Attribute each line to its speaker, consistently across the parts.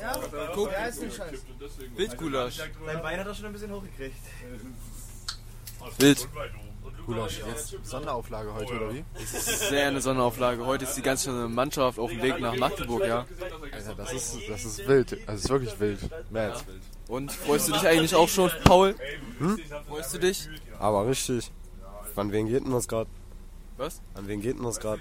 Speaker 1: Ja,
Speaker 2: Guck.
Speaker 1: ja, ist nicht scheiße.
Speaker 2: Wildgulasch.
Speaker 3: Dein Bein hat er schon ein bisschen hochgekriegt.
Speaker 2: Wild.
Speaker 4: Gulasch jetzt. Sonderauflage heute, oder wie?
Speaker 2: Es ist sehr eine Sonnenauflage. Heute ist die ganze Mannschaft auf dem Weg nach Magdeburg, ja.
Speaker 4: Alter, das ist, das ist wild. Das ist wirklich wild. Mad.
Speaker 2: Und freust du dich eigentlich auch schon, Paul? Freust du dich?
Speaker 5: Aber richtig. An wen geht denn das gerade?
Speaker 2: Was?
Speaker 5: An wen geht denn das gerade?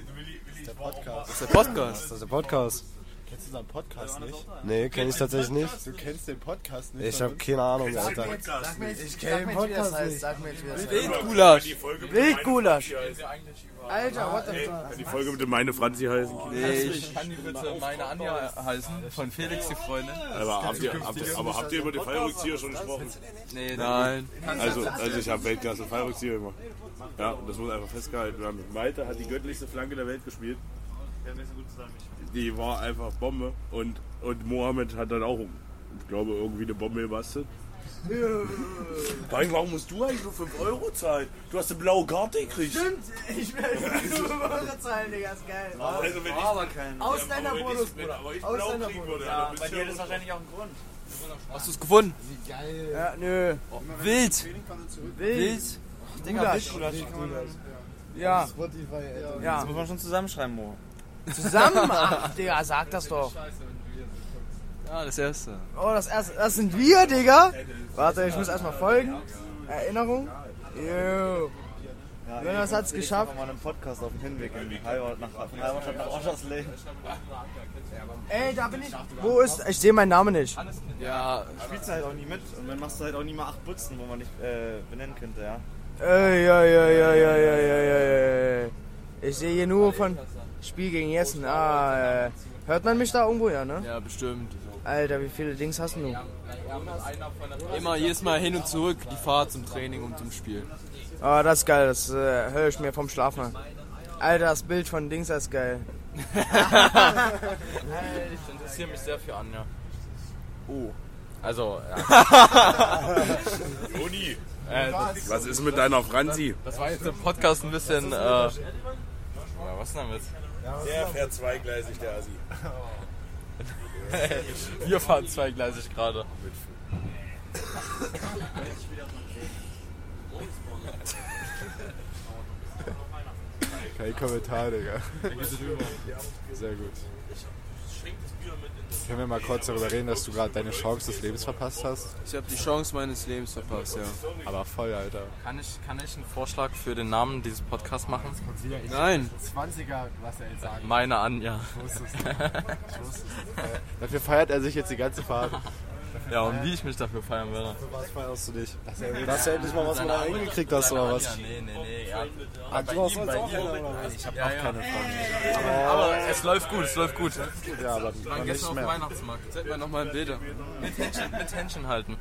Speaker 4: Der Podcast.
Speaker 2: Das ist der Podcast.
Speaker 5: Ist das der Podcast?
Speaker 4: Kennst du unseren Podcast nicht?
Speaker 5: Nee, kenne ich tatsächlich nicht.
Speaker 4: Du kennst den Podcast nicht.
Speaker 5: Ich habe keine Ahnung, Alter.
Speaker 1: Sag mir jetzt,
Speaker 3: Ich kenn den
Speaker 1: sag mir jetzt, wie das
Speaker 3: Podcast
Speaker 1: heißt.
Speaker 3: nicht.
Speaker 1: Sag mir jetzt, wie das heißt.
Speaker 2: Wildgulasch.
Speaker 3: Wildgulasch.
Speaker 1: Alter, what the fuck?
Speaker 6: Also Die Folge würde meine Franzi heißen.
Speaker 2: Nee, ich,
Speaker 7: Kann die bitte meine Anja heißen? Von Felix, die Freundin.
Speaker 6: Aber habt ihr, habt ihr, aber habt ihr über die Fallrückzieher schon gesprochen?
Speaker 7: Nee,
Speaker 2: nein.
Speaker 6: Also, also ich habe Weltklasse Fallrückzieher gemacht. Ja, und das wurde einfach festgehalten. Wir haben mit Malte hat die göttlichste Flanke der Welt gespielt. Die war einfach Bombe. Und, und Mohammed hat dann auch, ich glaube, irgendwie eine Bombe gebastelt. Vor allem, warum musst du eigentlich nur 5 Euro zahlen? Du hast eine blaue Karte gekriegt.
Speaker 1: Ich will nur Euro zahlen, Digga, ist geil.
Speaker 6: Also, wenn ich,
Speaker 3: Aber kein.
Speaker 1: Ausländerbonus,
Speaker 6: wenn
Speaker 1: Bruder.
Speaker 6: aber ich blau kriegen
Speaker 1: Ausländerbonus.
Speaker 6: würde, dann
Speaker 3: Bei
Speaker 6: bist du
Speaker 3: dir ist das wahrscheinlich auch ein Grund.
Speaker 2: Hast du es gefunden?
Speaker 1: Ja, nö.
Speaker 2: Wild. Wild.
Speaker 3: Digga, Wildgulasch.
Speaker 1: Ja,
Speaker 4: Spotify, Alter.
Speaker 1: ja.
Speaker 3: Muss man schon zusammenschreiben, Mo.
Speaker 1: Zusammen, ach, Digga, sag das doch.
Speaker 2: Ja, das erste.
Speaker 1: Oh, das, erste, das sind wir, Digga. Warte, ich muss erstmal folgen. Erinnerung. Jo.
Speaker 3: Ja,
Speaker 1: Jonas hat's
Speaker 3: ich
Speaker 1: geschafft.
Speaker 3: mach mal einen Podcast auf dem Hinweg in Heimat nach, von Heimatstadt nach Oschersleben.
Speaker 1: Ey, da bin ich. Wo ist. Ich sehe meinen Namen nicht.
Speaker 2: Ja,
Speaker 3: Spielst du halt auch nie mit und dann machst du halt auch nie mal acht Butzen, wo man nicht äh, benennen könnte, ja.
Speaker 1: Ey, ja, ja, ja, ja, ja, ja, ja, ja, ja. Ich sehe hier nur von Spiel gegen Jessen. Ah, äh. Hört man mich da irgendwo, ja, ne?
Speaker 2: ja, bestimmt.
Speaker 1: Alter, wie viele Dings hast du?
Speaker 2: Immer jedes Mal hin und zurück die Fahrt zum Training und zum Spiel.
Speaker 1: Ah, das ist geil, das äh, höre ich mir vom Schlafen an. Alter, das Bild von Dings das ist geil.
Speaker 7: Ich interessiere mich sehr für Anja. Oh. Also, ja.
Speaker 6: Joni,
Speaker 7: äh, das,
Speaker 6: was ist mit deiner Franzi?
Speaker 7: das war jetzt im Podcast ein bisschen. Äh, ja, was denn damit?
Speaker 6: Der fährt zweigleisig, der Asi.
Speaker 7: Wir fahren zweigleisig gerade.
Speaker 4: Kein Kommentar, Digga. Sehr gut. Können wir mal kurz darüber reden, dass du gerade deine Chance des Lebens verpasst hast?
Speaker 2: Ich habe die Chance meines Lebens verpasst, ja.
Speaker 4: Aber voll, Alter.
Speaker 7: Kann ich, kann ich einen Vorschlag für den Namen dieses Podcasts machen?
Speaker 2: Nein.
Speaker 4: 20er, was er jetzt sagen
Speaker 7: Meine Anja.
Speaker 4: Dafür feiert er sich jetzt die ganze Fahrt.
Speaker 7: Ja, und wie ich mich dafür feiern werde.
Speaker 5: Was feierst du dich? Dass du hast ja endlich mal was mit der eingekriegt hast,
Speaker 7: Seine
Speaker 5: oder
Speaker 7: Anja,
Speaker 5: was?
Speaker 7: Nee, nee, nee. Ja.
Speaker 5: Ah, du hast uns auch einer, oder was?
Speaker 7: Ich habe auch keine Frage. Aber es läuft gut, es läuft gut. Wir
Speaker 4: Ja, aber
Speaker 7: waren gestern
Speaker 4: nicht
Speaker 7: auf dem
Speaker 4: mehr.
Speaker 7: Weihnachtsmarkt.
Speaker 2: Zeig mir nochmal Bilder.
Speaker 7: Mit Händchen, mit Händchen halten.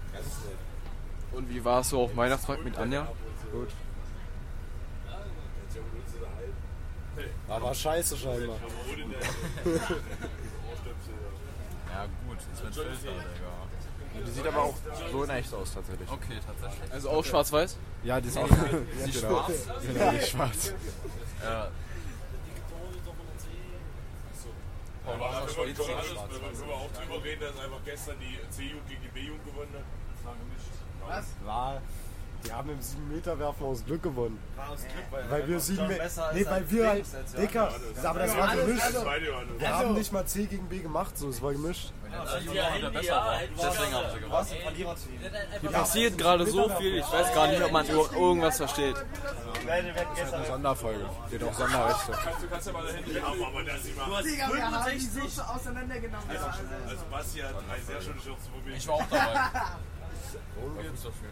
Speaker 2: Und wie war es so auf Weihnachtsmarkt mit Anja?
Speaker 5: Aber scheiße scheinbar.
Speaker 7: Ja, gut. Ist mit Filter, Digga.
Speaker 8: Die sieht aber auch so in echt aus, tatsächlich.
Speaker 7: Okay, tatsächlich.
Speaker 2: Also auch schwarz-weiß?
Speaker 4: Ja, die sind genau. Genau, die schwarz.
Speaker 7: Ja. Paul,
Speaker 6: Aber
Speaker 7: hast du schon
Speaker 6: wenn wir,
Speaker 7: jetzt
Speaker 6: können wir,
Speaker 7: schon
Speaker 6: alles,
Speaker 7: schwarz?
Speaker 6: wenn wir, können wir auch drüber reden, dass einfach gestern die C-Jugend gegen die B-Jugend gewonnen hat?
Speaker 5: War. Die haben im 7-Meter-Werfen aus Glück gewonnen.
Speaker 3: weil,
Speaker 5: Weil wir 7
Speaker 3: besser
Speaker 5: Meter.
Speaker 3: als
Speaker 5: Nee, weil wir halt.
Speaker 3: Dings jetzt, ja. also.
Speaker 5: Dicker. Aber das war gemischt.
Speaker 6: Das zweite Mal.
Speaker 5: Wir haben nicht mal C gegen B gemacht, so. Es war gemischt.
Speaker 7: Der besser war. Deswegen haben sie gewonnen.
Speaker 3: Was? Ein Verliererteam.
Speaker 2: Hier passiert gerade so viel, ich weiß gar nicht, ob man ir- irgendwas versteht.
Speaker 3: Leute, wir hatten gestern
Speaker 4: Sonderfolge. Geht auch Sonderrechte.
Speaker 6: Du kannst ja mal dahin ja, aber das immer.
Speaker 1: Digga, wir haben die Suche auseinandergenommen. Also,
Speaker 6: Also Basti hat drei sehr schöne Shots von mir.
Speaker 7: Ich war auch dabei.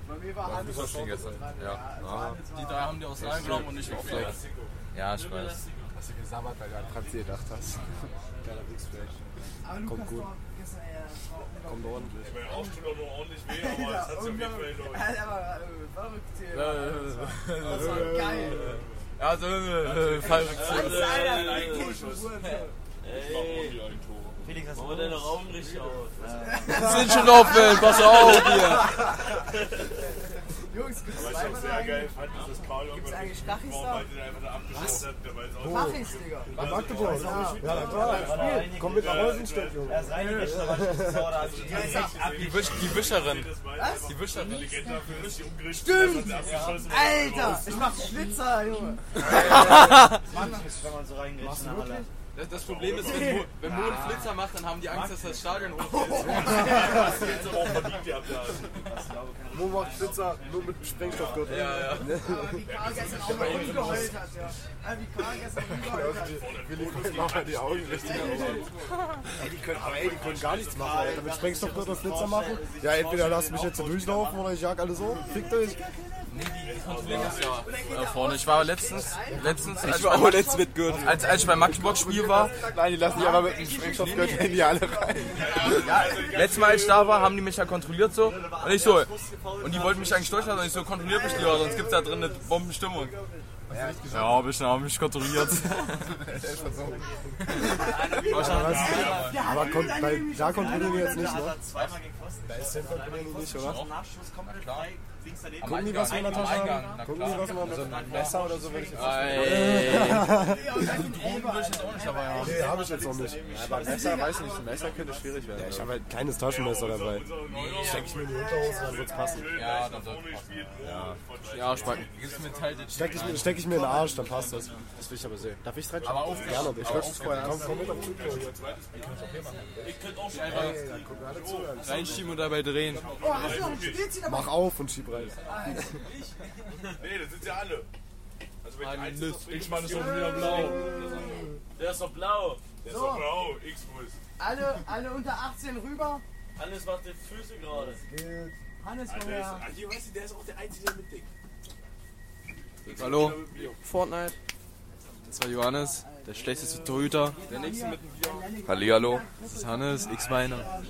Speaker 1: bei mir war Hand.
Speaker 8: Fußballspiel gestern. Ja. Ah.
Speaker 7: Die drei haben die auseinandergenommen und ich war auch Ja, ich weiß.
Speaker 4: Hast du gesammelt, weil du an Franzi gedacht hast.
Speaker 5: Geiler Wichsflash.
Speaker 1: Aber Lukas
Speaker 5: gut.
Speaker 1: Dorf gestern, äh, ey, das war unglaublich.
Speaker 5: Kommt ordentlich.
Speaker 6: Mein Arsch tut auch noch ordentlich weh, aber das hat sich auf jeden Fall hinterholt.
Speaker 1: Ja, aber, äh, verrückt hier.
Speaker 7: Äh.
Speaker 1: Das war Äh, geil.
Speaker 7: Ja, so, äh,
Speaker 1: Das ist
Speaker 7: Fallrückzieher.
Speaker 1: einer, fick dich, du Hurensohn.
Speaker 6: Ich mach auch hier ein Tor.
Speaker 3: Felix, hast du deine Raum richtig aus?
Speaker 7: äh,
Speaker 2: Wir sind schon offen, pass auf hier.
Speaker 9: Jungs, gibt's
Speaker 6: Was ich auch sehr geil fand, ist, dass Karl
Speaker 9: Gibt's
Speaker 6: irgendwann
Speaker 9: eigentlich
Speaker 6: richtig
Speaker 9: Stachis
Speaker 6: war,
Speaker 9: da?
Speaker 6: weil der einfach da abgeschossen hat, der weiß auch
Speaker 9: Mach ich's, Digga.
Speaker 5: Bei Magdeburg. Ja, na klar, ein Spiel. Komm mit nach Holzenstedt, Junge.
Speaker 3: Er ist reingewichen, aber ich bin sauer, da hab ich
Speaker 9: Ja, ich sag,
Speaker 7: Die, Wisch, die Wischerin.
Speaker 6: das war
Speaker 9: Was?
Speaker 7: Die Wischerin.
Speaker 6: Legende dafür, dass die umgerichtet
Speaker 9: Stimmt!
Speaker 6: hat, abgeschossen hat.
Speaker 9: Alter, ich mach Schlitzer, Junge.
Speaker 3: Angst, wenn man so reingerichtet in der Halle.
Speaker 7: Das, das Problem ist, wenn Mo, wenn Mo einen Flitzer macht, dann haben die Angst, dass das Stadion hochfällt.
Speaker 6: Das ist jetzt aber auch verdient, die Abnahme.
Speaker 1: Mo macht Pizza nur mit Sprengstoffgürtel.
Speaker 7: Ja, ja.
Speaker 9: Aber wie Karl gestern auch mal rumgeheult hat, ja. Ah, Wie Karl gestern rumgeheult hat.
Speaker 1: Ich mach mal die Augen richtig auf.
Speaker 5: Die können, aber ey, die können gar nichts machen, Alter. Damit sprengst du doch das Blitzer machen. Ja, entweder lass mich jetzt so durchlaufen oder ich jag alles um. Fickt euch.
Speaker 7: Da Äh, vorne. Ich war letztens, letztens als,
Speaker 10: Oh, jetzt wird gut.
Speaker 7: als, als ich beim Magdeburg-Spiel war,
Speaker 1: Nein, die lassen dich aber mit dem Sprengstoffgürtel in die alle rein.
Speaker 7: letztes Mal als ich da war, haben die mich ja kontrolliert so. Und ich so, und die wollten mich eigentlich durchlassen und ich so, kontrolliert mich lieber, sonst gibt's da drin eine Bombenstimmung. Ja, hab ich, hab mich kontrolliert.
Speaker 5: Aber kon- bei, da kontrollieren wir jetzt nicht, ne?
Speaker 3: Zweimal gegen Pfosten. Da ist
Speaker 5: Zentrum kontrollieren die nicht, oder?
Speaker 3: Nachschuss komplett frei, links daneben.
Speaker 5: Gucken die, was wir in der Tasche
Speaker 7: Eingang,
Speaker 5: haben?
Speaker 7: na
Speaker 5: Gucken die,
Speaker 7: klar.
Speaker 5: was wir in der Tasche haben? Also Messer oder so würde ich jetzt
Speaker 7: Ey,
Speaker 5: Nee, habe ich jetzt noch nicht.
Speaker 1: Aber Messer, weiß nicht, ein Messer könnte schwierig werden.
Speaker 5: Ich habe halt ein kleines Taschenmesser dabei. Steck ich mir in die Unterhose, dann wird's passen.
Speaker 7: Ja, dann sollte ja, Spacken. Gibt's mir Teil des
Speaker 5: Steck ich, mir- steck ich mir in den Arsch, dann passt das.
Speaker 1: Das will ich aber sehen.
Speaker 5: Darf ich's rein? Aber auf Gerne, ich lösche vorher. Komm, komm mit auf den Flugzeug jetzt. Ey, da gucken alle zu, Alter.
Speaker 7: Reinschieben und dabei drehen.
Speaker 9: Oh, hast du noch ein Spielziel dabei?
Speaker 5: Mach auf und schieb rein.
Speaker 6: Nee, das sind ja alle. Also wenn die Eins ist doch
Speaker 7: Ich meine, ist doch wieder blau.
Speaker 10: Der ist doch blau.
Speaker 6: Der ist doch blau, X-Bus.
Speaker 9: Alle, alle unter 18 rüber.
Speaker 10: Hannes macht die Füße gerade.
Speaker 9: Hannes, komm
Speaker 6: Der ist,
Speaker 9: her.
Speaker 6: ah, hier, weißt du, der ist auch der Einzige, der mitdenkt.
Speaker 7: Hallo. Fortnite. Das war Johannes, der schlechteste Torhüter. Der nächste mit
Speaker 11: Hallihallo.
Speaker 7: Das ist Hannes, X-Weiner.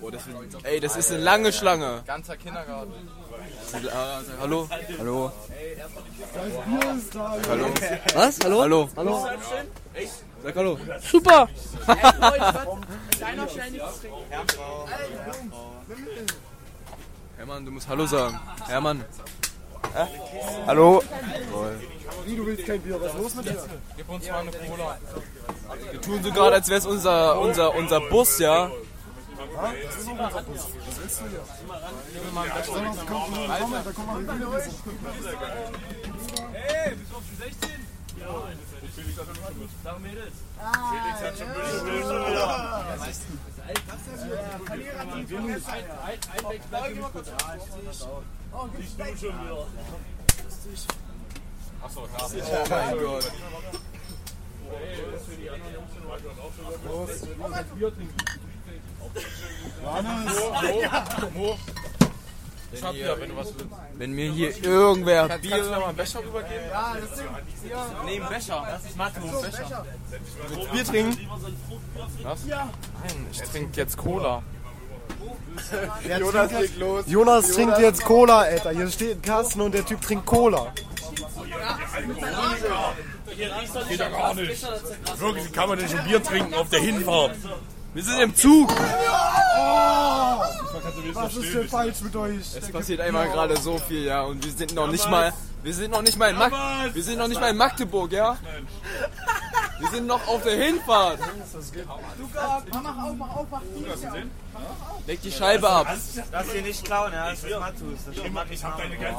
Speaker 7: Oh, das wird, ey, das ist eine lange Schlange.
Speaker 11: Ganzer Kindergarten.
Speaker 7: Hallo? Hallo?
Speaker 5: Hier ist da, Alter.
Speaker 7: Hallo? Was? Hallo? Hallo? Hallo? Sag hallo.
Speaker 12: Super.
Speaker 7: Hermann, du musst Hallo sagen. Hermann.
Speaker 1: Hallo?
Speaker 5: Wie, du willst kein Bier, was ist los mit dir?
Speaker 7: Gib uns mal eine Cola. Wir tun so gerade, als wäre es unser, unser, unser Bus, ja?
Speaker 5: Das ist auch unser Bus. Was willst du hier? Sag mal, komm, komm, komm, komm, Alter, komm mal, wir gehen jetzt.
Speaker 9: Oh, gibt's Steak?
Speaker 7: Oh mein Gott.
Speaker 10: Ich hab ja, wenn du was willst.
Speaker 7: Wenn mir hier irgendwer
Speaker 11: Kannst du
Speaker 7: Bier,
Speaker 11: mir mal einen Becher rübergeben?
Speaker 9: Ja, das Ding. Ja,
Speaker 7: nee, einen Becher, ich mag nur einen Becher.
Speaker 1: Bier trinken?
Speaker 11: Ich trinke jetzt Cola.
Speaker 1: Jonas legt los.
Speaker 5: Jonas trinkt jetzt Cola, Alter. Hier steht ein Kasten und der Typ trinkt Cola.
Speaker 6: Geht ja gar nicht. Wirklich, kann man nicht ein Bier trinken auf der Hinfahrt?
Speaker 7: Wir sind im Zug.
Speaker 5: Was ist denn falsch mit euch?
Speaker 7: Es passiert einmal gerade so viel, ja, und wir sind noch nicht mal, wir sind noch nicht mal in Mag, wir sind noch nicht mal in Magdeburg, ja? Wir sind noch auf der Hinfahrt.
Speaker 9: mach auf, mach auf, mach auf.
Speaker 7: Leg die Scheibe ab.
Speaker 3: Lass dir nicht klauen, ja, das ist Matus. Das ist Matus.
Speaker 6: Ich hab deine ganze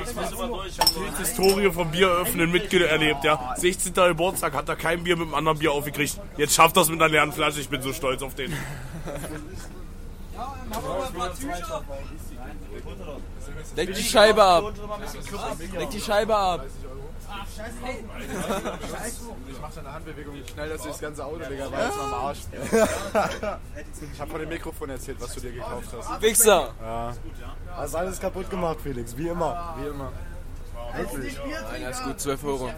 Speaker 10: Ich muss immer durch. Ich hab nur
Speaker 6: Historie vom Bier öffnen miterlebt, ja. 16. Geburtstag hat er kein Bier mit einem anderen Bier aufgekriegt. Jetzt schafft das mit einer leeren Flasche, ich bin so stolz auf den.
Speaker 7: Leg die Scheibe ab.
Speaker 3: Und mal ein bisschen Kürbis.
Speaker 7: Leg die Scheibe ab.
Speaker 1: Ich mach deine Handbewegung, ich knall das durchs ganze Auto, Digga, weil jetzt mal am Arsch. Ich hab von dem Mikrofon erzählt, was du dir gekauft hast.
Speaker 7: Wichser.
Speaker 5: Hast alles kaputt gemacht, Felix, wie immer.
Speaker 1: Wie immer.
Speaker 7: Nein, das ist gut, 12 Euro.
Speaker 3: Hat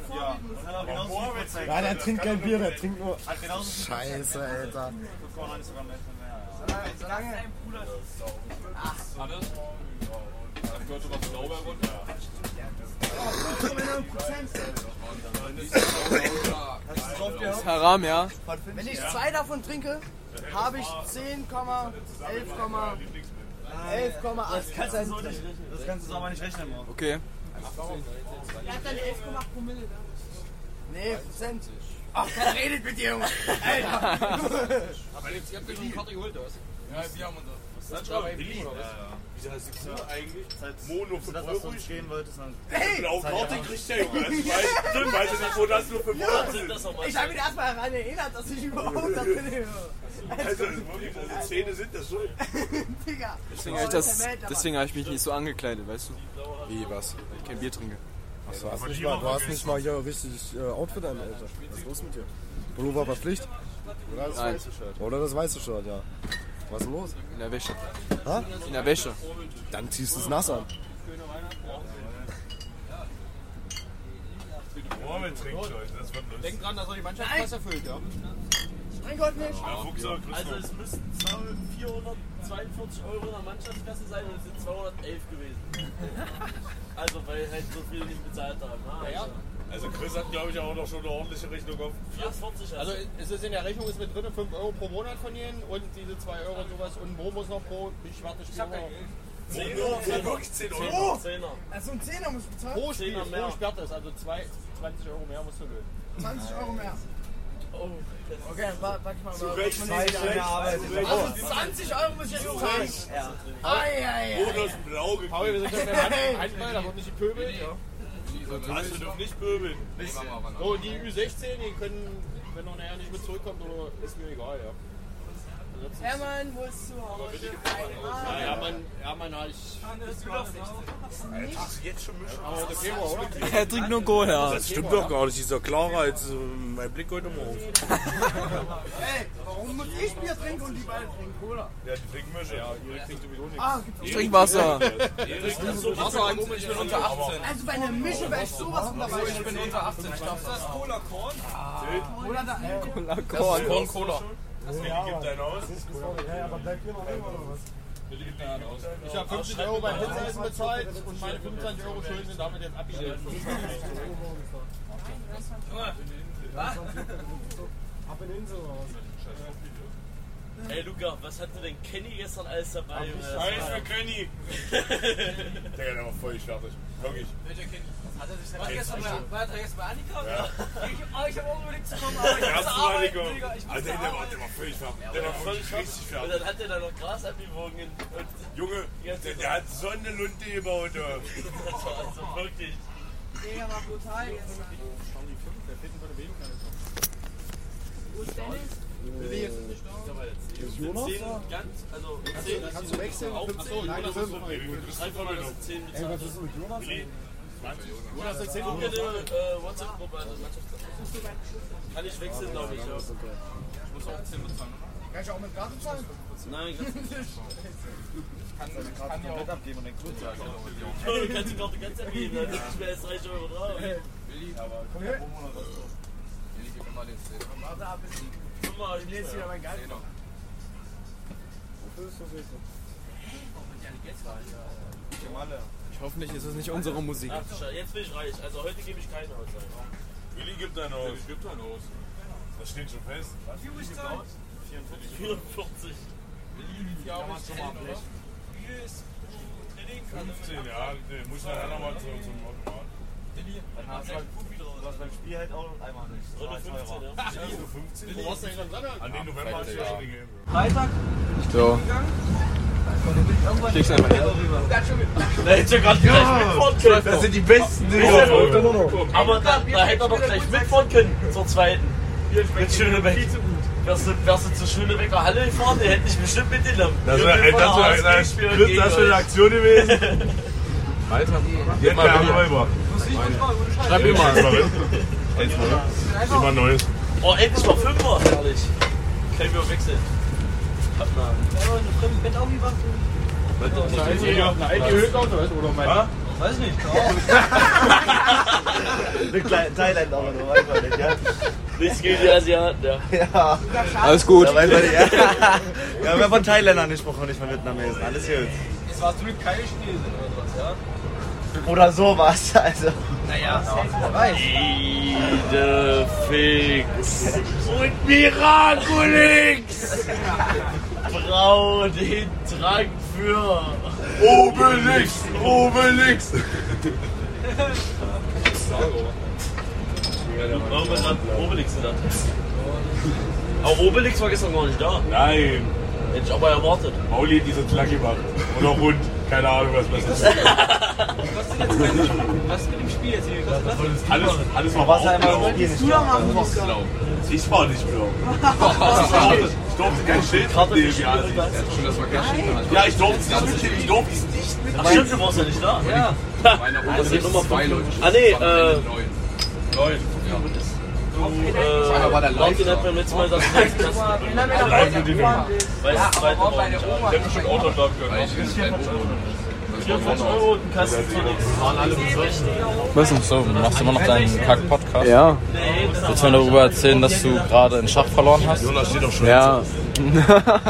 Speaker 3: auch genauso viel gezeigt.
Speaker 5: Ja, der trinkt kein Bier, der trinkt nur.
Speaker 3: Hat genauso viel
Speaker 5: Scheiße, Alter.
Speaker 3: Vorne ist sogar mehr von mehr, ja.
Speaker 7: Das ist Haram, ja?
Speaker 9: Wenn ich zwei davon trinke, habe ich 10, 11, 11,8 Prozent.
Speaker 3: Das kannst du aber nicht rechnen, Mann.
Speaker 13: Okay.
Speaker 9: Nee, Prozent. Ach, wer redet mit dir, Junge? Alter.
Speaker 13: Ja, wir haben unser.
Speaker 6: Das ist aber Billy. Wieso heißt die Kuh eigentlich? Mono für
Speaker 3: Das, was du uns gehen wolltest, dann.
Speaker 6: Blaue Karte Genau, kriegt der Junge. Das weiß- Stimmt, weiß ich nicht, wo das nur für Euro sind.
Speaker 9: Ich habe ihn erstmal daran erinnert, dass ich überhaupt das bin.
Speaker 6: Also, wirklich, also Zähne sind das schon.
Speaker 9: Digga.
Speaker 13: Deswegen habe ich, das, deswegen hab ich mich nicht so angekleidet, weißt du?
Speaker 5: Wie, was?
Speaker 13: Weil ich kein Bier trinke.
Speaker 5: Du hast nicht mal, du hast nicht mal hier richtig äh, Outfit an, Alter. Was ist los mit dir? Pullover war Pflicht. Oder das
Speaker 13: Nein.
Speaker 5: Shirt. Oder das weiße Shirt, ja. Was ist denn los?
Speaker 13: In der Wäsche.
Speaker 5: Hä?
Speaker 13: In der Wäsche.
Speaker 5: Dann ziehst du es nass an.
Speaker 6: Mohammed trinkt schon. Das wird lustig.
Speaker 2: Denk dran, dass er die Mannschaft was erfüllt, ja?
Speaker 9: Mein Gott, nicht.
Speaker 6: Fuchser, grüß
Speaker 14: Also es müssten 442 Euro in der Mannschaftskasse sein und es sind 211 gewesen. Also weil halt so viele nicht bezahlt haben. Ah, ja,
Speaker 6: Also Chris hat, glaube ich, auch noch schon eine ordentliche Rechnung auf.
Speaker 14: 44
Speaker 2: Also es ist in der Rechnung ist mit drin 5 Euro pro Monat von ihnen und diese 2 Euro sowas und Momos noch pro ich schwarte Spieler.
Speaker 14: 10 Euro. 10 Euro.
Speaker 6: 10
Speaker 14: Zehner.
Speaker 9: Also ein Zehner muss bezahlen.
Speaker 2: Pro Spiel,
Speaker 14: Zehner
Speaker 2: pro
Speaker 14: mehr.
Speaker 2: Sperrtes, also zwei- 20 Euro mehr musst du lösen.
Speaker 9: 20 Euro mehr. Okay, dann pa- pack ich mal
Speaker 6: Euro.
Speaker 9: mal. 20 Euro muss ich jetzt bezahlen. Ei, ei, ei.
Speaker 6: Bonus blau gekriegt.
Speaker 2: Paul, wir sind schon beim Hand- Handball, da wird nicht gepöbelt. Ja.
Speaker 6: Also, dürfen nicht pöbeln.
Speaker 2: So, die Ü16, die können, wenn noch nachher nicht mit zurückkommt, oder ist mir egal, ja.
Speaker 9: Hermann, wo ist zu Hause? Einmal.
Speaker 2: Ja, man, ja, man, ja, ich.
Speaker 6: Jetzt schon mischen.
Speaker 2: Aber heute Februar, oder?
Speaker 13: Er trinkt nur Cola.
Speaker 6: Das stimmt doch gar nicht. Die ist doch klarer als äh, mein Blick heute Morgen.
Speaker 9: Ey, warum muss ich Bier trinken und die beiden trinken Cola?
Speaker 6: Ja, die trinken Mische. Ja, Erik trinkt sowieso nichts.
Speaker 9: Ah, gibt's
Speaker 13: Ich trink Wasser.
Speaker 2: Ich bin unter 18.
Speaker 9: Also bei einer Mische wäre ich sowas von dabei.
Speaker 2: Ich bin unter 18. Ich darf das Cola Korn.
Speaker 9: Oder da, ey.
Speaker 13: Korn, Korn, Cola.
Speaker 6: Billy gibt dein aus.
Speaker 2: Ich habe 50 Euro beim Pizzaessen bezahlt und meine 25 Euro Schulden sind damit jetzt abgestellt.
Speaker 14: Ey Luca, was hatte denn Kenny gestern alles dabei? Junge? Das
Speaker 6: Heiß
Speaker 14: war-
Speaker 6: für Kenny. Digga, der war voll fertig. Wirklich.
Speaker 1: War gestern bei- war er gestern bei Annika? Ja. Ich, ah, ich habe auch überlegt zu kommen, aber ich muss
Speaker 6: Erste Mal,
Speaker 1: arbeiten,
Speaker 6: Digga.
Speaker 1: Digga. Ich muss
Speaker 6: Alter, der
Speaker 1: arbeiten.
Speaker 6: war, der war völlig fertig. Der war völlig richtig
Speaker 14: Und
Speaker 6: fertig.
Speaker 14: dann hat er da noch Gras abgewogen und
Speaker 6: Junge, der, der hat so eine Lunte gebaut. äh.
Speaker 14: das war also wirklich.
Speaker 1: Digga, war brutal gestern. Wo ist Dennis?
Speaker 14: Ist Jonas da? Ganz, also mit 10 hast du
Speaker 5: Wechseln?
Speaker 14: auch. Achso, Jonas ist vorbei. Einfach Halt mal mit 10 bezahlt.
Speaker 5: Was ist denn mit Jonas?
Speaker 14: Jonas hat 10 Guck in der äh, WhatsApp-Gruppe, also Mannschaftsgruppe. Kann ich wechseln, glaube ich. Ja.
Speaker 9: Kann ich auch mit Karte zahlen?
Speaker 14: Nein, kannst
Speaker 3: Kann ja auch abgeben und den Kunden sagen.
Speaker 14: genau. du kannst die Karte ganz abgeben, dann ist mir ne? erst 30 Euro drauf.
Speaker 9: Warte ab,
Speaker 14: Guck mal, ich
Speaker 9: ich lese
Speaker 14: lese
Speaker 9: wieder mein Geld.
Speaker 13: Hoffentlich ist es nicht unsere Musik.
Speaker 14: Ach, du Scheiße, jetzt bin ich reich. Also heute gebe ich keine aus. Alter.
Speaker 6: Willi gibt dein aus. gibt dein aus. Das steht schon fest.
Speaker 14: 44.
Speaker 6: 15 Jahre. Nee, muss ich nachher nochmal zum, zum Automaten.
Speaker 3: Was beim Spiel halt auch einmal nicht.
Speaker 14: Runde 15, ja.
Speaker 6: Also 15? Du warst ja An den November hat ich ja schon gegeben.
Speaker 13: So. Kriegst einfach her.
Speaker 14: Da hätte ich gerade gleich mitfahren können.
Speaker 13: Das sind die besten
Speaker 14: Aber da, da hätte er doch gleich mitfahren können zur zweiten. Mit Schönebeck. Wärst du, wärst du ne zur Schönebecker Halle gefahren, der hätte ich bestimmt mitgenommen.
Speaker 6: Das wäre
Speaker 14: Irgendwie von der
Speaker 6: das
Speaker 14: HSG spielen gegen
Speaker 6: eine
Speaker 14: euch.
Speaker 6: Aktion gewesen.
Speaker 13: Alter,
Speaker 6: Jetzt mal haben wir rüber.
Speaker 13: schreib mir mal.
Speaker 6: Jetzt mal. Jetzt mal neues.
Speaker 14: Oh, endlich mal Fünfer, herrlich. Können wir wechseln.
Speaker 3: Mit kleinen Thailand aber nur einfach nicht, ja?
Speaker 14: Nichts gegen die Asiaten, ja.
Speaker 13: Alles gut.
Speaker 3: Da weiß man nicht, ja. Wir haben ja von Thailändern gesprochen, nicht von Vietnamesen. Alles gut.
Speaker 2: Es war zum Glück keine Chinesen oder was, ja?
Speaker 3: Oder sowas, also.
Speaker 14: Idefix und Miraculix. Braut, Hintrank, für.
Speaker 6: Obelix! Obelix!
Speaker 14: Warum hat gerade Obelix gedacht? Aber Obelix war gestern gar nicht da.
Speaker 6: Nein!
Speaker 14: Hätte ich aber erwartet.
Speaker 6: Pauli hat diese Klack gemacht. Oder Hund. Keine Ahnung, was besser ist.
Speaker 1: Was ist mit dem Spiel jetzt hier? Was, was,
Speaker 6: Alles, alles war was aufgelaufen.
Speaker 1: du da machen? Was
Speaker 6: Ich war nicht blau. Ich durfte kein Schild mitnehmen, ja.
Speaker 13: Schön, dass wir kein Schild haben.
Speaker 6: Ja, ich durfte es nicht mitnehmen. Ich durfte es nicht mitnehmen.
Speaker 14: Ach stimmt, du warst ja nicht da.
Speaker 1: Ja.
Speaker 13: Meine Runde
Speaker 14: Das geht
Speaker 13: sind
Speaker 14: immer
Speaker 13: zwei Leute.
Speaker 14: Ah, nee, äh,
Speaker 13: Neun.
Speaker 14: Neun. Du, äh,
Speaker 13: war der
Speaker 14: Martin
Speaker 13: Leiter.
Speaker 14: hat beim letzten Mal gesagt, dass du das
Speaker 1: Erinnern wir doch mal.
Speaker 14: weißt, das zweite
Speaker 1: Aber
Speaker 14: Mal
Speaker 1: meine
Speaker 14: nicht da.
Speaker 1: Oma.
Speaker 14: Ich hätte schon Auto glauben können.
Speaker 13: Weil ich bin bei Bochum.
Speaker 14: 44 Euro und ein Kasten von nichts. Waren alle besoffen.
Speaker 7: Was ist so? Du machst immer noch deinen Kack-Podcast.
Speaker 9: Ja,
Speaker 7: Willst du mir darüber erzählen, dass du gerade in Schach verloren hast?
Speaker 6: Jonas steht doch schon.
Speaker 9: ja.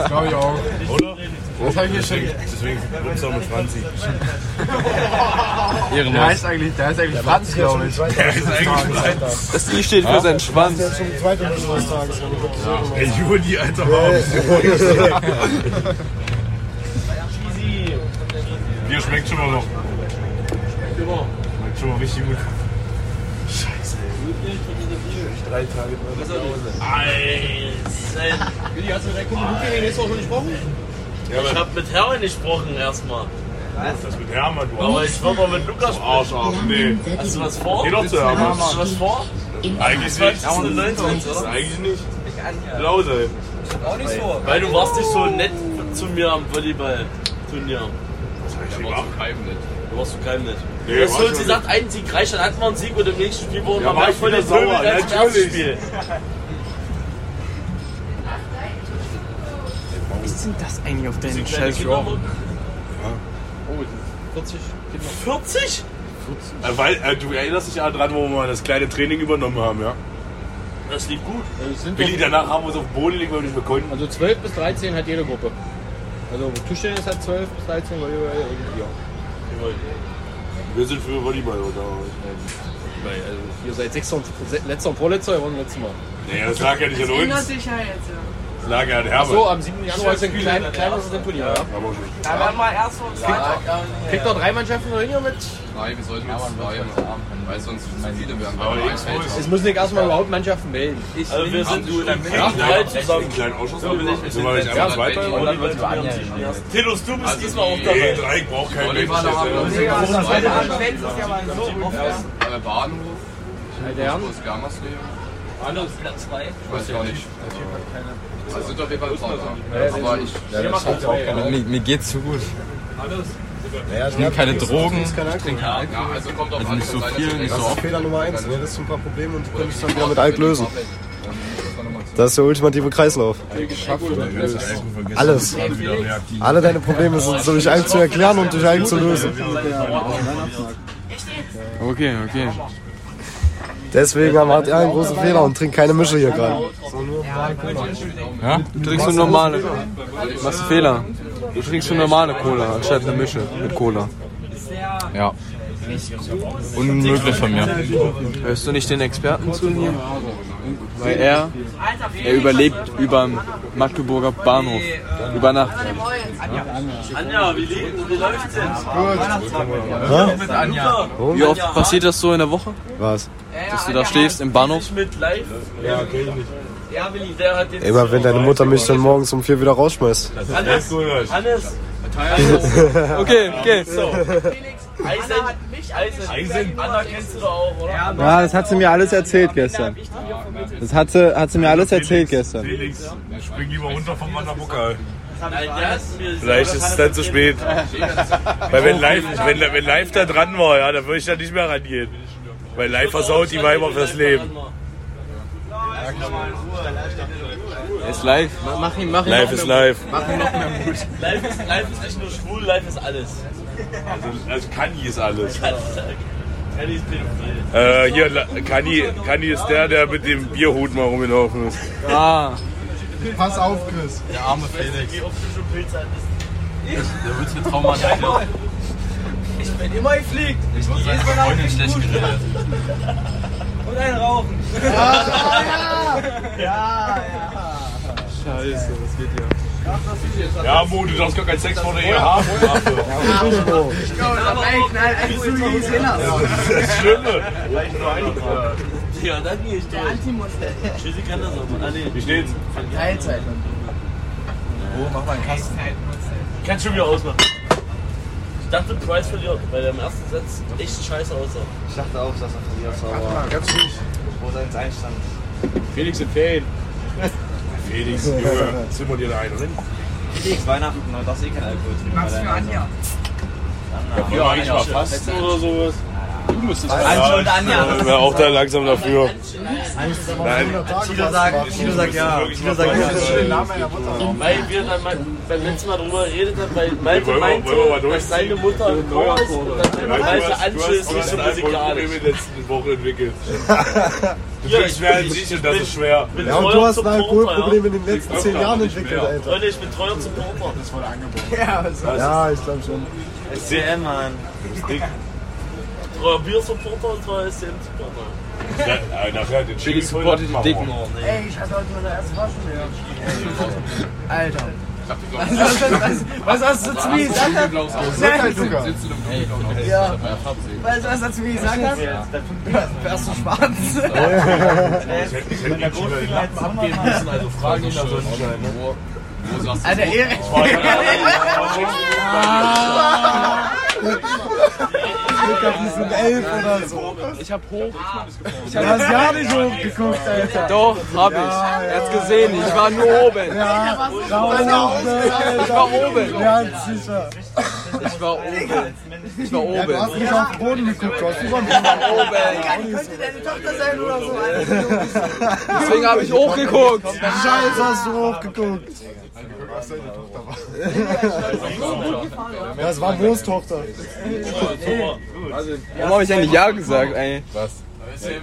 Speaker 4: Glaube ich auch.
Speaker 6: Oder?
Speaker 4: Das habe ich geschenkt.
Speaker 6: Deswegen wird's auch mit Franzi.
Speaker 4: Der
Speaker 7: Ehrenlos.
Speaker 4: heißt eigentlich, der heißt eigentlich Franz, glaube ich.
Speaker 6: Der ist eigentlich bleibt.
Speaker 7: Das I steht für seinen Schwanz.
Speaker 5: Zum zweiten Mal des Tages.
Speaker 6: Ey, Juli, Alter, warum?
Speaker 14: Easy.
Speaker 6: Bier schmeckt schon mal noch. Schmeckt schon mal richtig gut.
Speaker 14: Alter.
Speaker 2: Wie die hast du direkt mit Luke den nächsten Woche schon gesprochen?
Speaker 14: Ich hab mit Hermann gesprochen erstmal.
Speaker 6: Das mit Hermann, du
Speaker 14: Aber
Speaker 6: Arsch.
Speaker 14: ich war mal mit Lukas.
Speaker 6: Arsch, Arsch, nee.
Speaker 14: Hast du was
Speaker 6: Geh
Speaker 14: vor?
Speaker 6: doch zu Hermann.
Speaker 14: Hast du was vor?
Speaker 6: Eigentlich nicht. Eigentlich nicht. Blau sein.
Speaker 1: Auch nicht so.
Speaker 14: Weil du warst nicht so nett zu mir am Volleyball-Turnier. Du warst so keinem nett.
Speaker 6: Nee,
Speaker 14: das
Speaker 6: war
Speaker 14: wird
Speaker 6: schon
Speaker 14: gesagt, einen Sieg reicht, dann hatten wir einen Sieg und im nächsten Spiel wurden
Speaker 6: Ja,
Speaker 14: wir
Speaker 6: war
Speaker 14: gleich
Speaker 6: ich
Speaker 14: voll
Speaker 6: wieder
Speaker 14: der Pöbel
Speaker 6: sauer,
Speaker 14: als im ersten
Speaker 6: natürlich.
Speaker 14: Spiel.
Speaker 9: Was sind das eigentlich auf deinen
Speaker 14: Kleine
Speaker 9: Scheiß
Speaker 14: Kinder
Speaker 9: Rock?
Speaker 14: noch. 40?
Speaker 6: Äh, Weil, äh, du erinnerst dich ja dran, wo wir mal das kleine Training übernommen haben, ja?
Speaker 14: Das lief gut.
Speaker 2: Also, es sind
Speaker 6: Billy, danach haben wir uns auf den Boden gelegt, weil wir nicht mehr konnten.
Speaker 2: also 12 bis 13 hat jede Gruppe. Also Tischtennis hat 12 bis 13 Volleyball und ja.
Speaker 6: also Wir sind für Volleyball, oder?
Speaker 2: Ihr seid sechster und se- letzter und vorletzter, ihr wart letztes Mal.
Speaker 6: Nee, das lag ja nicht an
Speaker 1: Ändert
Speaker 6: uns.
Speaker 1: sich ja jetzt. ja.
Speaker 6: Das lag ja an
Speaker 2: So,
Speaker 6: Herbert.
Speaker 2: am 7. Januar ist ein klein, kleineres Turnier. Ja.
Speaker 6: Aber schon.
Speaker 1: Da werden wir erst und zweiter.
Speaker 2: Kriegt noch drei Mannschaften noch hin mit.
Speaker 13: Nein, wir sollten jetzt zwei machen, weil sonst viele werden
Speaker 6: Aber
Speaker 13: bei
Speaker 6: jetzt
Speaker 2: Es müssen sich erstmal überhaupt Mannschaften melden.
Speaker 14: Also wir sind du in einem
Speaker 6: Ja,
Speaker 14: Krieg drei
Speaker 6: ja, zusammen.
Speaker 14: zusammen.
Speaker 6: Einen kleinen Ausschuss haben wir nicht. Sind wir nicht einmal Zweiter?
Speaker 13: Und dann
Speaker 14: Volleyball-Turnier am 7. ersten. Tilos, du bist diesmal auch
Speaker 6: Nee,
Speaker 14: dabei.
Speaker 6: drei braucht kein Mensch.
Speaker 13: Volleyball haben wir
Speaker 6: das ist ja-
Speaker 1: Ja,
Speaker 13: Warum
Speaker 1: zweite
Speaker 13: zwei?
Speaker 1: Abend wälzt es ja mal so.
Speaker 13: Bei Äh, Bahnhof,
Speaker 2: Alter, Herren.
Speaker 13: groß Germersleben,
Speaker 1: Anders Platz 2.
Speaker 13: ich weiß gar nicht. Also sind auf jeden Fall Fahrer. Aber ich
Speaker 7: Mir, mir geht's zu gut. Ich nehme keine Drogen, ich trinke Alkohol.
Speaker 13: ja, also kommt auf
Speaker 7: Also nicht so viel, nicht so
Speaker 5: Das ist
Speaker 7: oft.
Speaker 5: Fehler Nummer 1. Ne? Das ist ein paar Probleme und die können sich dann wieder mit Alt lösen. Das ist der ultimative Kreislauf. Alles. Alle deine Probleme sind so durch einen zu erklären und durch einen zu lösen.
Speaker 7: Okay, okay.
Speaker 5: Deswegen macht er einen großen Fehler und trinkt keine Mische hier gerade.
Speaker 7: Ja? Du trinkst nur normale. Machst du Fehler? Du trinkst schon normale Cola anstatt eine Mische mit Cola.
Speaker 13: Ja. Unmöglich von mir.
Speaker 7: Hörst du nicht den Experten zu hier? Weil er, er überlebt überm Magdeburger Bahnhof. Über Nacht.
Speaker 14: Anja, wie le- wie läuft's jetzt? Luca,
Speaker 7: Wie oft passiert das so in der Woche?
Speaker 5: Was?
Speaker 7: Dass du da stehst im Bahnhof?
Speaker 14: ich mit live? Ja, Willi, der hat jetzt...
Speaker 5: Immer wenn deine Mutter mich dann morgens um vier wieder rausschmeißt.
Speaker 14: Hannes,
Speaker 6: Jonas.
Speaker 14: Hannes,
Speaker 7: Okay, okay.
Speaker 14: Eisen, Eisen, Eisen, Anna kennst du doch auch, oder? Ja,
Speaker 15: Ja, das hat sie mir alles erzählt gestern. Das hat sie, hat sie mir alles erzählt gestern.
Speaker 6: Felix, spring lieber runter vom Wanderbukal.
Speaker 14: Nein, der hat mir...
Speaker 6: Vielleicht ist es dann zu spät. Weil wenn live, wenn, wenn live da dran war, ja, dann würde ich da nicht mehr rangehen. Weil live versaut die Weiber fürs Leben.
Speaker 7: Ist live.
Speaker 15: Mach ihn, mach ihn.
Speaker 6: Live ist live.
Speaker 14: Live ist, live ist nicht nur schwul, live ist alles.
Speaker 6: Also, also Kani ist alles.
Speaker 14: Eddie ist pädophil.
Speaker 6: Äh, hier, La- Kani, Kani ist der, der mit dem Bierhut mal rumgelaufen ist.
Speaker 7: Ah,
Speaker 4: Pass auf, Chris.
Speaker 14: Felix. Wie oft du schon Pilze hattest.
Speaker 13: Der wird mir traumatisiert.
Speaker 1: Ich bin immer gefliegt.
Speaker 13: Ich muss seine Freundin schlecht geredet.
Speaker 1: Und einen rauchen.
Speaker 7: scheiße, was geht hier?
Speaker 6: Ja, Mo, du darfst gar keinen Sex vor der Ehe haben.
Speaker 1: Ich glaube, das war echt knallt einfach so wie es
Speaker 6: Das ist das Schlimme.
Speaker 14: Ja, dann gehe ich durch. Der
Speaker 1: Antimonster.
Speaker 14: Schließlich kann das auch. Ah, nee.
Speaker 6: Wie steht's?
Speaker 1: Teilzeit.
Speaker 14: Oh, mach mal einen Kasten. Kannst schon wieder ausmachen. Ich dachte, Price verliert, weil er im ersten Satz echt scheiße aussah.
Speaker 3: Ich dachte auch, dass er verliert, aber.
Speaker 4: Ganz ruhig.
Speaker 3: Wo sein Einstand?
Speaker 6: Felix in Ferien. Felix, Junge, zimmer dir da einen rein.
Speaker 3: Felix, Weihnachten, ne? darfst eh kein Alkohol trinken.
Speaker 1: Was für Anja?
Speaker 3: Anna.
Speaker 6: Ja, eigentlich mal fasten oder sowas. Du müsstest
Speaker 3: Antje und Anja.
Speaker 6: Ja, ich bin auch da langsam dafür. Nein,
Speaker 3: Tilo sagt, Tilo sagt ja. Tilo sagt ja.
Speaker 14: Weil wir dann mal, beim letzten Mal drüber geredet haben, weil Malte
Speaker 6: Wollen wir-
Speaker 14: meinte,
Speaker 6: wollen wir mal durchziehen?
Speaker 14: dass seine Mutter ein Chor ist und dann
Speaker 6: Vielleicht
Speaker 14: meinte
Speaker 6: hast-
Speaker 14: Antje ist
Speaker 6: du
Speaker 14: nicht
Speaker 6: hast
Speaker 14: so
Speaker 6: ein Alkoholproblem
Speaker 14: musikalisch.
Speaker 6: in der letzten Woche entwickelt. Du
Speaker 14: Ja,
Speaker 6: trinkst
Speaker 14: ich
Speaker 6: mehr
Speaker 14: bin-
Speaker 6: als ich
Speaker 14: ich
Speaker 6: und das
Speaker 14: bin-
Speaker 6: ist schwer.
Speaker 14: bin
Speaker 5: Ja, und
Speaker 14: treuer
Speaker 5: du hast ein
Speaker 14: Supporter,
Speaker 5: Alkoholproblem
Speaker 14: ja.
Speaker 5: in den letzten zehn Jahren entwickelt, Alter.
Speaker 14: Leute, ich bin treuer Supporter. Das wurde angeboten.
Speaker 1: Ja, was
Speaker 5: Ja, ich glaube schon.
Speaker 3: SCM, Mann.
Speaker 14: Treuer Bier-Supporter und treuer SCM-Supporter.
Speaker 6: Ja, nachher den Chili
Speaker 7: supportet die Dicken.
Speaker 1: Ey, ich hatte heute meine erste Faschenlehre. Alter. Was hast du- was- Was hast du zu mir gesagt? hast? Nein. Ja. Weißt du, was er zu mir gesagt hat? Wärst du schwarz?
Speaker 13: Abgehen müssen, also fragen ihn nach Sonnenschein. Wo, wo sagst du
Speaker 1: Alter, Erik.
Speaker 5: Digga, die sind elf oder so.
Speaker 7: Ich hab hoch.
Speaker 5: Du hast ja nicht hochgeguckt, Alter.
Speaker 7: Doch, hab ich. Er hat's gesehen, ich war nur oben.
Speaker 5: Ja, Daumen
Speaker 7: Ich war oben.
Speaker 5: Ja, sicher.
Speaker 7: Ich war oben. Ich war
Speaker 5: Ja, du
Speaker 7: oben.
Speaker 5: hast nicht auf den Boden geguckt, du hast über den Boden geguckt.
Speaker 1: Digga, die könnte deine Tochter sein oder so, Alter.
Speaker 7: Deswegen habe ich hochgeguckt.
Speaker 5: Scheiße, hast du hochgeguckt. Ja, es war Wursttochter.
Speaker 7: Warum habe ich eigentlich Ja gesagt, ey?
Speaker 6: Was?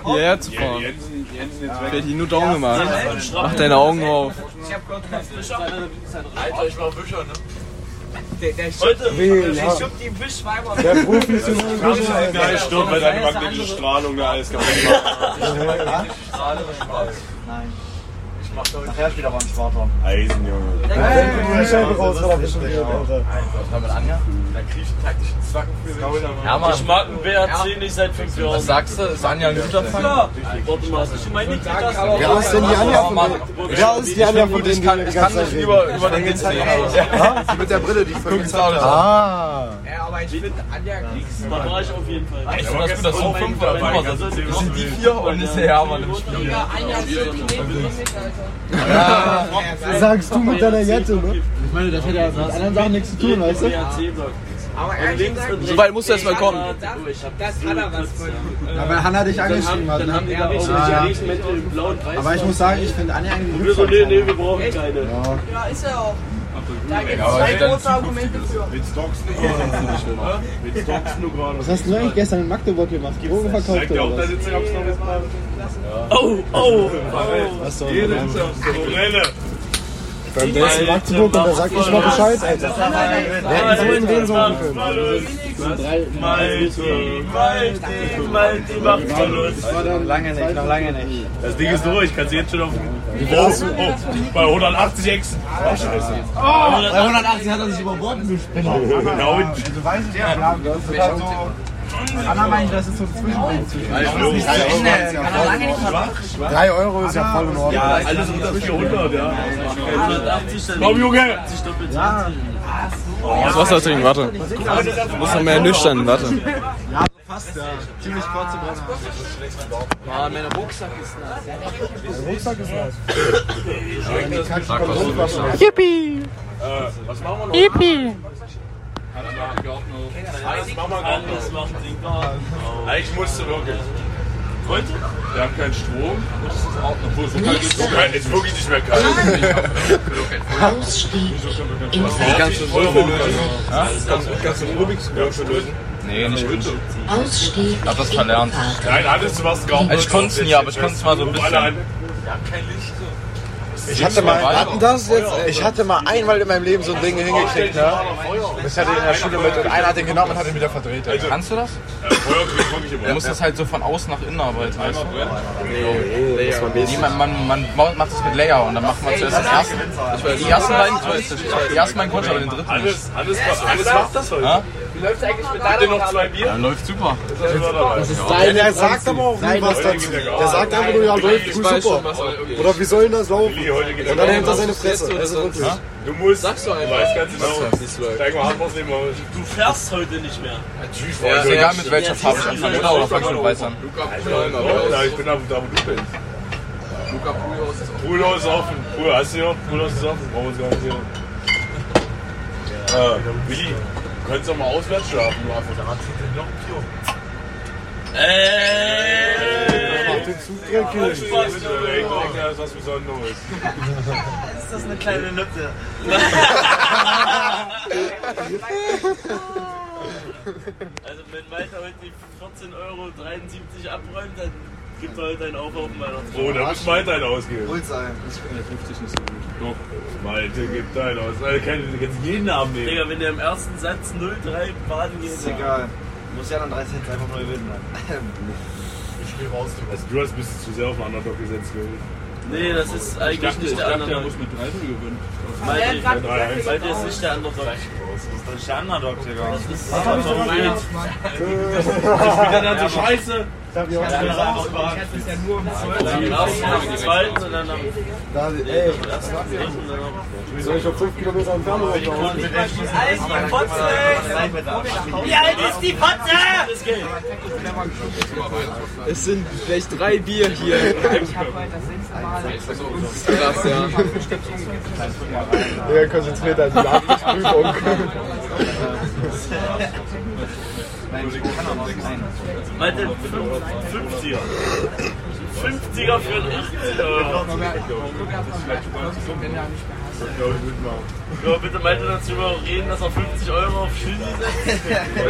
Speaker 7: Hierher zu fahren.
Speaker 6: Jensen, Jensen jetzt
Speaker 7: Ich
Speaker 6: weg.
Speaker 7: hätte ihn nur Daumen gemacht. Mach deine Augen auf.
Speaker 14: Alter, ich war Bücher, ne?
Speaker 1: Der, der
Speaker 14: Heute,
Speaker 5: Weh,
Speaker 14: ich
Speaker 5: ja.
Speaker 14: schub die Wischweiber.
Speaker 5: Der Profi ist in den
Speaker 6: Ein
Speaker 5: Büchern.
Speaker 6: geiler Stirn, weil deine magnetische Strahlung da alles kaputt macht.
Speaker 3: Nein. Nachher steht aber ein Schwarter.
Speaker 6: Eisen, Junge.
Speaker 5: Hey, ich hab raus, hab ich schon gehört, Alter.
Speaker 14: Ja, Mann. Ich mag einen BRC nicht seit fünf Jahren. Was sagst du? Ist Anja ein guter Fang? Warte mal, ich meine, die Klasse.
Speaker 5: Wer ist denn die Anja von denen? Wer ist die Anja von denen, die wir die ganze Zeit reden?
Speaker 13: über den Wind reden.
Speaker 4: Mit der Brille, die ich vorhin gezeigt habe.
Speaker 5: Ah.
Speaker 1: Ja, aber ich finde Anja kriegst
Speaker 14: Da war ich auf jeden Fall. Oh
Speaker 13: Ja, aber gestern das auch fünf dabei. Das sind die vier und ist der Hermann im Spiel.
Speaker 1: Digga, Anja ist so knebelig, Alter.
Speaker 5: Sagst du mit deiner Jette, ne?
Speaker 15: Ich meine, das hat ja mit anderen Sachen nichts zu tun, weißt du?
Speaker 14: BRC-Block.
Speaker 1: Aber ehrlich gesagt,
Speaker 14: Links-
Speaker 7: So weit musst du erst mal kommen.
Speaker 1: das hat er was von.
Speaker 15: Aber Hannah dich angeschrieben hat,
Speaker 14: Dann haben
Speaker 15: ne?
Speaker 14: die da richtig die nächsten Mäntel im blauen Kreis.
Speaker 15: Aber ich muss sagen, ich finde Anja eigentlich
Speaker 14: Wir so,
Speaker 15: hübsch.
Speaker 14: nee, nee, wir brauchen keine.
Speaker 1: Ja, ist er auch. Da gibt es zwei große Argumente für.
Speaker 6: Mit Stocks nur gerade. Mit Stocks nur gerade.
Speaker 15: Was hast du eigentlich gestern in Magdeburg gemacht? Drogen verkauft
Speaker 6: Zeig dir
Speaker 15: oder
Speaker 6: auch
Speaker 15: was?
Speaker 6: deine Instagram-Stories.
Speaker 14: Oh, oh,
Speaker 5: Was soll
Speaker 6: Jede
Speaker 5: denn?
Speaker 6: Instagram-Story.
Speaker 5: Beim Dance in Magdeburg und da sag ich mal Bescheid, Alter. Wir hätten so in den so machen können.
Speaker 14: Malte, Malte, Malte macht Verlust.
Speaker 15: Lange nicht, noch lange nicht.
Speaker 6: Das Ding ist durch, kannst du jetzt schon auf. Oh, oh, bei 180 Echsen. Oh, scheiße.
Speaker 15: Bei 180 hat er sich über Bord gespielt.
Speaker 6: Da unten.
Speaker 15: Anna meint, das ist so ein Zwischenraum.
Speaker 5: Drei Euro ist ja voll in Ordnung.
Speaker 6: Ja, alles unter 400, ja. Komm, Junge!
Speaker 7: Ich muss Wasser trinken, warte. Ich muss noch mehr nüchtern, warte.
Speaker 15: Ziemlich kurze Bremse.
Speaker 6: Was machen wir noch? Eins machen wir gerade
Speaker 14: Anders macht Dinger.
Speaker 6: noch. Nein, Ich musste wirklich. Heute? Wir haben keinen Strom. Und es ist auch noch wohl so kalt. Ist so kalt, ist wirklich nicht mehr kalt. Ausstieg. Kannst du den Euro lösen? Kannst du den Rubik's Cube lösen?
Speaker 13: Nee, nicht gut.
Speaker 16: Ausstieg.
Speaker 13: Hab das verlernt.
Speaker 6: Nein, hattest du was geraubt?
Speaker 13: Ich konnte es nie, aber ich konnte es mal so ein bisschen.
Speaker 6: Alle an.
Speaker 14: Kein Licht.
Speaker 6: Das
Speaker 5: Ich hatte mal, hatten das jetzt? Ich hatte mal einmal in meinem Leben so ein
Speaker 4: Oh,
Speaker 5: Ding hingekriegt, ne? Das hatte ich in der Schule mit und einer hat den genommen und hat ihn wieder verdreht. ey.
Speaker 7: Kannst du das? Du musst das halt so von außen nach innen arbeiten, weißt du? Nee, nee, man, man, man macht das mit Layer und dann macht man zuerst das erste. Ich weiß, die ersten beiden Kreuz, die ersten beiden Kreuz, aber den dritten
Speaker 6: Alles,
Speaker 7: nicht.
Speaker 6: alles, alles macht das heute.
Speaker 7: Ja?
Speaker 9: Wie läuft's eigentlich mit
Speaker 6: Habt ihr noch zwei Bier?
Speaker 7: Ja, läuft super.
Speaker 6: Das
Speaker 7: ist
Speaker 5: Nein, der sagt aber auch nie was dazu. Der sagt einfach nur, ja, läuft gut, super. Oder wie soll denn das laufen? Und dann hält er seine Fresse. Also wirklich.
Speaker 6: Du musst. Sagst du einfach. Weiß ganz genau. Steig mal ab, was nehmen wir.
Speaker 3: Du fährst heute nicht mehr.
Speaker 6: Natürlich,
Speaker 7: Ja, ist egal mit welcher Farbe ich anfange, oder? Oder fangst du mit weiß an?
Speaker 6: Ja, ich bin da, da wo du bist.
Speaker 7: Luca Pulhaus ist auch.
Speaker 6: Poolhaus offen. Pool, hast du ja? Poolhaus ist offen. Brauchen wir uns gar nicht sehen. Äh, Willi, du kannst doch mal auswärts schlafen. Du einfach. Da hat sie noch ein Bier.
Speaker 5: Ja,
Speaker 6: Spaß, Das ist was Besonderes.
Speaker 9: Ist das eine kleine Nutte?
Speaker 3: Also wenn Malte heute die 14,73 Euro abräumt, dann gibt er heute einen Auflauf meiner
Speaker 6: Oh, da muss Malte einen ausgeben.
Speaker 17: Holz ein. Ich bin der 50 nicht so gut.
Speaker 6: Doch, Malte gibt einen aus. Alter, kann, du kannst jeden Namen nehmen.
Speaker 3: Digga, wenn der im ersten Satz 0,3 baden geht.
Speaker 9: Ist egal. Muss ja dann 3 Cent einfach nur gewinnen. dann.
Speaker 6: Ich gehe raus. Also, du hast ein bisschen zu sehr auf den Underdog gesetzt, glaube ich.
Speaker 3: Nee, das ist eigentlich
Speaker 6: ich dachte,
Speaker 3: nicht
Speaker 6: ich
Speaker 3: der
Speaker 6: dachte,
Speaker 3: Underdog.
Speaker 6: Der muss mit 3 gewinnen.
Speaker 3: Malte,
Speaker 6: Drei,
Speaker 3: Malte
Speaker 6: eins.
Speaker 3: ist nicht der Underdog. Das ist der Underdog, Digga. Das ist
Speaker 6: Was hab ich denn
Speaker 3: Malte.
Speaker 6: gemacht? Das ist wieder dann so scheiße.
Speaker 3: ja nur um 12. Am ersten, am zweiten und dann am...
Speaker 5: Da, ey, soll ich auf 5 Kilometer Entfernung aufbauen?
Speaker 9: Wie alt ist die Potze?
Speaker 18: Es sind vielleicht drei Bier hier. Das ist krass, ja.
Speaker 5: Ja, konzentriert als Nachprüfung.
Speaker 3: Malte, 50er. 50er für einen 80er. Ja, bitte Malte dazu überreden, dass er 50 Euro auf Schüssel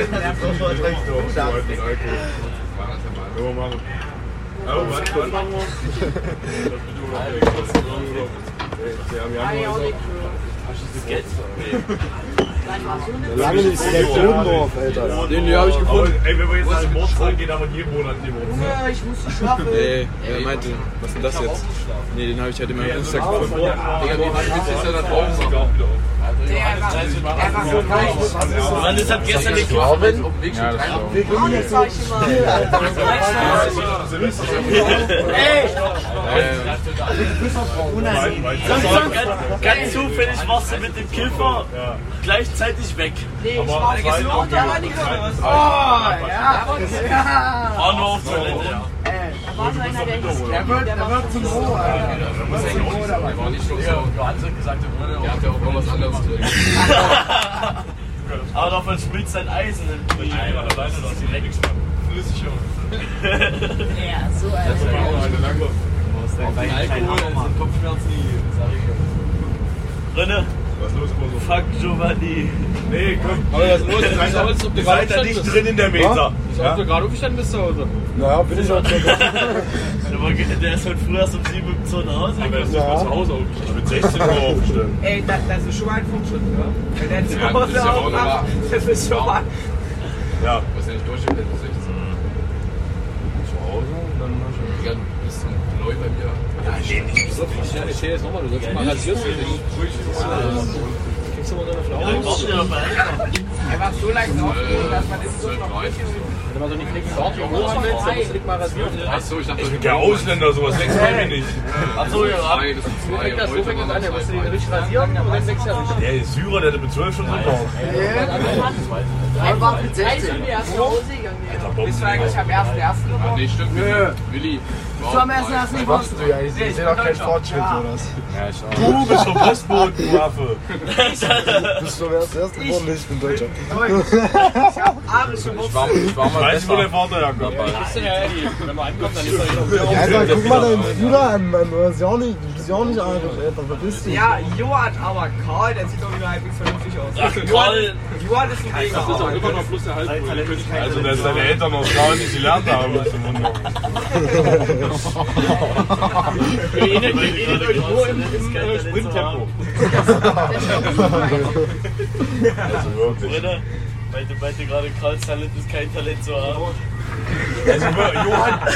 Speaker 5: Lange nicht, seit Bodendorf, Alter.
Speaker 7: Den hier habe ich gefunden.
Speaker 6: Ey, wenn wir jetzt an den Mord fahren, geht aber jeden Monat in den Mord.
Speaker 9: Ich muss die Staffel.
Speaker 18: Ey, er meinte, was ist denn das jetzt? Nee, den habe ich halt in meinem Rucksack gefunden. Digga, wie witzig ist der da draußen?
Speaker 9: Der war, der war so reich.
Speaker 3: Mann, ich hab gestern den Kopf.
Speaker 5: Robin?
Speaker 7: Ja, das ist auch.
Speaker 3: Ey!
Speaker 9: Unangenehm.
Speaker 3: Ganz, ganz, ganz zufällig warst du mit dem Kiffer gleichzeitig weg.
Speaker 9: Nee, ich war gesucht, der war nicht so. Oh, ja. ja.
Speaker 3: War nur auf Toilette, ja.
Speaker 9: Ey, Da war so einer, der hieß, der wird, der wird zum Roh, Alter. Der wird zum Roh dabei.
Speaker 7: War nicht so. Du hast gesagt, der wurde auch. ja auch irgendwas anderes drin.
Speaker 3: Aber davon schmilzt sein Eisen im Krieg. Einmal alleine noch direkt. Flüssig, Junge.
Speaker 9: Ja, so ein.
Speaker 3: Alkohol sind Kopfschmerzen nie. Renne.
Speaker 6: Was ist los, Boso?
Speaker 3: Fuck Giovanni.
Speaker 6: Nee, komm.
Speaker 7: Was ist los? Ich weiß auch, als ob du
Speaker 6: Ihr
Speaker 7: gerade
Speaker 6: seid da
Speaker 7: aufgestanden
Speaker 6: nicht
Speaker 7: bist.
Speaker 6: drin in der Mesa.
Speaker 7: Als ob du gerade aufgestanden bist zu Hause.
Speaker 5: Naja, bin ich auch
Speaker 3: Aber Der ist heute früh erst um 7 Uhr zu Hause.
Speaker 6: Aber das ist mal zu Hause aufgestanden. Ich bin 16 Uhr aufgestanden.
Speaker 9: Ey, das, das ist schon mal ein Funkschuss, ne? Wenn der zu
Speaker 7: Ja, das ist
Speaker 9: Hause
Speaker 7: ja auch
Speaker 9: aufmacht, das ist schon mal.
Speaker 6: Ja.
Speaker 7: Du hast ja nicht durchgeplant bis 16. Zu Hause und dann hast du. Digga, du bist neu bei mir. Ja, ich stehe jetzt nochmal, du sollst mal rasierst du dich. Kriegst du mal deine Flamme?
Speaker 3: Dann warst du ja noch bei Alter.
Speaker 9: Er war so lange drauf, dass man ist so noch nicht.
Speaker 7: Wenn man so nicht kriegst, auch mal rasiert. Achso, ich dachte,
Speaker 6: Ich bin kein Ausländer, sowas denkst du mir nicht.
Speaker 3: Achso, ja.
Speaker 7: das sind zwei.
Speaker 3: fängt das so, fängt das an, der musste den
Speaker 7: richtig rasieren und dann sechs Jahre
Speaker 6: Der ist Syrer, der hat mit 12 schon drin
Speaker 9: Einfach mit 16. Bist du eigentlich am 1.1. geboren?
Speaker 7: Nee, stimmt. Willi. Willi.
Speaker 9: Bist du am 1.1. geboren?
Speaker 5: Machst du ja, ich sehe doch keinen Fortschritt, Jonas.
Speaker 6: Du bist vom Postboten, du Affe.
Speaker 5: Bist du erst erst geboren? Nee, ich bin Deutscher.
Speaker 7: Ich war, ich war mal
Speaker 6: Weißt du, wo
Speaker 7: besser.
Speaker 6: der Vater herkommt?
Speaker 7: Wenn man ankommt, dann ist er
Speaker 5: Alter, guck mal deinen Bruder an, Mann. Du bist ja auch nicht, du bist ja auch nicht Arsch, Alter. Was bist du?
Speaker 9: Ja, Johann, aber Karl, der sieht doch wieder halbwegs vernünftig aus.
Speaker 3: Ach, Karl.
Speaker 9: Johann ist ein Mega.
Speaker 6: immer noch bloß der Halbbrüder. Also, dass deine Eltern aus Frauen nicht gelernt haben, ist ein Wunder.
Speaker 14: Wir gehen durch nur im, im äh, Sprinttempo.
Speaker 6: Also wirklich.
Speaker 14: Brenner, meinte, meinte gerade, Krauts Talent ist kein Talent zu haben. Also Johann,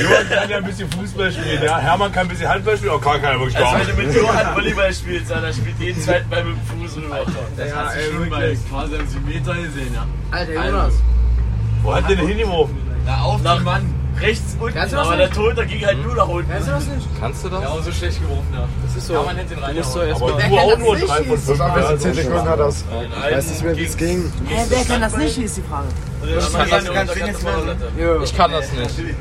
Speaker 6: Johann kann ja ein bisschen Fußball spielen, ja. Hermann kann ein bisschen Handball spielen, aber Karl kann ja wirklich gar
Speaker 14: Wenn du mit Johann Volleyball spielst, Alter, spielt jeden zweiten Ball mit dem Fuß rüber.
Speaker 13: Das hast du schon bei quasi am Meter gesehen, ja.
Speaker 14: Alter, Jonas.
Speaker 6: Wo hat der denn hingeworfen?
Speaker 13: Na, auf
Speaker 14: Nach-
Speaker 13: den Mann.
Speaker 14: Rechts unten,
Speaker 13: Kannst du das
Speaker 14: aber der
Speaker 13: nicht?
Speaker 14: Torhüter ging halt nur nach unten. Kannst du das nicht?
Speaker 13: Kannst du das? Ja, aber so schlecht geworfen, ja. Das ist
Speaker 14: so.
Speaker 13: Ja, man hätte den rein.
Speaker 14: musst
Speaker 13: erst
Speaker 14: Aber mal-
Speaker 13: mal.
Speaker 14: du auch nur drei
Speaker 5: von fünf.
Speaker 13: Ja,
Speaker 5: Ja,
Speaker 13: das ist
Speaker 5: Sekunde hat das. Weiß nicht mehr, wie es ging.
Speaker 1: Hä, wer kann das nicht, ist die Frage.
Speaker 7: Ich kann das nicht.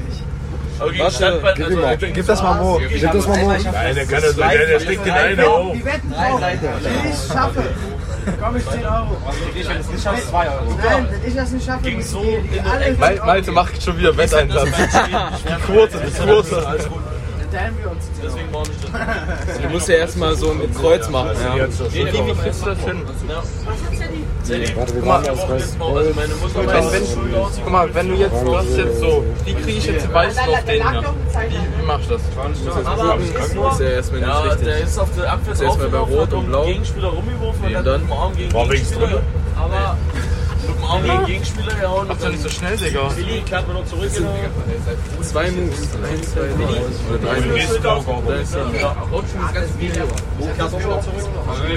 Speaker 14: Aber gegen
Speaker 7: Warte,
Speaker 14: Stadtball,
Speaker 7: gib
Speaker 14: also,
Speaker 7: ihm mal.
Speaker 14: gegen
Speaker 7: Gib das mal
Speaker 14: Spaß,
Speaker 7: Mo.
Speaker 14: gegen
Speaker 7: Gib das mal Mo.
Speaker 14: Stadtball.
Speaker 6: Nein, der kann das nicht, der, der schlägt den einen auf.
Speaker 1: Die wetten drauf. Wenn ich es schaffe, komm ich 10 Euro.
Speaker 13: Wenn es nicht schaffst, zwei Euro.
Speaker 1: Nein, wenn ich das nicht schaffe, muss ich die- die alle
Speaker 13: Mal- Malte macht schon wieder Wetteinsatz. Die kurze, die kurze.
Speaker 1: Dann wir uns. Deswegen
Speaker 14: morgen nicht
Speaker 7: Du musst ja erstmal so ein Kreuz machen. Ja.
Speaker 14: Wie kriegst du das hin?
Speaker 7: Warte,
Speaker 14: wir machen das Kreuz. Also meine Mutter
Speaker 7: Wenn, wenn, guck mal, wenn du jetzt, du hast jetzt so, wie kriege ich jetzt weiß auf den hier? Wie mach ich das?
Speaker 14: Aber ist nur,
Speaker 7: Ist ja erstmal nicht
Speaker 14: ja,
Speaker 7: richtig.
Speaker 14: der ist auf der Abwehr
Speaker 7: Ist erstmal bei
Speaker 14: draufgelaufen,
Speaker 7: Rot
Speaker 14: hat
Speaker 7: und
Speaker 14: um
Speaker 7: Blau.
Speaker 14: Gegenspieler rumgeworfen
Speaker 7: Nee,
Speaker 14: und
Speaker 7: und
Speaker 14: hat
Speaker 7: dann?
Speaker 14: mit dem Arm gegen
Speaker 7: War wenigstens
Speaker 14: Gegenspieler.
Speaker 7: drüber.
Speaker 14: Aber mit dem Arm gegen Gegenspieler gehauen.
Speaker 7: Mach doch nicht so schnell, Digga.
Speaker 14: Willi, klappt mir noch zurück. genau.
Speaker 7: Zwei Moves. Ein, zwei, drei. Ein,
Speaker 14: Willi,
Speaker 7: zwei, drei.
Speaker 14: Ja, und schon das ganze Video.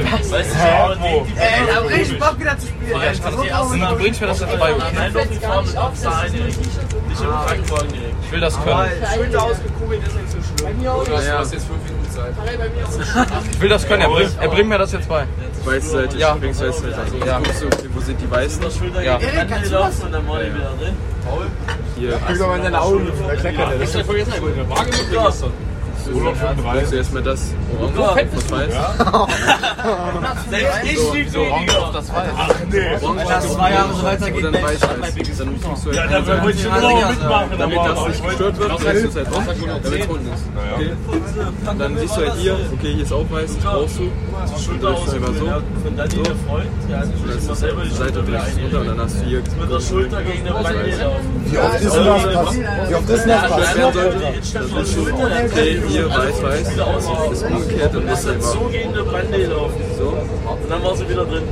Speaker 14: Weißt du,
Speaker 1: Ey, da hab ich richtig Bock wieder zu spielen.
Speaker 7: Du bringst mir das jetzt vorbei.
Speaker 14: Nein, doch die Farbe ist auf der einen Nicht im Fragen direkt.
Speaker 7: Ich will das können.
Speaker 14: Schulter ausgekugelt ist nicht so schlimm.
Speaker 7: Ja. Ich will das können, er bringt, er bringt mir das jetzt bei. Weißseitig, ja. übrigens weißseitig. Ja. Wo sind die Weißen? Ja.
Speaker 14: Erik, kannst du was? Und dann war die wieder drin.
Speaker 7: Hier.
Speaker 14: Guck doch mal in deine Augen, da kleckert er. Ist ja voll jetzt ein guter Waage mit gestern.
Speaker 7: Bringst du erstmal das Orange, das Weiß?
Speaker 14: Selbst ich lieb so Orange auf das Weiß. Ach nee.
Speaker 7: Wenn das zwei Jahre so weitergeht, dann weiß ich. Dann musst du halt
Speaker 14: Ja, da wollte ich schon auch mitmachen,
Speaker 7: Damit
Speaker 14: aber-
Speaker 7: das nicht gestört wird, reißt du es halt raus, damit es rund ist. Okay? Und dann siehst du halt hier, okay, hier ist auch weiß, das brauchst du.
Speaker 14: Die
Speaker 7: Dann
Speaker 14: Schulter
Speaker 7: drückst du einfach so.
Speaker 14: ausgekugelt. Von Dani, der Freund, der hat sich immer selber die
Speaker 7: Seite
Speaker 14: Schulter wieder
Speaker 7: drehst du runter und dann hast du hier.
Speaker 14: Mit der Schulter gegen den Wand gelaufen.
Speaker 7: Wie oft ist denn das pass- wie oft ist denn das pass-
Speaker 14: Ja, das ist
Speaker 7: Okay,
Speaker 14: schon
Speaker 7: hier weiß, weiß.
Speaker 14: Ist umgekehrt und ist dann so gegen den Wand gelaufen. So. Und dann war sie wieder drin.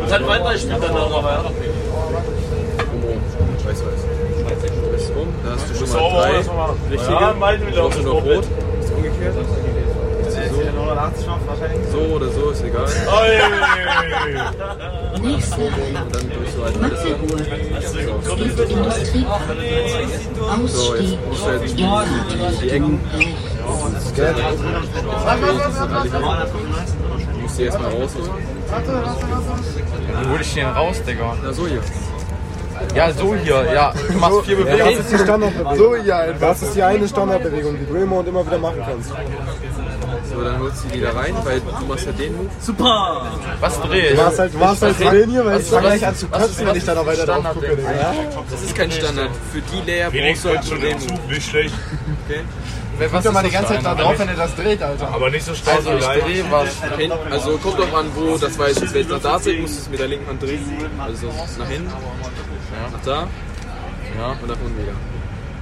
Speaker 14: Und halt hat weitergespielt danach aber. ja.
Speaker 7: Weiß, weiß. Bist rum, da hast du schon
Speaker 14: Bist sauber,
Speaker 7: mal drei
Speaker 14: oder?
Speaker 7: richtige.
Speaker 14: Ja, meine wieder
Speaker 7: Brauchst du noch
Speaker 14: auf das
Speaker 7: rot? Ist umgekehrt? So oder so, ist egal.
Speaker 14: Nächste
Speaker 7: So, jetzt musst du jetzt die- die Ecken. Das ist geil. Du musst die erstmal rausholen. Wie hol ich den raus, Digga? Na, so hier. Ja, so hier, ja. Du machst vier
Speaker 5: Ja,
Speaker 7: Bewegungen.
Speaker 5: das ist die Standardbewegung. So, ja, das ist die eine Standardbewegung, die du immer und immer wieder machen kannst.
Speaker 7: So, dann holst du die da rein, weil du machst ja den Move.
Speaker 14: Super!
Speaker 7: Was dreh ich?
Speaker 5: Du machst halt- du machst halt
Speaker 7: Was dreh-
Speaker 5: den hier, weil ich
Speaker 7: was-
Speaker 5: fang
Speaker 7: was-
Speaker 5: gleich an zu
Speaker 7: was-
Speaker 5: kotzen, wenn
Speaker 7: was
Speaker 5: ich da noch weiter drauf
Speaker 7: Standard
Speaker 5: gucke,
Speaker 7: denn?
Speaker 5: Digga.
Speaker 7: Das ist kein Standard. Für die Layer brauchst
Speaker 6: Wenigstens
Speaker 7: du
Speaker 6: halt
Speaker 7: halt
Speaker 6: schon
Speaker 7: nur
Speaker 6: den
Speaker 7: den
Speaker 6: Zug,
Speaker 7: Move.
Speaker 6: nicht schlecht.
Speaker 7: Okay?
Speaker 5: Guck doch mal die ganze Zeit da drauf, wenn er das dreht, Alter.
Speaker 6: Aber nicht so stark
Speaker 7: Also ich drehe was. hin- Also kommt doch an, wo das weiß jetzt welcher da ist. Ich muss es mit der linken Hand drehen. Also so nach hinten. Nach da. Ja. Und nach unten wieder.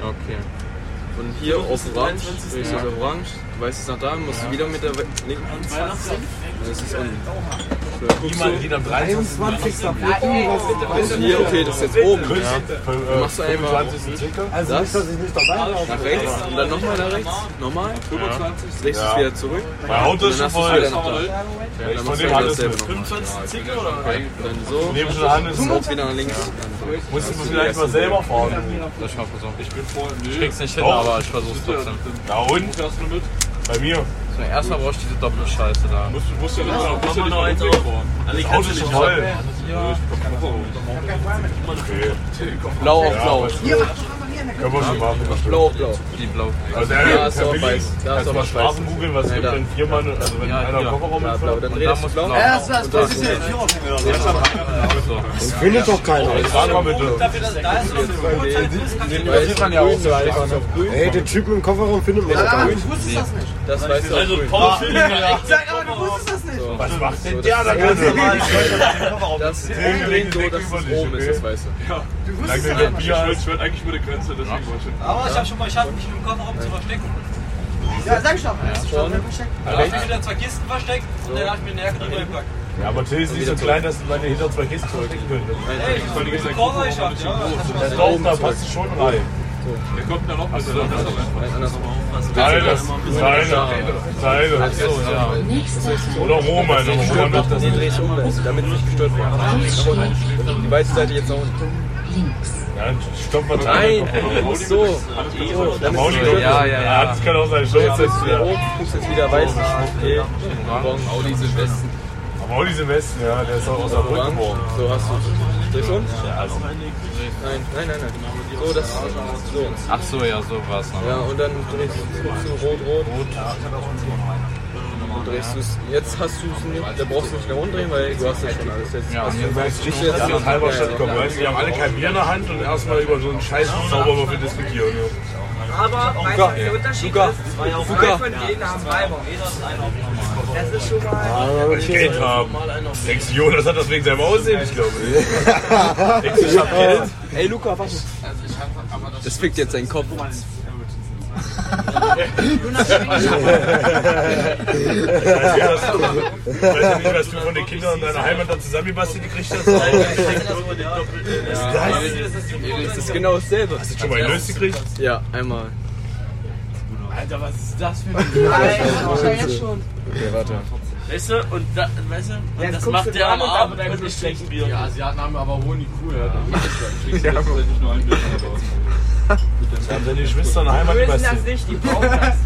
Speaker 7: Ja, Okay. Und hier auf orange. Drehst du es auf orange. Du weißt es nach da. Musst du wieder mit der we- linken Hand. Dann ist es unten. So, dann guckst du.
Speaker 6: wieder
Speaker 5: 21.
Speaker 7: Bist du Also hier, okay, das ist jetzt oben. Ja. Dann machst du einmal das
Speaker 5: Also nicht, dass ich nicht dabei war.
Speaker 7: nach rechts und dann nochmal nach rechts. Nochmal, 25, 60
Speaker 6: Ja.
Speaker 7: wieder zurück.
Speaker 6: Mein Auto
Speaker 7: Und dann
Speaker 6: ist schon
Speaker 7: hast
Speaker 6: voll.
Speaker 7: du es wieder nach da. Ja, dann
Speaker 6: Ich
Speaker 7: machst du
Speaker 6: nehme
Speaker 7: wieder
Speaker 6: alles
Speaker 7: dasselbe
Speaker 6: mit.
Speaker 7: nochmal.
Speaker 14: 25 Zicke oder?
Speaker 7: Dann so.
Speaker 6: Nehmen schon an, ist
Speaker 7: Smoke wieder nach links.
Speaker 6: Musst du vielleicht mal selber fahren.
Speaker 13: Ich mal versuchen. Ich bin voll. Ich krieg's nicht hin,
Speaker 6: Doch.
Speaker 13: aber ich versuch's trotzdem.
Speaker 6: Da und? Bei mir.
Speaker 13: So, erstmal brauchst du diese doppelte Scheiße da. Musst du, musst du
Speaker 14: Ja, machen wir noch eins auf. Alle
Speaker 6: Das Auto
Speaker 14: kannst
Speaker 6: ist
Speaker 14: du nicht
Speaker 6: voll.
Speaker 14: halten.
Speaker 6: Okay.
Speaker 7: Blau auf
Speaker 6: Ja,
Speaker 7: blau.
Speaker 6: aber Können wir schon machen.
Speaker 7: Blau auf blau. Die blau.
Speaker 6: Also,
Speaker 7: Ja,
Speaker 6: äh,
Speaker 7: ist
Speaker 6: Herr
Speaker 7: auch
Speaker 6: Willi,
Speaker 7: weiß. Da
Speaker 6: Kannst
Speaker 7: ist
Speaker 6: du
Speaker 7: auch
Speaker 6: mal
Speaker 7: was
Speaker 6: Straßen
Speaker 7: weiß.
Speaker 6: googeln, was
Speaker 7: Ja,
Speaker 6: gibt
Speaker 7: da.
Speaker 6: denn vier Mann, also wenn
Speaker 13: Ja,
Speaker 6: einer
Speaker 13: hier.
Speaker 6: Kofferraum
Speaker 7: Ja, blau.
Speaker 6: mitfährt?
Speaker 7: Dann drehst du
Speaker 13: muss
Speaker 7: blau.
Speaker 13: blau.
Speaker 1: Ja, das war's. Das ist ja
Speaker 5: Das findet doch keiner.
Speaker 6: Sag mal bitte.
Speaker 7: Das sieht man ja auch so einfach.
Speaker 5: Ey, den Typen im Kofferraum findet man doch gar nicht.
Speaker 7: Das weiß du auch
Speaker 14: Also
Speaker 7: grün. oh,
Speaker 14: Paul Philipp, ich sag aber
Speaker 1: wusste das nicht.
Speaker 6: Was macht denn der da drin?
Speaker 7: Das Ding so, dass es oben ist, das weißt du.
Speaker 1: Du
Speaker 7: wusstest
Speaker 13: Langsam,
Speaker 7: es
Speaker 13: ich
Speaker 7: ja.
Speaker 13: schwört- schwört eigentlich über die Grenze, deswegen war ich schon.
Speaker 1: Aber ich
Speaker 13: Ja.
Speaker 1: hab schon mal geschafft, mich im Kofferraum zu verstecken. Ja, sag ich doch.
Speaker 7: Vorne.
Speaker 1: Da hab ich mir wieder zwei Kisten versteckt und dann hab ich mir den Ärger reingepackt.
Speaker 6: Ja, aber Till ist nicht so klein, dass man hinter zwei Kisten zurückgehen könnte.
Speaker 1: Ey, ich hab den Koffer geschafft, ja. das hat
Speaker 6: Da
Speaker 1: schon-
Speaker 6: drauf, da passt es schon rein.
Speaker 13: Der kommt da noch mit.
Speaker 6: also,
Speaker 13: der Lache.
Speaker 6: Teile, Teile, Teile. Oder Roma,
Speaker 7: Die
Speaker 6: ne?
Speaker 7: stört
Speaker 6: Roma
Speaker 7: noch, dass die Drehs um ist, damit nicht gestört wird. Aber Die weiße Seite jetzt auch nicht.
Speaker 6: Ja, stopp mal
Speaker 7: Nein, ey, so. Jo, damit es nicht gestört wird.
Speaker 6: Ja, ja, ja. Das kann auch sein, stopp
Speaker 7: Ja, jetzt wieder
Speaker 6: ja.
Speaker 7: hoch, guckst jetzt wieder weiß. Nee, morgen Audi Silvesten.
Speaker 6: Aber auch diese Westen, ja, der ist auch aus der Brücke geboren.
Speaker 7: So hast du. Dreh schon? Nein, nein, nein, nein. So, das so.
Speaker 13: Ach so, ja, so war es noch.
Speaker 7: Ja, und dann drehst du rot, rot. Und drehst du es. Jetzt hast du es nicht. Da brauchst du nicht nach unten drehen, weil du hast ja schon alles. Jetzt
Speaker 6: Ja,
Speaker 7: hast
Speaker 6: und
Speaker 7: du
Speaker 6: jetzt merkst du
Speaker 7: Dich
Speaker 6: nicht, dass die aus halber
Speaker 7: Ja, ja,
Speaker 6: Stadt kommen,
Speaker 7: ja.
Speaker 6: weißt du? Die haben alle kein Bier in der Hand und erstmal über so einen scheiß Zauberwürfel diskutieren. ja.
Speaker 1: Aber weißt du, was der Unterschied
Speaker 7: Luca.
Speaker 1: ist? Zwei auf
Speaker 7: Luca.
Speaker 1: drei von denen haben Weiber. Jeder ist einer. Das ist schon mal.
Speaker 6: Weil ich Geld haben. Denkst du, Jonas hat das wegen seinem Aussehen, ich glaube. Denkst du, ich hab Geld?
Speaker 7: Ey, Luca, was? Das fickt jetzt seinen Kopf.
Speaker 6: Weißt du, Jonas, du- weißt du nicht, was du von den Kindern in deiner Heimat da zusammengebastelt gekriegt hast? Hast
Speaker 7: Das ist genau dasselbe.
Speaker 6: du schon mal gelöst gekriegt?
Speaker 7: Ja, einmal. Okay, warte.
Speaker 14: Weißt du, und, da, weißt du, und
Speaker 1: Jetzt
Speaker 14: das
Speaker 1: guckst
Speaker 14: macht
Speaker 1: du
Speaker 14: der am
Speaker 1: dran und
Speaker 14: Abend
Speaker 1: dann
Speaker 14: mit einem
Speaker 1: wird
Speaker 14: schlechten Bier.
Speaker 13: Ja,
Speaker 1: also,
Speaker 13: Asiaten haben aber Honig cool, ja. Ich krieg's nicht nur ein Bild, aber.
Speaker 6: Da haben deine Geschwister in der Heimat
Speaker 1: Wir wissen das
Speaker 6: gebastelt.
Speaker 1: nicht, die brauchen das.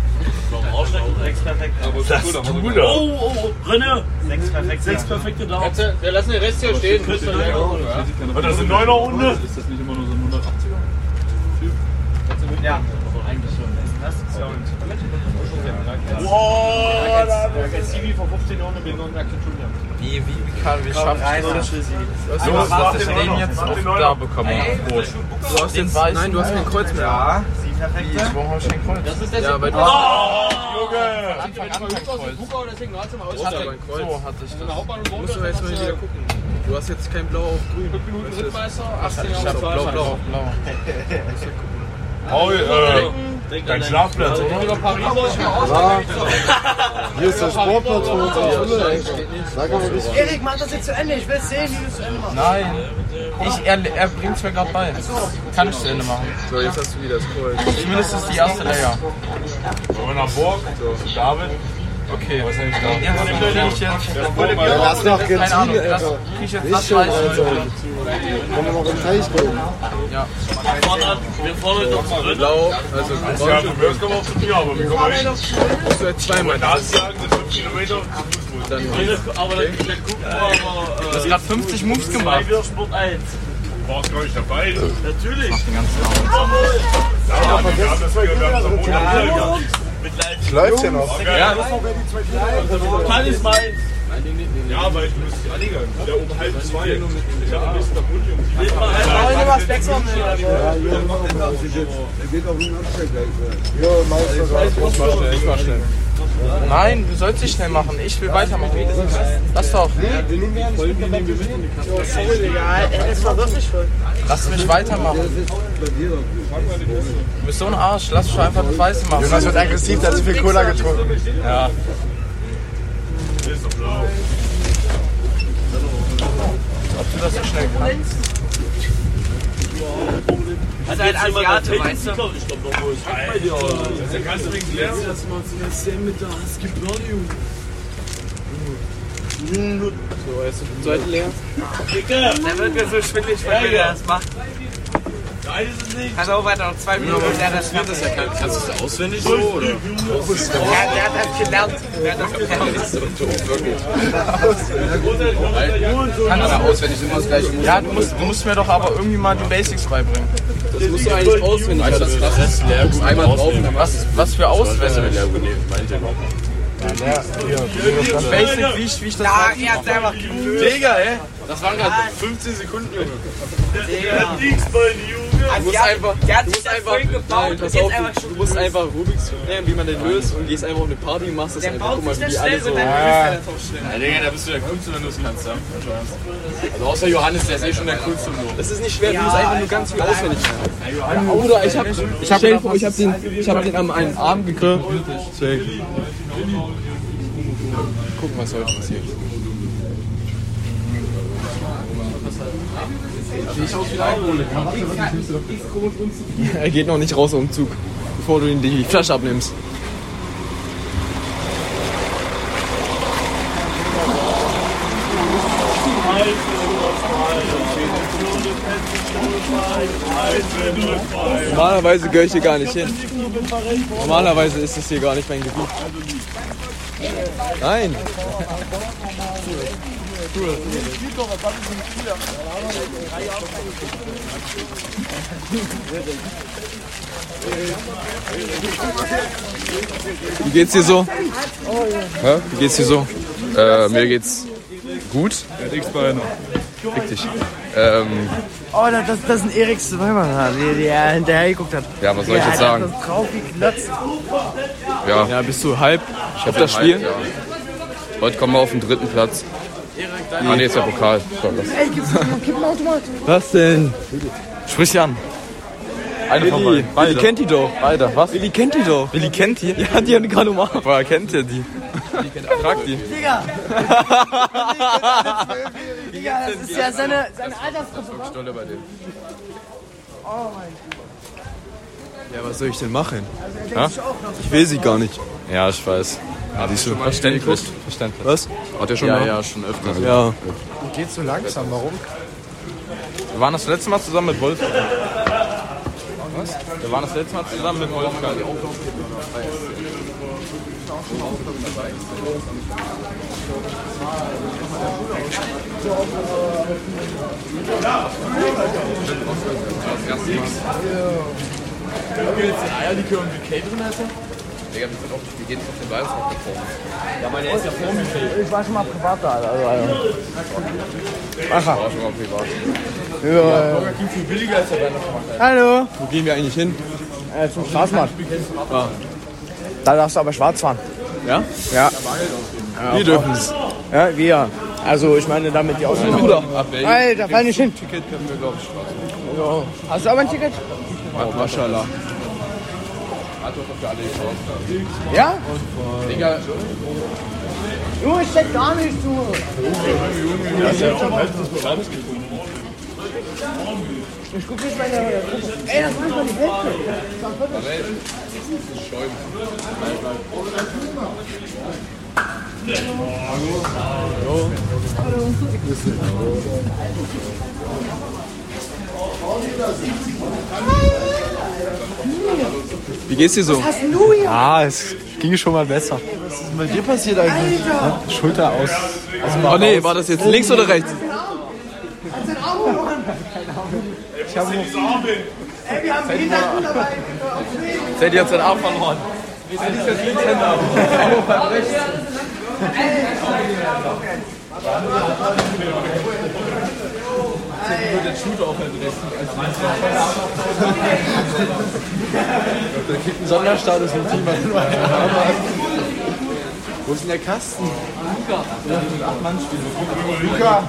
Speaker 14: Ausschlag rechts perfekt.
Speaker 6: Das ist du da.
Speaker 14: Oh, oh, oh, Renne! Sechs perfekte, sechs perfekte Daumen.
Speaker 13: Wir lassen den Rest hier stehen.
Speaker 6: Und das sind 9er Runde?
Speaker 13: Ist das nicht immer nur so ein 180er?
Speaker 1: Ja.
Speaker 2: Boah, da hat der Stevie vor 15 Jahren mit Nürnberg zu tun gehabt.
Speaker 7: Wie, wie, wie kann, wie schaffst du das?
Speaker 6: So, mach den 9er, mach den 9er.
Speaker 13: bekommen.
Speaker 7: Du hast jetzt, nein, du hast kein Kreuz mehr. Ja,
Speaker 13: Das ist
Speaker 7: ja weil du hast aber
Speaker 6: Junge!
Speaker 7: ein Kreuz.
Speaker 13: hatte ich das.
Speaker 7: Musst du erstmal wieder gucken. Du hast jetzt kein Blau auf Grün. Weißt du das?
Speaker 13: Rittmeister, 18
Speaker 7: Ich hab Blau, Blau.
Speaker 6: Paul, äh, dein Schlafplatz, oder?
Speaker 5: Hier ist der Sportplatz von unserer Schule. Sag aber nicht.
Speaker 1: Erik, mach das jetzt zu Ende. Ich will sehen, wie du es zu Ende machst.
Speaker 13: Nein. Ich, er, er bringt's mir gerade bei. Kann ich zu Ende machen.
Speaker 7: So, jetzt hast du wieder das Kreuz.
Speaker 13: Zumindest ist die erste Layer.
Speaker 6: Wollen wir nach Burg? David?
Speaker 13: Okay. Was ist eigentlich da?
Speaker 5: Ja, lass nach
Speaker 13: Keine Ahnung.
Speaker 5: Argentinien,
Speaker 13: Das
Speaker 5: Alter.
Speaker 13: krieg ich jetzt
Speaker 5: Nicht
Speaker 13: fast
Speaker 5: schon,
Speaker 13: weiß.
Speaker 5: Alter. Können wir noch im Teich gehen?
Speaker 14: Wir fordern, wir fordern doch zurück.
Speaker 7: Blau, also
Speaker 6: Ja,
Speaker 7: Bronze.
Speaker 6: von mir aus kommen wir auch zu dir, aber wir kommen nicht.
Speaker 7: Musst du jetzt zweimal.
Speaker 6: Da sagen sind 5 Kilometer zu Fuß.
Speaker 7: Dann
Speaker 14: Aber dann, dann gucken wir aber. Äh,
Speaker 13: Du hast gerade 50 Moves gemacht.
Speaker 14: Bei Wirsport 1.
Speaker 6: Warst gar nicht dabei.
Speaker 14: Natürlich.
Speaker 6: Ja, wir haben das gehört, wir haben es am Montag gehört.
Speaker 5: Läuft ja noch.
Speaker 14: Kann ich meins.
Speaker 6: Ja, weil du bist ja Liga. Ja, um halb zwei. Ich hab ein bisschen kaputt, Jungs. Ich
Speaker 14: Mal halt-
Speaker 1: Wollen wir was wechseln?
Speaker 5: Ja, hier machen wir das. Die geht auf den Absteig gleich. Ja, machst du das.
Speaker 13: Ich mach schnell, ich mach schnell. Nein, du sollst nicht schnell machen. Ich will weitermachen. Lass doch.
Speaker 5: Wir nehmen ja nicht mit, damit wir stehen.
Speaker 1: Sorry, Digga. Er ist verwirrlich schon.
Speaker 13: Lass mich weitermachen.
Speaker 5: Das ist bei dir doch.
Speaker 13: Du bist so ein Arsch. Lass mich einfach das Weiße machen.
Speaker 5: Jonas wird aggressiv, der hat zu viel Cola getrunken.
Speaker 13: Ja. Ob du das so schnell kannst?
Speaker 14: Also ein Asiate, weißt du? Ich glaub doch wohl.
Speaker 7: Seite leer.
Speaker 1: Dann wird mir so schwindelig, wenn er das macht. Also weiter noch zwei Minuten und er das wird das ja kein.
Speaker 7: Kannst du das auswendig so, oder?
Speaker 1: Ja, der hat das gelernt. Der hat das gelernt.
Speaker 7: Kann aber auswendig immer das gleiche Muster.
Speaker 13: Ja, du musst, du musst mir doch aber irgendwie mal die Basics beibringen.
Speaker 7: Das musst du eigentlich auswendig. Weißt du, das krass ist? Du musst einmal drauf und dann machst
Speaker 13: Was, was für Auswendig?
Speaker 5: Ja, hier.
Speaker 13: Basic, wie ich, wie ich das
Speaker 1: Ah, er hat selber.
Speaker 13: Digga, ey.
Speaker 7: Das waren gerade 15 Sekunden, Junge.
Speaker 3: Der liegt bei Junge.
Speaker 7: Du musst einfach,
Speaker 3: der Also hat
Speaker 7: du
Speaker 3: sich
Speaker 7: musst
Speaker 3: das
Speaker 7: einfach,
Speaker 3: Volk gebaut
Speaker 7: nein,
Speaker 3: und
Speaker 7: pass
Speaker 3: jetzt
Speaker 7: auf,
Speaker 3: einfach
Speaker 7: du,
Speaker 3: schon
Speaker 7: du musst
Speaker 3: gelöst.
Speaker 7: einfach Rubiks lernen, wie man den löst und gehst einfach auf eine Party und machst das einfach. Guck mal, wie die alle so.
Speaker 14: Ja, Digga, da bist du der Coolste, wenn du es kannst, ja? Also außer Johannes, der ist eh schon der Coolste im Lob.
Speaker 7: Das ist nicht schwer, du musst einfach nur ganz viel auswendig lernen. Bruder, ich hab, ich hab, stell dir vor, ich hab den, ich hab den am einen Arm gegriffen. Deswegen. Gucken, was heute passiert. Er geht noch nicht raus aus dem Zug, bevor du ihm die Flasche abnimmst. Normalerweise gehöre ich hier gar nicht hin. Normalerweise ist es hier gar nicht mein Gebiet. Nein. Wie geht's dir so? Hä? Wie geht's dir so?
Speaker 14: Äh, mir geht's gut. Ja, nix bei einer. Fick dich. Ähm,
Speaker 1: Oh, das, das, das ist ein Erik Zweimann, der, der hinterher geguckt hat.
Speaker 14: Ja, was soll ich
Speaker 1: der
Speaker 14: jetzt
Speaker 1: hat
Speaker 14: sagen?
Speaker 1: Das drauf geknotzt.
Speaker 14: ja.
Speaker 7: ja, bist du halb? Ich
Speaker 14: hab
Speaker 7: auf das Spiel?
Speaker 14: Ja. Heute kommen wir auf den dritten Platz. Ah, nee, ist ja Pokal. Sorry.
Speaker 9: Ey, gibt's einen Kippenautomat?
Speaker 7: Was denn?
Speaker 14: Sprich sie an. Eine
Speaker 7: Willi,
Speaker 14: von beiden.
Speaker 7: Willi
Speaker 14: Beide.
Speaker 7: kennt die doch.
Speaker 14: Beide, was?
Speaker 7: Willi kennt die doch. Willi kennt die? Ja, die haben gerade umarmt. Woher kennt ihr die? Frag die.
Speaker 9: Digga! Digga, das ist ja seine, seine Altersgruppe. wa?
Speaker 14: Stolle bei dem.
Speaker 9: Oh mein
Speaker 7: Ja, was soll ich denn machen?
Speaker 14: Ja?
Speaker 7: Ich will sie gar nicht.
Speaker 14: Ja, ich weiß. Ja, die schon verständlich. verständlich.
Speaker 7: Was?
Speaker 14: Hat der schon
Speaker 7: Ja,
Speaker 14: mal?
Speaker 7: ja,
Speaker 14: schon öfter.
Speaker 7: Ja.
Speaker 5: Geht so langsam, warum?
Speaker 14: Wir waren das letzte Mal zusammen mit Wolfgang. Was? Wir waren das letzte Mal zusammen mit Wolfgang.
Speaker 7: Jetzt sind Eierlikör und Bouquet drin, Alter?
Speaker 14: Digga, wir sind auch wir gehen auf den Weihnachtsmarkt gekommen. Ja, meine
Speaker 9: Gott.
Speaker 14: ist ja vor mir.
Speaker 9: Ich war schon mal privat da, Alter. Also,
Speaker 14: Aha. War schon mal privat.
Speaker 7: Ja. viel billiger als der Weihnachtsmarkt.
Speaker 1: äh. Hallo.
Speaker 7: Wo gehen wir eigentlich hin?
Speaker 1: Äh, zum Straßenmarkt.
Speaker 7: Ah.
Speaker 1: Da darfst du aber schwarz fahren.
Speaker 7: Ja?
Speaker 1: Ja.
Speaker 7: Wir dürfen's.
Speaker 1: Ja, wir. Also, ich meine damit die Ausnahme.
Speaker 7: Bruder.
Speaker 1: Alter, fall nicht hin.
Speaker 7: Ticket können wir, glaube ich, schwarz
Speaker 1: Hast du aber ein Ticket?
Speaker 7: machen. Oh, Maschallah. Hat doch für alle gekauft.
Speaker 1: Ja?
Speaker 7: Digga,
Speaker 9: Junge, ich check gar nicht, du! Ich guck nicht meine Gruppe. Ey, das ist manchmal die Hälfte!
Speaker 7: Wie geht's dir so?
Speaker 9: Was hast denn du hier?
Speaker 7: Ah, es ging schon mal besser.
Speaker 5: Was ist mit dir passiert eigentlich? Schulter aus.
Speaker 7: Oh nee, war das jetzt links oder rechts?
Speaker 9: Hat sein Auge verloren!
Speaker 5: Ich habe
Speaker 9: Ey, wir haben einen Hintergrund dabei!
Speaker 7: Seid ihr jetzt den Arm verloren? Wir sind jetzt Linkshänder. Der Shooter auch Da gibt einen Sonderstatus im Team. Wo ist denn der Kasten?
Speaker 5: Luca. Luca.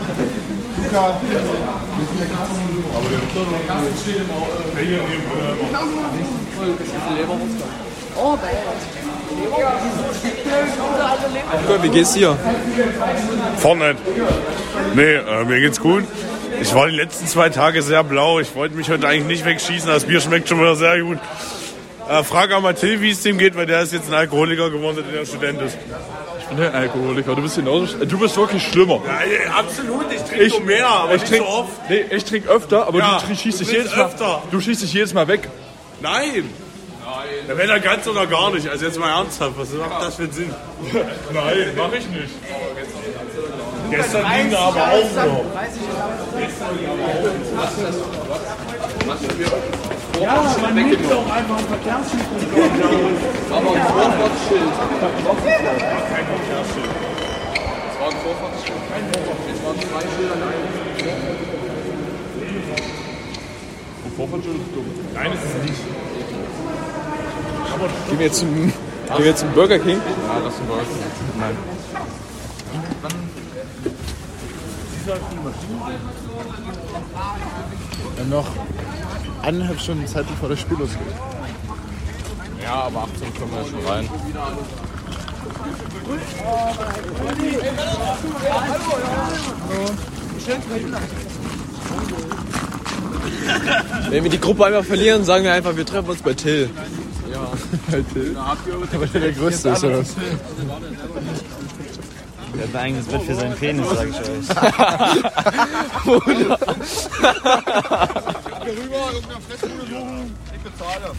Speaker 9: Oh, Digga!
Speaker 7: Wie geht's dir?
Speaker 6: Vorne. Nee, äh, mir geht's gut. Ich war die letzten zwei Tage sehr blau. Ich wollte mich heute eigentlich nicht wegschießen. Das Bier schmeckt schon wieder sehr gut. Äh, frage auch mal Till, wie es dem geht, weil der ist jetzt ein Alkoholiker geworden, der Student ist.
Speaker 14: Ich bin ein Alkoholiker. Du bist genauso. sch- Du bist wirklich schlimmer.
Speaker 6: absolut, ich
Speaker 14: ich trink, Nee, ich trinke öfter, aber
Speaker 6: Ja,
Speaker 14: du tri- schießt
Speaker 6: du
Speaker 14: dich
Speaker 6: trinkst
Speaker 14: jedes Mal.
Speaker 6: öfter.
Speaker 14: Du schießt dich jedes Mal weg.
Speaker 6: Nein! Nein! Dann wäre er ganz oder gar nicht. Also jetzt mal ernsthaft, was macht das für einen Sinn? Nein, mach ich nicht. Gestern ging er aber auch noch.
Speaker 9: Ja, man nimmt doch einfach ein Verkehrsschild.
Speaker 7: Aber ein Vorfahrtsschild.
Speaker 9: Ja.
Speaker 14: Das war
Speaker 13: war ein Vorfahrtsschild. Jetzt waren zwei Schilder in einem. Und Vorfahrtsschild ist dumm. Nein, es ist nicht.
Speaker 7: Gehen wir jetzt zum, gehen wir jetzt zum Burger King?
Speaker 13: Ja, das ist ein Burger King.
Speaker 7: Nein.
Speaker 4: Dann noch eineinhalb Stunden Zeit, bevor das Spiel losgeht.
Speaker 13: Ja, aber 18 kommen wir ja schon rein.
Speaker 7: Wenn wir die Gruppe einfach verlieren, sagen wir einfach, wir treffen uns bei Till.
Speaker 13: Ja.
Speaker 7: Bei Till?
Speaker 13: Aber
Speaker 7: der der Größte ist, oder was?
Speaker 3: Der hat ein eigenes Bett für seinen Penis, sag ich euch.
Speaker 2: Bruder.
Speaker 13: Ich bezahle.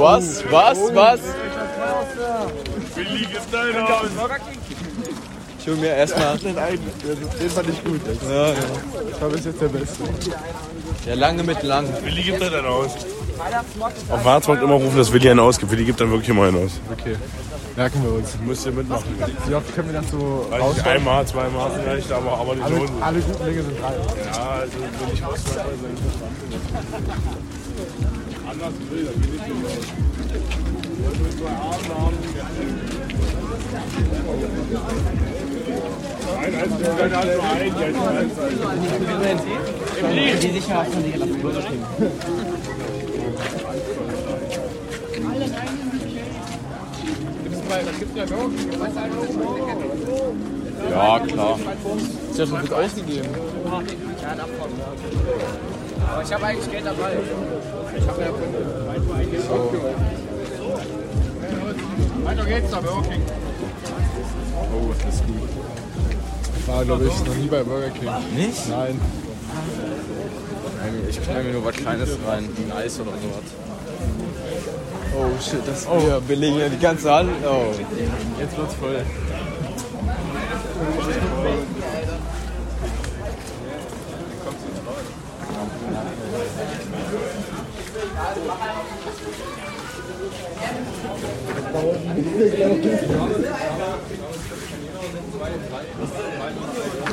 Speaker 7: Was? Was? Was?
Speaker 13: Billy, gib dein Haus.
Speaker 7: Ich hol mir erstmal.
Speaker 4: Den einen, den fand ich gut. jetzt.
Speaker 7: Ja, ja.
Speaker 4: Ich glaube, ist jetzt der Beste.
Speaker 7: Der lange mit lang.
Speaker 6: Willi gibt halt da dein Haus. Auf Warzwang immer rufen, dass Willi einen ausgibt. Willi gibt dann wirklich immer einen aus.
Speaker 4: Okay. Merken wir uns.
Speaker 6: Müsst ihr mitmachen.
Speaker 4: Wie oft können wir das so Also
Speaker 6: Weiß
Speaker 4: raus?
Speaker 6: nicht, einmal, zweimal vielleicht, aber, aber die
Speaker 4: Alle,
Speaker 6: Lohn.
Speaker 4: alle guten Dinge sind drei.
Speaker 6: Ja, also wenn ich was Anders will, dann bin ich
Speaker 1: Die Sicherheit von dir lassen Burger King.
Speaker 13: Ja, klar.
Speaker 7: Ist ja schon gut ausgegeben.
Speaker 1: Ja, davon. Aber ich habe eigentlich Geld dabei. Ich habe ja Punkte.
Speaker 2: Weiter geht's da, Burger King.
Speaker 4: Oh, das ist gut. Ich war, glaube ich, noch nie bei Burger King.
Speaker 7: Nicht?
Speaker 4: Nein.
Speaker 7: Nein, ich knall mir nur was Kleines rein. Ein Eis oder sowas.
Speaker 4: Oh shit, das
Speaker 7: Oh, ja, wir legen ja die ganze Hand. Oh.
Speaker 4: Jetzt wird's voll.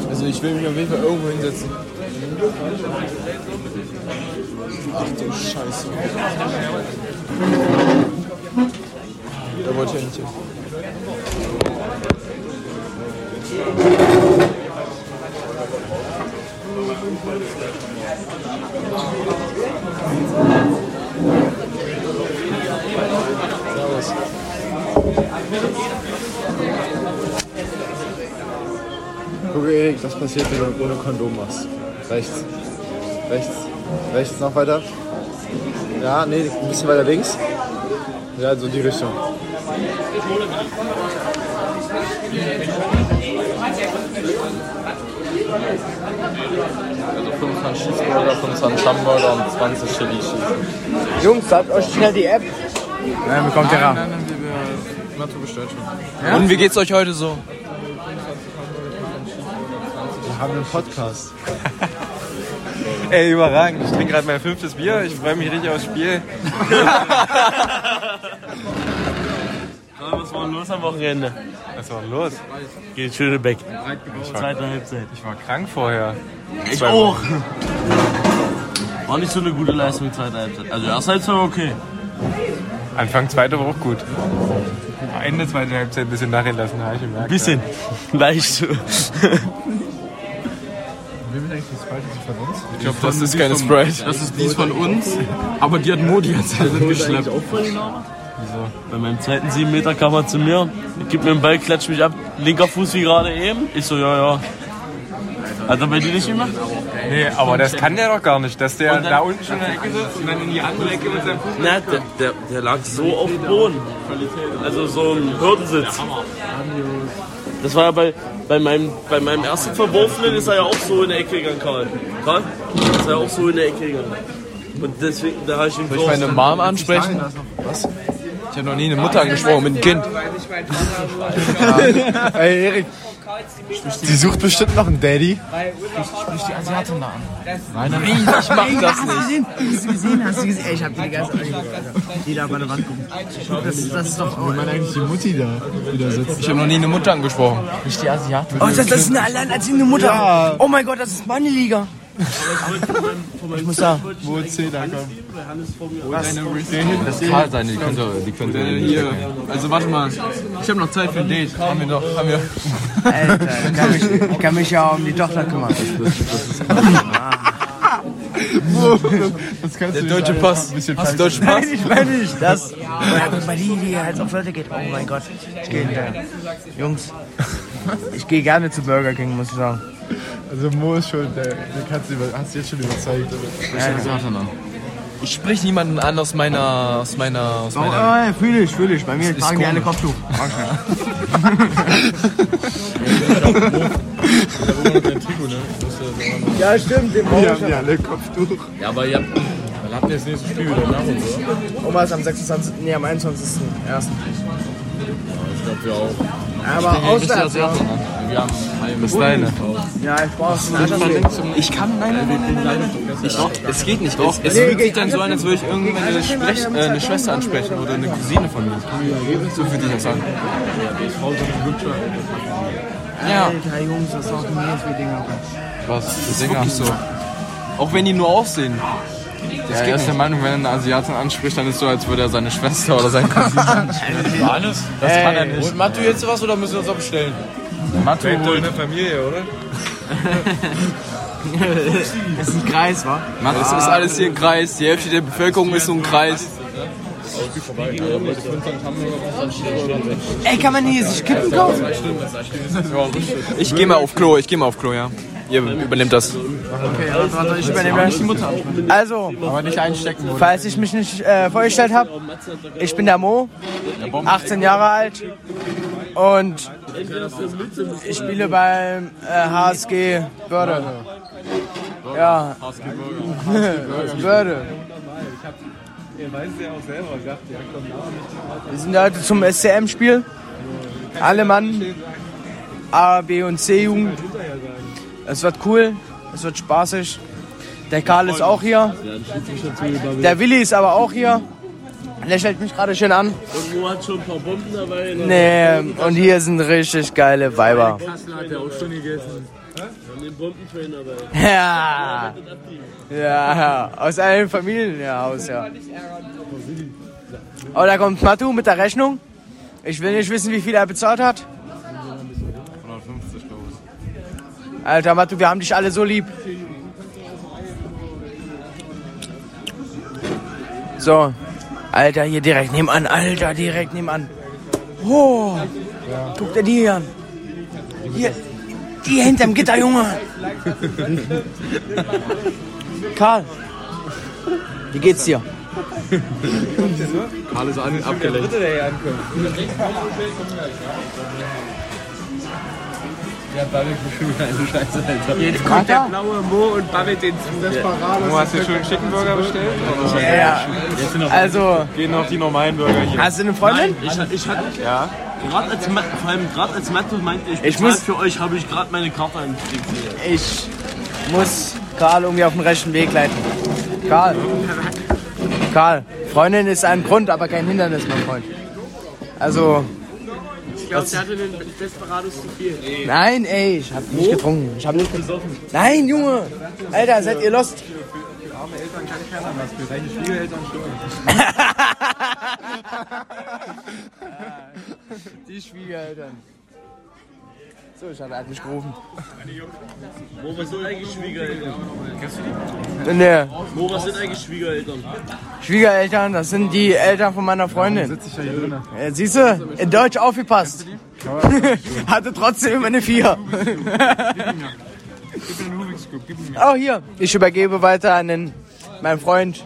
Speaker 7: Also ich will mich auf jeden Fall irgendwo hinsetzen. Ach du Scheiße. Da wollte ich ja nicht hin. Servus.
Speaker 4: Guck, Erik, was passiert, wenn du ohne Kondom machst? Rechts. Rechts. Rechts noch weiter. Ja, nee, ein bisschen weiter links. Ja, so die Richtung.
Speaker 13: Also 25 Cheeseburger, 25 Hamburger und 20 Chili Cheese.
Speaker 9: Jungs, habt euch schnell die App.
Speaker 4: Nein, bekommt
Speaker 9: der Rahmen.
Speaker 4: Nein, nein, wir- wir Matto bestellt schon.
Speaker 7: Und wie geht's euch heute so?
Speaker 4: Wir haben einen Podcast.
Speaker 15: Ey, überragend. Ich trinke gerade mein fünftes Bier. Ich freue mich richtig aufs Spiel.
Speaker 14: Was war denn los am Wochenende?
Speaker 15: Was war denn los?
Speaker 14: Geht Schönebeck.
Speaker 15: Ich war,
Speaker 14: Zweite Halbzeit.
Speaker 15: ich war krank vorher.
Speaker 14: Ich
Speaker 15: Zwei
Speaker 14: auch.
Speaker 15: Wochen.
Speaker 14: War nicht so eine gute Leistung, zweite Halbzeit. Also, erste Halbzeit war okay.
Speaker 15: Anfang zweite war auch gut. Ende zweite Halbzeit ein bisschen nachgelassen, habe ich gemerkt.
Speaker 14: Bisschen. Leicht.
Speaker 4: Wem ist eigentlich das Falsche zu von uns?
Speaker 7: Ich glaube, das ist keine Sprite.
Speaker 13: Das ist dies von uns, aber die hat Modi jetzt halt geschleppt.
Speaker 14: Bei meinem zweiten 7 Meter kam er zu mir, gibt mir den Ball, klatscht mich ab, linker Fuß wie gerade eben. Ich so, ja, ja. Hat er bei dir nicht gemacht?
Speaker 15: Nee, aber das kann der doch gar nicht, dass der
Speaker 14: Und dann-
Speaker 15: da unten schon in der Ecke sitzt und dann in die andere Ecke mit seinem Fuß.
Speaker 14: Na, der, der, der lag so auf dem Boden. Also so ein Hürdensitz. Das war ja bei, bei, meinem, bei meinem ersten Verworfenen ist er ja auch so in die Ecke gegangen, Karl. Karl? Ist er ja auch so in die Ecke gegangen. Und deswegen, da habe ich ihn
Speaker 7: Soll ich meine Mom ansprechen?
Speaker 4: Was?
Speaker 7: Ich habe noch nie eine Mutter angesprochen mit einem Kind.
Speaker 4: Ey, Erik,
Speaker 9: Sie sucht bestimmt noch einen Daddy.
Speaker 1: Sprich die Asiatin da an.
Speaker 9: Nein, nein,
Speaker 1: nein,
Speaker 9: ich mach das
Speaker 1: Hast du gesehen? Hast du gesehen? Hast du gesehen? Ey, ich hab die die ganze Zeit Die da an der Wand gucken. Das, das ist doch...
Speaker 9: Wie man eigentlich die Mutti da wieder sitzt.
Speaker 7: Ich habe noch nie eine Mutter angesprochen.
Speaker 1: Nicht die Asiatin. Oh, das, das ist eine alleinerziehende Mutter.
Speaker 9: Ja.
Speaker 1: Oh mein Gott, das ist meine Liga. Ich muss da.
Speaker 9: Wo C da kommt.
Speaker 7: Das ist Karl sein, die könnte, die könnte hier. Also warte mal, ich habe noch Zeit für ein Date. Haben wir doch, haben wir.
Speaker 1: Alter, ich kann mich, ich kann mich ja um die Tochter kümmern.
Speaker 9: Das kannst
Speaker 7: Der
Speaker 9: du nicht
Speaker 7: deutsche
Speaker 9: einfach
Speaker 7: Pass.
Speaker 9: ein bisschen
Speaker 7: Hast du
Speaker 9: falsch
Speaker 7: deutschen Pass?
Speaker 1: Nein, ich meine nicht das. Ja, guck mal, die, die halt auf Leute geht. Oh mein Gott, ich gehe hinterher. Jungs, ich gehe gerne zu Burger King, muss ich sagen.
Speaker 9: Also Mo ist schon, der, der kannst du über, hast du jetzt schon überzeugt.
Speaker 7: Ich sprich niemanden an aus meiner. aus meiner. aus
Speaker 1: Oh,
Speaker 7: meiner.
Speaker 1: oh, fühle ich, fühle ich. Bei mir
Speaker 7: ist
Speaker 1: tragen die alle
Speaker 7: komisch.
Speaker 1: Kopftuch. Ja, stimmt, den
Speaker 9: Wir haben ja alle Kopftuch.
Speaker 7: Ja, aber ihr habt. Dann habt ihr das nächste Spiel wieder nach uns, oder?
Speaker 1: Oma ist am 26. Nee, am 21. Erst.
Speaker 7: Ich glaube, wir auch.
Speaker 1: Aber auswärts. ja.
Speaker 7: Wir haben Das ist deine.
Speaker 1: Ja, ich brauche es nicht.
Speaker 7: Ich kann, nein, nein, nein, nein, nein, nein. Ich, es geht nicht. Es, es
Speaker 1: Nee,
Speaker 7: fühlt sich
Speaker 1: gegen
Speaker 7: dann so an, als würde ich irgendwann eine,
Speaker 1: Argentinien
Speaker 7: Sprech,
Speaker 1: haben
Speaker 7: äh,
Speaker 1: wir
Speaker 7: eine
Speaker 1: zwei
Speaker 7: Schwester
Speaker 1: Punkte.
Speaker 7: ansprechen oder eine Cousine von mir. So fühlt sich das an. Ja,
Speaker 1: Alter, Jungs, das ist auch ein Dinger.
Speaker 7: was? Das ist wirklich so. Auch wenn die nur aussehen. Ja, er ist der Meinung, wenn er einen Asiaten anspricht, dann ist es so, als würde er seine Schwester oder seinen Cousin ansprechen. Johannes? Das kann er nicht. Holt Mattu jetzt was oder müssen wir uns auch bestellen? Mattu holt,
Speaker 14: Familie, oder?
Speaker 1: Das ist ein Kreis, wa?
Speaker 7: Mattu, es ist alles hier ein Kreis. Die Hälfte der Bevölkerung ist so ein Kreis.
Speaker 1: Ey, kann man hier sich Kippen kaufen?
Speaker 7: Ich geh mal auf Klo, ich geh mal auf Klo, ja. Ihr übernimmt das.
Speaker 1: Okay, warte, warte, ich übernehme gleich die Mutter. Also,
Speaker 7: Aber nicht einstecken, oder?
Speaker 1: falls ich mich nicht äh, vorgestellt habe, ich bin der Mo, 18 Jahre alt und ich spiele beim äh, HSG Börde. Ja, Börde. Wir sind heute zum SCM-Spiel. Alle Mann, A, B und C-Jugend. Es wird cool, es wird spaßig. Der Karl ist auch hier. Der Willi ist aber auch hier. Lächelt mich gerade schön an.
Speaker 14: Und Mo hat schon ein paar Bomben dabei.
Speaker 1: Nee, und hier sind richtig geile Weiber.
Speaker 14: Kassel hat ja auch schon gegessen. Und den Bombentrain dabei.
Speaker 1: Ja. Ja, aus einem Familienhaus, ja. Oh, da kommt Matu mit der Rechnung. Ich will nicht wissen, wie viel er bezahlt hat.
Speaker 19: 150, glaube ich.
Speaker 1: Alter, Matu, wir haben dich alle so lieb. So, Alter, hier direkt nebenan, Alter, direkt nebenan. Oh, guck dir die an. Hier, die hinterm Gitter, Junge. Karl, wie geht's dir?
Speaker 7: Alles an, abgelenkt.
Speaker 14: Jetzt kommt der blaue Mo und babbelt den zu. Das Mo, hast du schon einen schicken Burger bestellt?
Speaker 1: Ja, also,
Speaker 14: Gehen noch die normalen Burger hier.
Speaker 1: hast du eine Freundin?
Speaker 6: Ich, hatte- ich hatte gerade als Ma- vor allem gerade als Matto meinte, ich,
Speaker 1: Ich
Speaker 6: bezahl
Speaker 1: muss-
Speaker 6: für euch habe ich gerade meine Karte angekriegt.
Speaker 1: Ich muss Karl irgendwie auf den rechten Weg leiten. Karl. Karl, Freundin ist ein Grund, aber kein Hindernis, mein Freund. Also,
Speaker 6: Ich glaube, der hatte den Desperados zu viel.
Speaker 1: nein, ey, ich hab nicht getrunken. Ich hab nicht getrunken. Nein, Junge! Alter, seid ihr lost? Für arme Eltern kann keiner was, für seine Schwiegereltern schon. Die Schwiegereltern. So, ich hatte halt mich gerufen.
Speaker 6: Mo, was sind eigentlich Schwiegereltern?
Speaker 1: Nee.
Speaker 6: Mo, was sind eigentlich Schwiegereltern?
Speaker 1: Schwiegereltern, das sind die Eltern von meiner Freundin. Äh, Siehst du, in Deutsch aufgepasst. Hatte trotzdem immer eine 4. Oh, hier. Ich übergebe weiter an den, meinen Freund.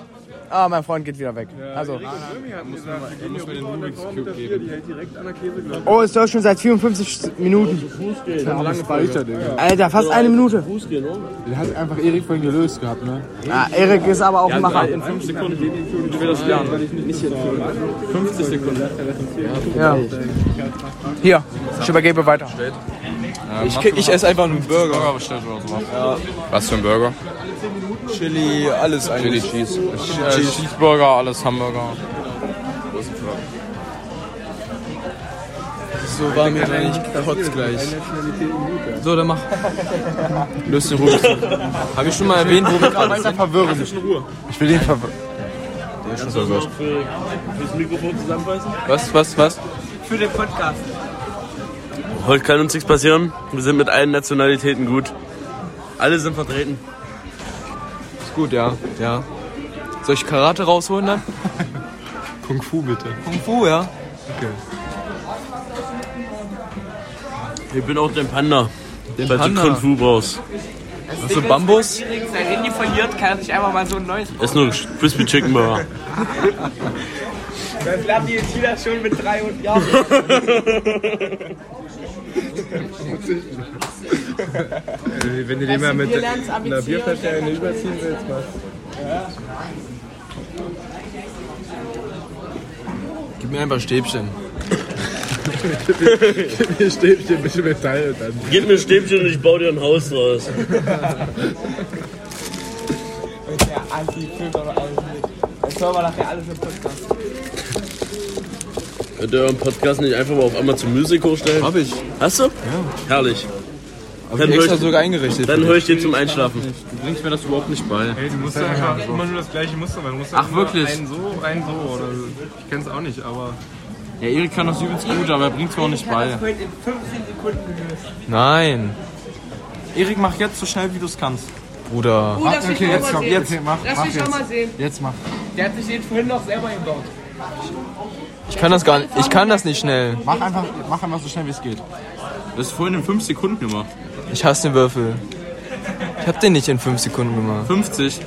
Speaker 1: Ah, mein Freund geht wieder weg. Also. Oh, es läuft schon seit 54 Minuten. Alter, fast eine Minute.
Speaker 9: Den hat einfach Erik vorhin gelöst gehabt, ne?
Speaker 1: Ah, Erik ist aber auch ein Macher.
Speaker 14: In 5 Sekunden. Ich will das lernen. Nicht jetzt. 50 Sekunden.
Speaker 1: Ja. Hier, ich übergebe weiter.
Speaker 7: ich krieg- ich esse einfach nur einen Burger.
Speaker 13: Burger bestellt oder sowas.
Speaker 7: Ja.
Speaker 13: Was für ein Burger?
Speaker 7: Chili, alles
Speaker 13: Chili
Speaker 7: eigentlich.
Speaker 13: Cheese.
Speaker 7: Äh,
Speaker 13: Cheese. Cheeseburger, alles Hamburger.
Speaker 7: So war mir eigentlich kotzt gleich. So, dann mach. Löst den Rubik. Habe ich schon mal erwähnt, wo wir gerade sind?
Speaker 4: Ich will den verwirren.
Speaker 7: Der ist
Speaker 4: Kannst
Speaker 7: schon so
Speaker 4: du
Speaker 7: was.
Speaker 14: Für, fürs Mikrofon zusammenbeißen?
Speaker 7: Was, was, was?
Speaker 16: Für den Podcast.
Speaker 14: Heute kann uns nichts passieren. Wir sind mit allen Nationalitäten gut. Alle sind vertreten.
Speaker 7: Ist gut, ja. Ja. Soll ich Karate rausholen dann?
Speaker 15: Kung Fu bitte.
Speaker 7: Kung Fu, ja.
Speaker 15: Ich bin auch dein Panda.
Speaker 7: Den
Speaker 15: falls
Speaker 7: Panda?
Speaker 15: du Kung Fu brauchst.
Speaker 7: Hast du Bambus?
Speaker 1: Sein Handy verliert, kann er sich einfach mal so ein neues.
Speaker 15: Ist nur Crispy Chicken Burger.
Speaker 1: Weil wir haben die China schon mit drei und Jahren.
Speaker 15: Wenn
Speaker 1: du den mal mit einer Bierflasche eine
Speaker 15: überziehen willst, was?
Speaker 7: Gib mir einfach Stäbchen.
Speaker 15: Gib mir Stäbchen, bitte Metall dann. Gib mir Stäbchen und ich baue dir ein Haus draus.
Speaker 1: Und der Anti-Film aber alles mit. Das hören wir nachher alles im Podcast.
Speaker 15: Könnt ihr euren Podcast nicht einfach mal auf Amazon Music hochstellen? Hab
Speaker 7: ich.
Speaker 15: Hast du? Ja. Herrlich.
Speaker 7: Hab
Speaker 15: Dann
Speaker 7: ich
Speaker 15: hör
Speaker 7: extra
Speaker 15: ich-
Speaker 7: sogar eingerichtet.
Speaker 15: Dann
Speaker 7: für
Speaker 15: höre
Speaker 7: dich.
Speaker 15: ich dir zum Einschlafen.
Speaker 7: Du bringst mir das überhaupt nicht bei.
Speaker 15: Hey,
Speaker 14: du musst
Speaker 15: ja
Speaker 14: einfach immer nur das gleiche Muster, weil du musst ja
Speaker 15: Ach,
Speaker 14: immer
Speaker 15: wirklich?
Speaker 14: einen so, einen so. Oder ich kenn's auch nicht, aber.
Speaker 7: Ja, Erik kann das übelst gut, aber er bringt's mir auch nicht bei.
Speaker 1: Ich in 15 Sekunden gelöst.
Speaker 7: Nein.
Speaker 16: Erik, mach jetzt so schnell wie du es kannst.
Speaker 7: Bruder.
Speaker 1: Uh, lass mich
Speaker 16: Okay,
Speaker 1: noch
Speaker 16: jetzt
Speaker 1: mal
Speaker 16: komm,
Speaker 1: sehen.
Speaker 16: jetzt. Mach,
Speaker 1: lass
Speaker 16: mach
Speaker 1: mich
Speaker 16: jetzt.
Speaker 1: noch mal sehen.
Speaker 16: Jetzt mach.
Speaker 1: Der hat sich den vorhin noch selber gebaut.
Speaker 7: Ich kann das gar nicht. Ich kann das nicht schnell.
Speaker 16: Mach einfach, mach einfach so schnell wie es geht. Das ist vorhin in 5 Sekunden gemacht.
Speaker 7: Ich hasse den Würfel. Ich hab den nicht in 5 Sekunden gemacht.
Speaker 16: 50.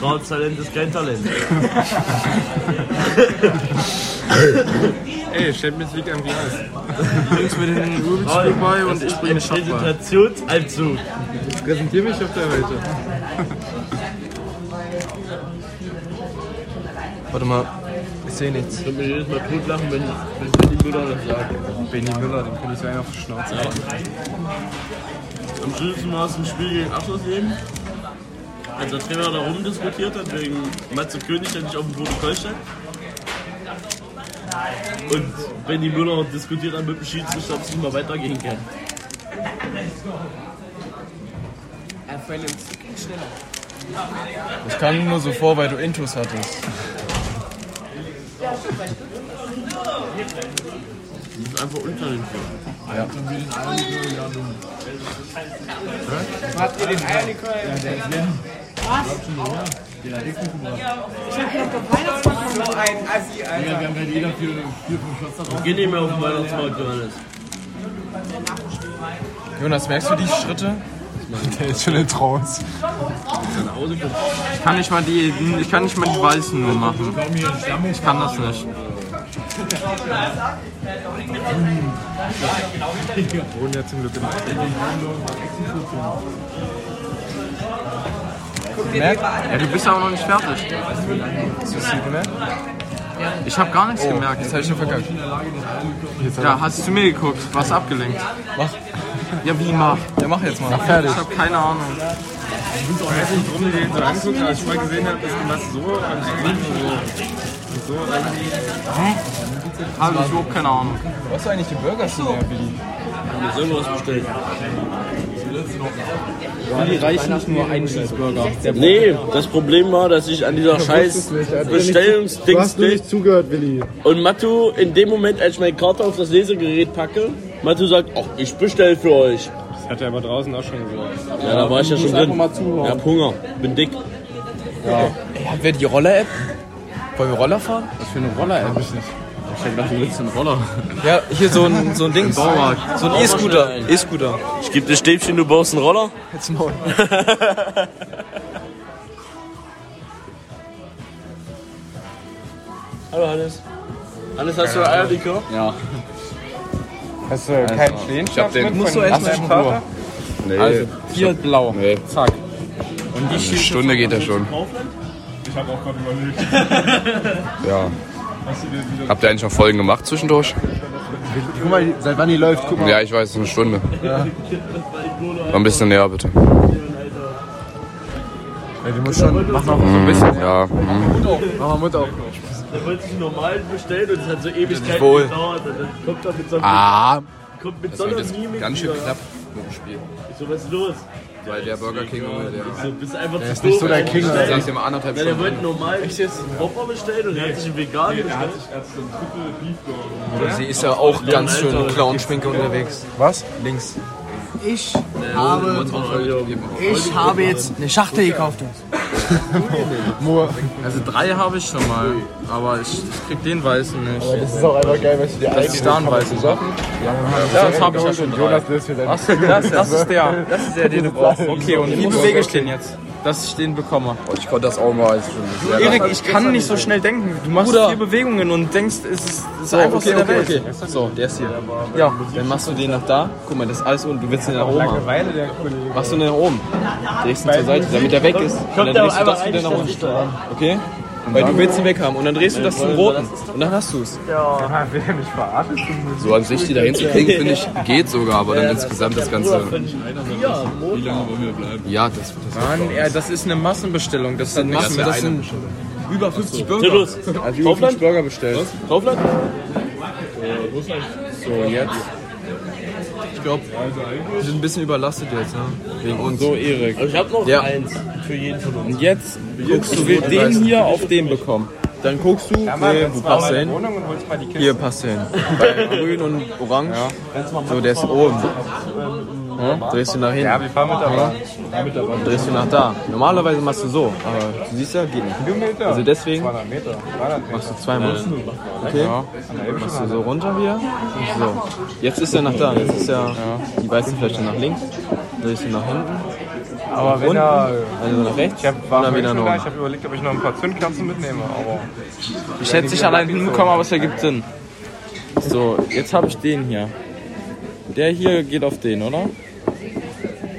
Speaker 14: Gott, Talent ist kein Talent. Ey, Champions League am Glas.
Speaker 16: Bringst mir den Rubik's
Speaker 14: Neu.
Speaker 16: Cube bei und
Speaker 14: Das
Speaker 16: ich
Speaker 14: ist
Speaker 16: bringe
Speaker 14: ein
Speaker 16: den Schachball.
Speaker 14: Präsentationsanzug. Ich präsentiere mich auf der Welt.
Speaker 7: Warte mal. Ich sehe nichts. Ich
Speaker 14: würde mich jedes Mal totlachen, wenn, wenn Benny Müller das sagt. Benny Müller, den kann ich so einfach auf die Schnauze Am schlimmsten war es ein Spiel gegen Abschlussleben. Als der Trainer Also, da rumdiskutiert hat, wegen Matze König, der nicht auf dem Protokoll stand. Und Benny Müller diskutiert dann mit dem Schiedsrichter, ob es nicht mal weitergehen kann.
Speaker 1: Er fällt im Zicken schneller.
Speaker 7: Ich kam nur so vor, weil du Intus hattest.
Speaker 14: Die sind einfach untalentiert.
Speaker 7: Ja.
Speaker 1: Habt ihr den Eierlikör? Ja, der ist Was?
Speaker 20: Ja, ich gucke mal.
Speaker 1: Ich hab gedacht, der Weihnachtsmann noch einen Assi, Alter.
Speaker 20: Wir haben halt jeder vier, vier fünf Shots da drauf.
Speaker 14: Geh nicht mehr auf den Weihnachtsmarkt, Johannes.
Speaker 7: Jonas, merkst du die Schritte?
Speaker 4: Der ist schon in Trance.
Speaker 16: Ich kann nicht mal die, ich kann nicht mal die weißen nur machen. Ich kann das nicht.
Speaker 14: Wohnen ja zum Glück im
Speaker 16: Ja, du bist aber noch nicht fertig. Ich habe gar
Speaker 7: Oh,
Speaker 16: nichts gemerkt. Jetzt habe ich schon verkackt. Ja, hast du mir geguckt? Warst abgelenkt. Mach. Ja, wie mach?
Speaker 7: Ja, mach jetzt mal.
Speaker 16: Ich habe keine Ahnung.
Speaker 14: Ich bin auch hässlich drum, die den so angucken, als ich mal gesehen habe, dass du machst so und so. Und so irgendwie.
Speaker 16: Habe ich überhaupt keine Ahnung.
Speaker 7: Was eigentlich die Burger sind, Willi?
Speaker 14: Haben wir selber was bestellt.
Speaker 16: Willi reicht nicht nur ein Cheeseburger.
Speaker 15: Nee, das Problem war, dass ich an dieser scheiß
Speaker 4: Also, Du hast
Speaker 15: Bestellungsdings
Speaker 4: nur nicht zugehört, Willi.
Speaker 15: und Mattu in dem Moment, als ich meine Karte auf das Lesegerät packe, Mattu sagt, ach, ich bestell für euch.
Speaker 14: Das hat er aber draußen auch schon gesagt.
Speaker 15: Ja, da war ich ja schon drin. Ich hab Hunger, bin dick.
Speaker 7: Ja. Ey, hat wer die Roller-App? Wollen wir Roller fahren?
Speaker 16: Was für eine Roller hab ich nicht. Ich hab gedacht, du willst einen Roller.
Speaker 7: Ja, hier so ein, so ein Ding. So
Speaker 16: Baumarkt.
Speaker 7: ein E-Scooter. E-Scooter.
Speaker 15: Ich geb dir Stäbchen, du brauchst einen Roller.
Speaker 7: Jetzt Maul.
Speaker 15: Hallo Hannes. Hannes, hast du Eierlikör?
Speaker 16: Ja.
Speaker 14: Hast du keinen
Speaker 16: hab
Speaker 14: Stehenschatz
Speaker 16: den-
Speaker 14: mit
Speaker 16: Musst
Speaker 14: von
Speaker 16: du erst mal
Speaker 14: deinem
Speaker 16: in Ruhe.
Speaker 14: Vater?
Speaker 16: Nee. Also, vier blau. Zack. Und die
Speaker 13: Eine Stunde geht ja schon.
Speaker 21: Ich habe auch gerade überlegt.
Speaker 22: Ja. Habt ihr eigentlich noch Folgen gemacht zwischendurch?
Speaker 23: Guck mal, seit wann die läuft, guck mal.
Speaker 22: Ja, ich weiß, eine Stunde.
Speaker 23: Ja.
Speaker 22: Noch ein bisschen näher, bitte.
Speaker 23: Ja, die muss schon, mach noch so ein
Speaker 22: Mm,
Speaker 23: bisschen.
Speaker 22: Ja. mm.
Speaker 23: Mach mal Mut auf.
Speaker 14: Der wollte sich normal bestellen und es hat so
Speaker 22: Nicht
Speaker 14: Ewigkeiten
Speaker 22: wohl.
Speaker 14: gedauert. Und dann kommt er mit so einem.
Speaker 22: Ah.
Speaker 14: Kommt mit
Speaker 22: Das
Speaker 14: so
Speaker 22: wird
Speaker 14: einer
Speaker 22: jetzt
Speaker 14: Mimik.
Speaker 22: ganz schön
Speaker 14: wieder.
Speaker 22: knapp mit dem Spiel.
Speaker 14: Ich so, was ist los?
Speaker 22: Weil der Burger King, Junge, der.
Speaker 14: Ich so, bist einfach
Speaker 22: Der
Speaker 14: zu
Speaker 22: ist nicht
Speaker 14: doof,
Speaker 22: so der
Speaker 14: um zu
Speaker 22: King,
Speaker 14: bestellen.
Speaker 22: Alter. Sag's dir mal anderthalb
Speaker 14: Na, der
Speaker 22: Stunden.
Speaker 14: wollte normal einen Hopper bestellen und er hat sich einen Vegan bestellt.
Speaker 24: Sie ist ja auch ganz schön Clown-Schminke unterwegs.
Speaker 23: Was?
Speaker 24: Links.
Speaker 1: Ich habe, ich habe jetzt eine Schachtel gekauft.
Speaker 7: Also drei habe ich schon mal, aber ich, ich krieg den weißen nicht.
Speaker 23: Aber das ist auch einfach geil, weil du dir
Speaker 7: Das ist da ein weißer Sachen. Ja, sonst habe ich ja schon drei.
Speaker 23: Jonas löst hier seine
Speaker 7: Was? Das, das ist der. Das ist der, den du brauchst. Okay, und wie
Speaker 23: Muss-
Speaker 7: bewege ich den jetzt? Dass ich den bekomme.
Speaker 24: Oh,
Speaker 22: Ich konnte das auch mal. ist schon sehr lang.
Speaker 7: Erik, ich kann nicht so schnell denken. Du machst vier Bewegungen und denkst, es ist das
Speaker 24: So,
Speaker 7: Einfachste
Speaker 24: okay, okay,
Speaker 7: der
Speaker 24: okay.
Speaker 7: Welt.
Speaker 24: So, der ist hier.
Speaker 7: Ja.
Speaker 24: Dann machst du den nach da. Guck mal, das ist alles unten. Du willst den nach oben haben. Machst du den nach oben. Drehst ihn zur Seite, damit er weg ist. Und dann drehst du das wieder nach unten. Okay? Weil du willst ihn weg haben. Und dann drehst du das zum roten. Und dann hast du es.
Speaker 15: Ja, wer mich verarschen
Speaker 22: So an sich, die da hinzukriegen, finde ich, geht sogar, aber dann insgesamt das Ganze.
Speaker 14: Wie
Speaker 22: lange wollen wir bleiben? Ja, das, das
Speaker 7: Mann, ja, das ist eine Massenbestellung. Das sind,
Speaker 22: Ja, das
Speaker 7: Massen,
Speaker 22: wäre
Speaker 7: das
Speaker 22: eine
Speaker 7: sind über 50 Burger.
Speaker 22: Titus,
Speaker 7: Also über 50 Burger bestellt.
Speaker 25: Kaufland?
Speaker 24: Äh, So, jetzt. Ich glaube, wir sind ein bisschen überlastet jetzt, ne? Wegen uns.
Speaker 25: So, Erik.
Speaker 14: Also Ich hab noch
Speaker 24: Ja.
Speaker 14: eins für jeden von uns.
Speaker 24: Und jetzt guckst
Speaker 7: Ich
Speaker 24: du,
Speaker 7: will
Speaker 24: will
Speaker 7: den
Speaker 24: den hier auf den bekommen. Dann guckst du, nee, wo passt der hin?
Speaker 15: und holst mal die Kiste.
Speaker 24: Hier passt der hin. Bei grün und orange. So, der ist oben. Ja, drehst du nach hinten. Ja, wir fahren mit der Bahn. Drehst du nach da. Normalerweise machst du so, aber du siehst ja, geht nicht. Also deswegen machst du zweimal. Okay, machst du so runter hier. So, jetzt ist er nach da. Jetzt ist ja die weiße Fläche nach links. Drehst du nach hinten.
Speaker 15: Aber
Speaker 24: nach
Speaker 15: wenn
Speaker 24: unten,
Speaker 15: er.
Speaker 24: also nach rechts,
Speaker 15: Ich hab, war
Speaker 24: und dann wieder nach
Speaker 15: da.
Speaker 24: oben.
Speaker 15: Ich habe überlegt, ob ich noch ein paar Zündkerzen mitnehme, aber.
Speaker 24: Ich hätte es nicht allein hinbekommen, aber es ergibt Sinn. So, jetzt habe ich den hier. Der hier geht auf den, oder?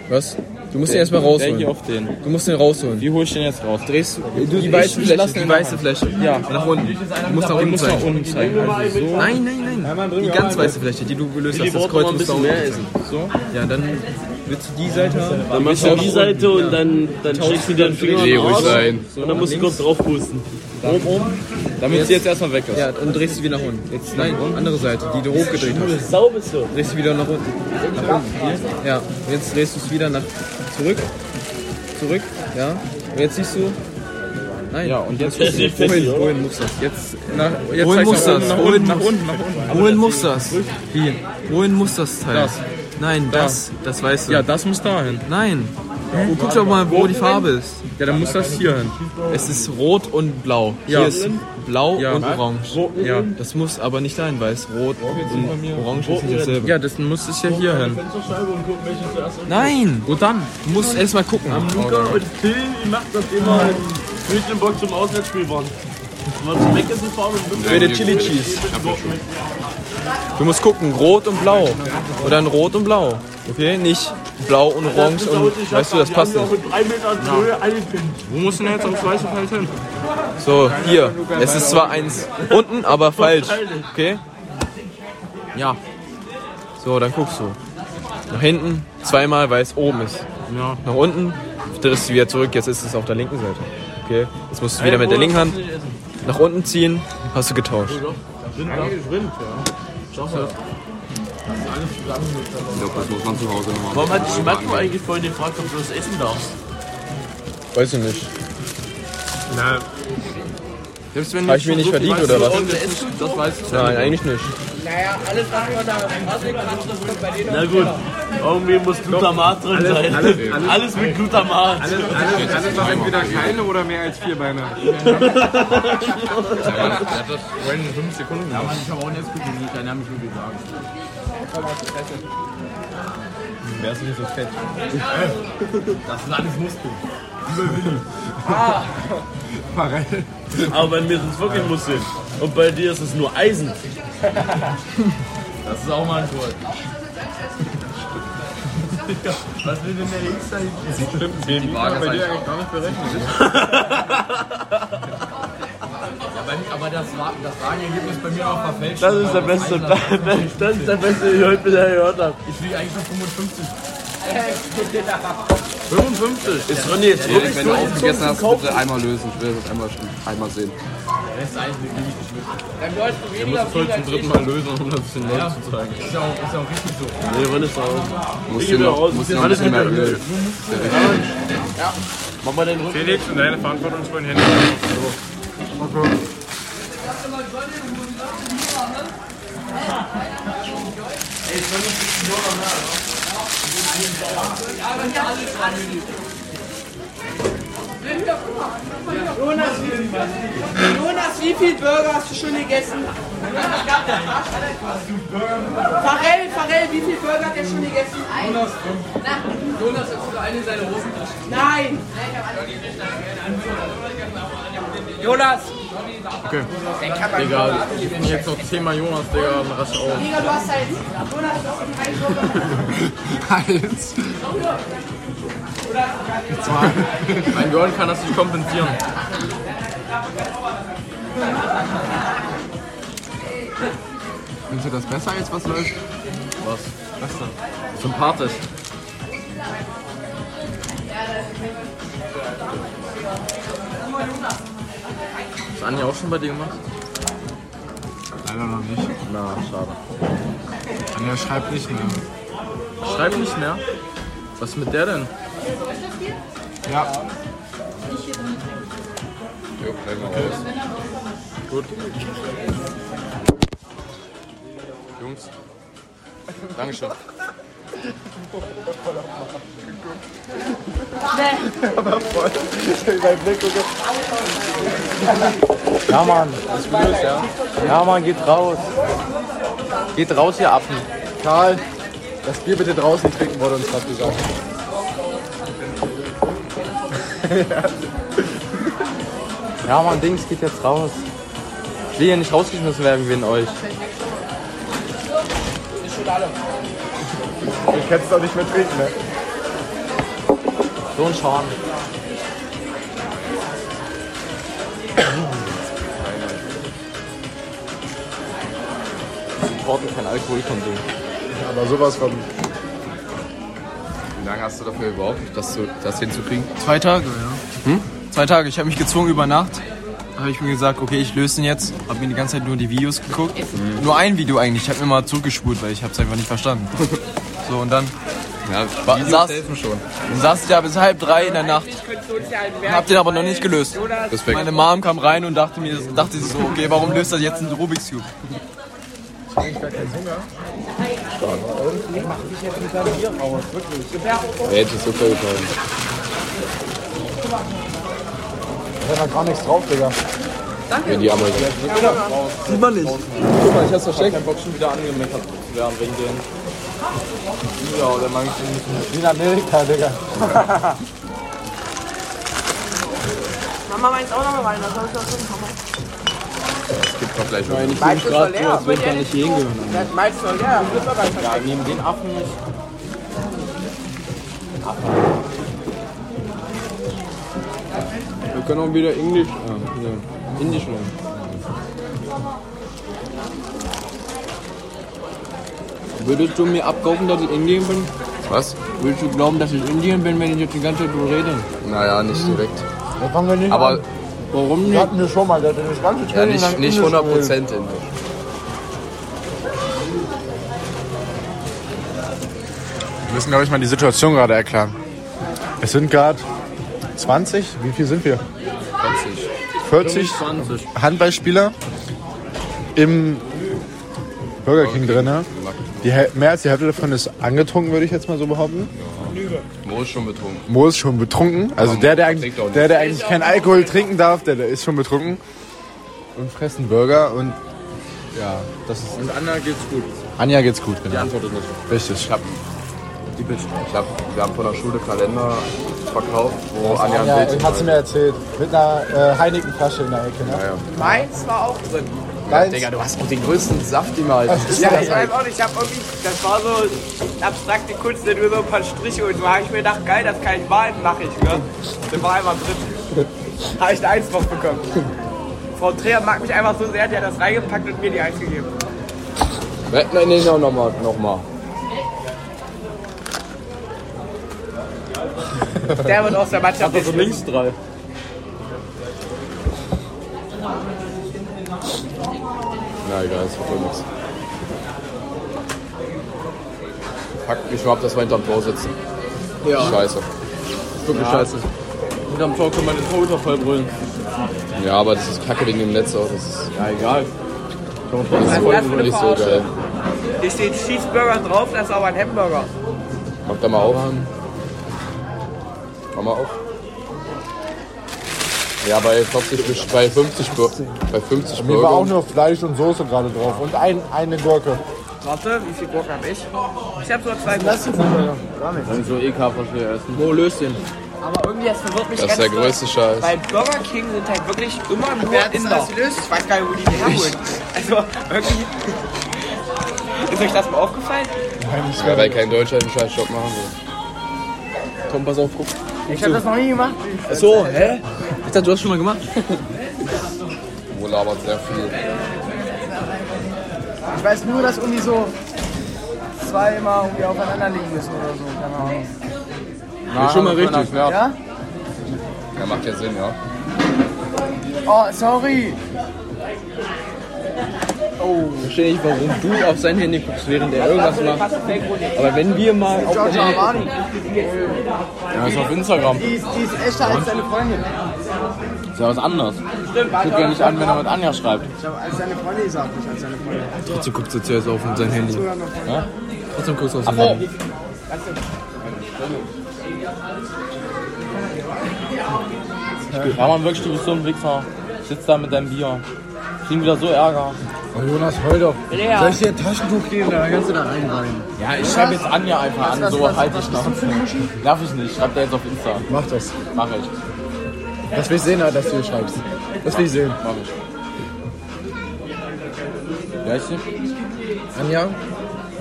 Speaker 24: Was?
Speaker 7: Du musst den erst mal rausholen.
Speaker 24: Der hier auf den.
Speaker 7: Du musst den rausholen.
Speaker 24: Wie hole ich den jetzt raus? Drehst du
Speaker 7: ich-
Speaker 24: die weiße
Speaker 7: ich
Speaker 24: Fläche?
Speaker 7: lass den in
Speaker 24: Die
Speaker 7: der
Speaker 24: weiße
Speaker 7: Hand.
Speaker 24: Fläche.
Speaker 7: Ja.
Speaker 24: Nach unten. Du musst nach
Speaker 7: Die
Speaker 24: unten
Speaker 7: muss
Speaker 24: zeigen.
Speaker 7: nach unten zeigen.
Speaker 24: Also so. Nein, nein, nein. Die ganz weiße Fläche, die du gelöst hast. Das Kreuz muss da unten sein. So? Ja, dann willst du die Seite haben.
Speaker 14: Dann machst du die Seite und dann, dann
Speaker 24: Tausch-
Speaker 14: schickst du dir den Finger
Speaker 24: Nee,
Speaker 14: in den
Speaker 24: ruhig
Speaker 14: Arsch
Speaker 24: sein.
Speaker 14: und dann musst du kurz draufpusten. Oben, oben.
Speaker 24: Damit sie jetzt erstmal weg ist. Ja, dann drehst du wieder nach unten. Jetzt, nein, andere Seite, die du hochgedreht hast.
Speaker 14: Sau bist du.
Speaker 24: Drehst du wieder nach unten. Nach unten. Hier. Ja, und jetzt drehst du es wieder nach zurück. Zurück. Ja. Und jetzt siehst du. Nein. Ja, und jetzt
Speaker 7: musst du-
Speaker 24: wohin, wohin muss das? Jetzt nach jetzt
Speaker 7: Wohin
Speaker 24: zeig
Speaker 7: muss
Speaker 24: nach
Speaker 7: das?
Speaker 24: Nach
Speaker 7: Wohin
Speaker 24: unten, nach
Speaker 7: muss-
Speaker 24: unten, nach unten.
Speaker 7: Wohin muss das? Wie? Wohin muss das Teil?
Speaker 24: Das.
Speaker 7: Nein, das. Das weißt du.
Speaker 24: Ja, das muss da hin.
Speaker 7: Nein. Du guck doch mal, wo die Farbe ist.
Speaker 24: Ja, dann muss das hier hin.
Speaker 7: Es ist rot und blau.
Speaker 24: Ja.
Speaker 7: Hier ist blau
Speaker 24: Ja.
Speaker 7: und orange.
Speaker 24: Ja.
Speaker 7: Das muss aber nicht sein, weil es rot und orange ist nicht dasselbe.
Speaker 24: Ja, das muss es ja hier hin.
Speaker 14: Fensterscheibe und gucken, welche zuerst unten
Speaker 7: Nein! Wo dann? Du musst erst mal gucken.
Speaker 14: Am Luca und Phil, die macht das immer in Mecklenburg zum Auswärtsspiel waren. War zum Meckelsen fahren und
Speaker 7: Für die Chili Cheese. Du musst gucken, rot und blau. Oder ein rot und blau. Okay, nicht blau und orange und weißt du, das passt nicht.
Speaker 14: Wo muss denn jetzt am zweiten Feld hin?
Speaker 7: So, hier. Es ist zwar eins unten, aber falsch. Okay? Ja. So, dann guckst du. Nach hinten, zweimal, weil es oben ist.
Speaker 14: Ja.
Speaker 7: Nach unten, drehst du wieder zurück, jetzt ist es auf der linken Seite. Okay? Jetzt musst du wieder mit der linken Hand nach unten ziehen, hast du getauscht.
Speaker 22: Ich glaube, das muss man zu Hause noch machen.
Speaker 14: Warum hat dich Matko eigentlich vorhin gefragt, ob du das essen darfst?
Speaker 7: Weiß ich nicht.
Speaker 14: Nein.
Speaker 24: Selbst
Speaker 7: wenn Hab ich mir nicht verdient, oder was? Nein, eigentlich nicht.
Speaker 1: Naja, alles, was wir da Patrick kannst, das kommt bei denen.
Speaker 14: Na gut, irgendwie muss Glutamat drin sein. Alles, mit Glutamat. Alles, alles,
Speaker 15: Alles war entweder keine oder mehr als vier Beine.
Speaker 26: Vorhin in 5 Sekunden. Ja, Mann, ich habe auch jetzt gut genießt, dann haben mich nur gesagt.
Speaker 27: Wer ist nicht so fett?
Speaker 26: Das sind alles Muskeln.
Speaker 14: Ah. Aber bei mir sind es wirklich Muskeln. Und bei dir ist es nur Eisen.
Speaker 26: Das ist auch mal ein Tor.
Speaker 28: Was will denn der X da hinten? Stimmt,
Speaker 29: Die Waage ist eigentlich auch-
Speaker 28: nicht berechnet.
Speaker 29: Aber, aber das, war, das Wagenergebnis bei mir auch verfälscht.
Speaker 28: Das ist der beste, das ist der beste, den ich heute bisher gehört habe.
Speaker 29: Ich fliege eigentlich nur 55.
Speaker 28: 55? Ist Ronny jetzt
Speaker 30: Erik,
Speaker 28: wirklich
Speaker 30: wenn du
Speaker 28: so
Speaker 30: aufgegessen hast,
Speaker 28: Kopf?
Speaker 30: bitte einmal lösen. Ich will das einmal, einmal sehen.
Speaker 29: Das ist eigentlich wirklich nicht schlimm. Dann
Speaker 30: Wir müssen es heute halt zum dritten Mal lösen, um das den Leuten
Speaker 29: Ja,
Speaker 30: zu zeigen.
Speaker 29: ist ja auch, ist ja auch richtig so.
Speaker 28: Nee, Ronny ist raus.
Speaker 30: Muss
Speaker 28: Ich
Speaker 30: hier
Speaker 28: geh wieder
Speaker 30: noch,
Speaker 28: raus.
Speaker 30: muss hier noch ein
Speaker 28: Alles
Speaker 30: bisschen mehr
Speaker 28: hinter
Speaker 30: Öl.
Speaker 29: Ja.
Speaker 28: Mach mal den Rücken.
Speaker 31: Felix und deine verantwortungsvollen Hände. Okay.
Speaker 9: Jonas, wie- Jonas, wie viel Burger hast du schon gegessen? Farell, Farell, wie viel Burger hat er schon gegessen? Jonas, Jonas hat sogar eine in seine Hosentasche. Nein! Jonas!
Speaker 30: Okay. Digga, ich bin jetzt noch 10 Mal Jonas, Digga, und rasch auf.
Speaker 9: Digga, du hast halt. Jonas, du hast einen
Speaker 30: Eins. Zwei. Mein Jörn kann das nicht kompensieren.
Speaker 29: Findest du das besser als was läuft?
Speaker 30: Was? Was denn? Sympathisch. Ist Anja auch schon bei dir gemacht?
Speaker 29: Leider noch nicht.
Speaker 30: Na, schade.
Speaker 29: Anja schreibt nicht mehr.
Speaker 30: Schreib nicht mehr. Was ist mit der denn?
Speaker 29: Ja.
Speaker 30: Jo, bleib mal raus. Gut. Jungs. Dankeschön.
Speaker 32: Aber voll. Ich hab meinen Blick und
Speaker 7: Ja, Mann.
Speaker 30: Alles gut, ja?
Speaker 7: Ja, Mann, geht raus. Geht raus, ihr Affen.
Speaker 5: Karl, das Bier bitte draußen trinken, wurde uns gerade gesagt.
Speaker 7: Ja, Mann, Dings geht jetzt raus. Ich will hier nicht rausgeschmissen werden wegen euch.
Speaker 9: Ist schon alle.
Speaker 5: Ich kann es doch nicht mehr trinken, ne?
Speaker 7: So ein Schaden. Supporten kein Alkoholkonsum.
Speaker 5: Aber sowas von.
Speaker 30: Wie lange hast du dafür gebraucht, das, zu, das hinzukriegen?
Speaker 7: Zwei Tage, ja. Hm? Zwei Tage. Ich habe mich gezwungen über Nacht. Habe ich mir gesagt, okay, ich löse den jetzt. Habe mir die ganze Zeit nur die Videos geguckt.
Speaker 30: Hm.
Speaker 7: Nur ein Video eigentlich. Ich habe mir mal zurückgespult, weil ich habe es einfach nicht verstanden. so und dann
Speaker 30: ja,
Speaker 9: Videos
Speaker 7: saß,
Speaker 9: helfen
Speaker 30: schon.
Speaker 7: saß ich da bis halb drei in der Nacht.
Speaker 9: Ich
Speaker 7: Und hab den aber noch nicht gelöst.
Speaker 9: Respekt.
Speaker 7: Meine Mom kam rein und dachte mir, dachte sich so, okay, warum löst er jetzt einen Rubik's Cube?
Speaker 5: Ich hab eigentlich gar keinen Hunger.
Speaker 9: Ich mach dich jetzt mit deinem Bier raus, wirklich.
Speaker 30: Wer hätte es so gefallen?
Speaker 5: Da war gar nichts drauf, Digga.
Speaker 30: Danke. Ja, die Ameise.
Speaker 7: Sieht man nicht. Guck mal, ich hab's versteckt. Ich hab Bock schon wieder angemeckert zu werden wegen denen. Ja, oder mag ich den nicht.
Speaker 5: Wie in Amerika, Digga.
Speaker 9: Mama meint auch noch mal rein, das soll ich doch drin haben.
Speaker 30: Es gibt doch gleich noch
Speaker 7: Ich
Speaker 30: nicht.
Speaker 7: bin gerade so, als würde ich da nicht hier hingehören.
Speaker 9: Das meinst du, ja, das wird aber ganz
Speaker 7: Ja, neben den Affen nicht. Wir können auch wieder Englisch, äh, ne, Indisch lernen. Würdest du mir abkaufen, dass ich Indien bin?
Speaker 30: Was?
Speaker 7: Würdest du glauben, dass ich Indien bin, wenn ich jetzt die ganze Zeit drüber rede?
Speaker 30: Naja, nicht direkt.
Speaker 5: Da fangen wir nicht
Speaker 30: Aber-
Speaker 5: an.
Speaker 7: Warum
Speaker 5: nicht? Hatten wir schon mal, der hat das ganze
Speaker 30: Ja,
Speaker 5: Training lang
Speaker 30: nicht, nicht
Speaker 5: Englisch
Speaker 30: 100
Speaker 5: geredet.
Speaker 30: Prozent Indisch.
Speaker 31: Wir müssen, glaube ich, mal die Situation gerade erklären.
Speaker 5: Es sind gerade 20, wie viel sind wir? 40 Handballspieler im Burger King drin. ne? Die, Häl- mehr als die Hälfte davon ist angetrunken, würde ich jetzt mal so behaupten.
Speaker 30: Mo ist schon betrunken.
Speaker 5: Mo ist schon betrunken. Also
Speaker 30: Aber
Speaker 5: der, der
Speaker 30: Mo
Speaker 5: eigentlich,
Speaker 30: trinkt auch nicht.
Speaker 5: der, der eigentlich keinen Alkohol trinken darf, der, der ist schon betrunken. Und fressen Burger und ja, das ist.
Speaker 30: Und Anna geht's gut.
Speaker 5: Anja geht's gut,
Speaker 30: Die
Speaker 5: genau.
Speaker 30: Antwort ist nicht.
Speaker 5: Richtig.
Speaker 30: Ich hab, die Bitch. Ich hab, wir haben von der Schule Kalender verkauft, wo Anja ein Bild
Speaker 5: äh, hat sie mir erzählt. Mit einer Heineken-Flasche in der Ecke, ne?
Speaker 9: Meins war auch drin.
Speaker 5: Meins.
Speaker 33: Digga, du hast auch den größten Saft immer. Das ist
Speaker 1: Ja,
Speaker 33: ja,
Speaker 1: ich
Speaker 33: das
Speaker 1: weiß auch nicht, ich hab irgendwie, das war so abstrakte Kunst, da nur so ein paar Striche und so habe ich mir gedacht, geil, das kann ich malen, mache ich, ne? Dann war einmal drin. Habe ich eine Eins drauf bekommen. Frau Dreher mag mich einfach so sehr, die hat das reingepackt und mir die Eins gegeben.
Speaker 33: Nein, nein, nein, nochmal. Noch mal.
Speaker 1: Der wird aus der Mannschaft.
Speaker 14: Hat er so links drei.
Speaker 7: Na egal, das war wohl nichts. Fuck, ich war ab, dass wir hinterm Tor sitzen.
Speaker 33: Ja.
Speaker 7: Scheiße.
Speaker 33: Ist wirklich scheiße.
Speaker 7: Hinterm Tor kann man den Torhüter vollbrüllen. Ja, aber das ist kacke wegen dem Netz auch. Das ist ja, egal. Das ist voll nicht so geil.
Speaker 1: Hier steht Cheeseburger drauf, das ist aber ein Hamburger.
Speaker 7: Mach da mal auf. Mach mal auf. Ja, bei 40, bis- bei 50 Bur- bei 50
Speaker 5: Mir war auch
Speaker 7: Burger.
Speaker 5: nur Fleisch und Soße gerade drauf und ein, eine Gurke.
Speaker 1: Warte, wie viel Gurken hab ich? Ich hab nur zwei
Speaker 5: Lass die
Speaker 1: Gurken.
Speaker 5: Gar nichts.
Speaker 7: so EK was wir essen. Wo löst den?
Speaker 1: Aber irgendwie, das verwirrt mich
Speaker 7: Das ist
Speaker 1: ganz
Speaker 7: der größte Scheiß.
Speaker 1: Weil Burger King sind halt wirklich immer nur
Speaker 7: Wer hat das
Speaker 1: Inder.
Speaker 7: alles
Speaker 1: gelöst? Ich weiß gar nicht, wo die herholen. Also, wirklich. Ist euch das mal aufgefallen?
Speaker 7: Ja, weil kein Deutscher den Scheißjob machen will. Komm, pass auf, guck.
Speaker 1: Ich hab das noch nie gemacht.
Speaker 7: Achso, hä?
Speaker 33: Oh, Ich dachte, du hast schon mal gemacht.
Speaker 7: Wo labert sehr viel.
Speaker 1: Ich weiß nur, dass irgendwie so zwei immer irgendwie aufeinander liegen müssen oder so. Keine Ahnung.
Speaker 7: Ist schon mal richtig.
Speaker 1: Ja?
Speaker 7: Ja, macht ja Sinn, ja.
Speaker 1: Oh, sorry.
Speaker 33: Oh. Ich verstehe nicht, warum du auf sein Handy guckst, während er irgendwas macht. Aber wenn wir mal.
Speaker 1: Giorgio Armani.
Speaker 33: Ja, ist auf Instagram.
Speaker 1: Die ist, die ist echter als deine Freundin.
Speaker 33: Ist ja was anderes.
Speaker 1: Stimmt,
Speaker 33: Guck ja nicht an, wenn er mit Anja schreibt.
Speaker 1: Ich hab als seine Freundin gesagt, nicht als seine Freundin.
Speaker 33: Trotzdem guckst du zuerst auf sein Handy. Ja? Trotzdem guckst du auf sein
Speaker 1: Apropos.
Speaker 33: Handy.
Speaker 14: Ja, man, wirklich, du bist so ein Wichser. Sitzt da mit deinem Bier. Kriegen wieder so Ärger.
Speaker 5: Oh, Jonas, heul doch.
Speaker 14: Ja.
Speaker 5: Soll ich dir ein Taschentuch geben? Da kannst du da reinreiben.
Speaker 14: Ja, ich schreibe jetzt Anja einfach an,
Speaker 5: Was, was,
Speaker 14: so
Speaker 5: was,
Speaker 14: halt
Speaker 5: was
Speaker 14: ich
Speaker 5: bist du für ein
Speaker 14: Schnauze. Darf ich nicht, schreib da jetzt auf Insta.
Speaker 5: Mach das.
Speaker 14: Mach ich.
Speaker 5: Das will ich sehen, Alter, dass du hier schreibst. Das will ich sehen.
Speaker 14: Mach ich. Wie heißt sie?
Speaker 5: Anja?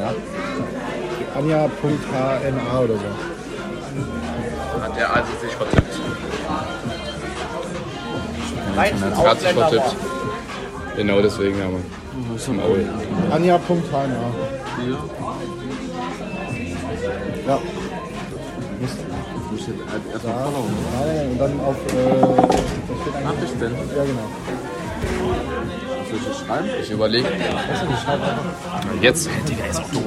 Speaker 14: Ja.
Speaker 5: Anja.hna oder so.
Speaker 7: Hat der also sich vertippt.
Speaker 1: Meinst
Speaker 7: Hat sich vertippt. Genau deswegen, ja, Mann. Maul.
Speaker 5: Anja.hna. Ja. Mist. Da, nein, und dann auf. Äh,
Speaker 7: Nachrichten?
Speaker 5: Ja, genau.
Speaker 7: Ich überlege. Jetzt? Digga, ist auch doof,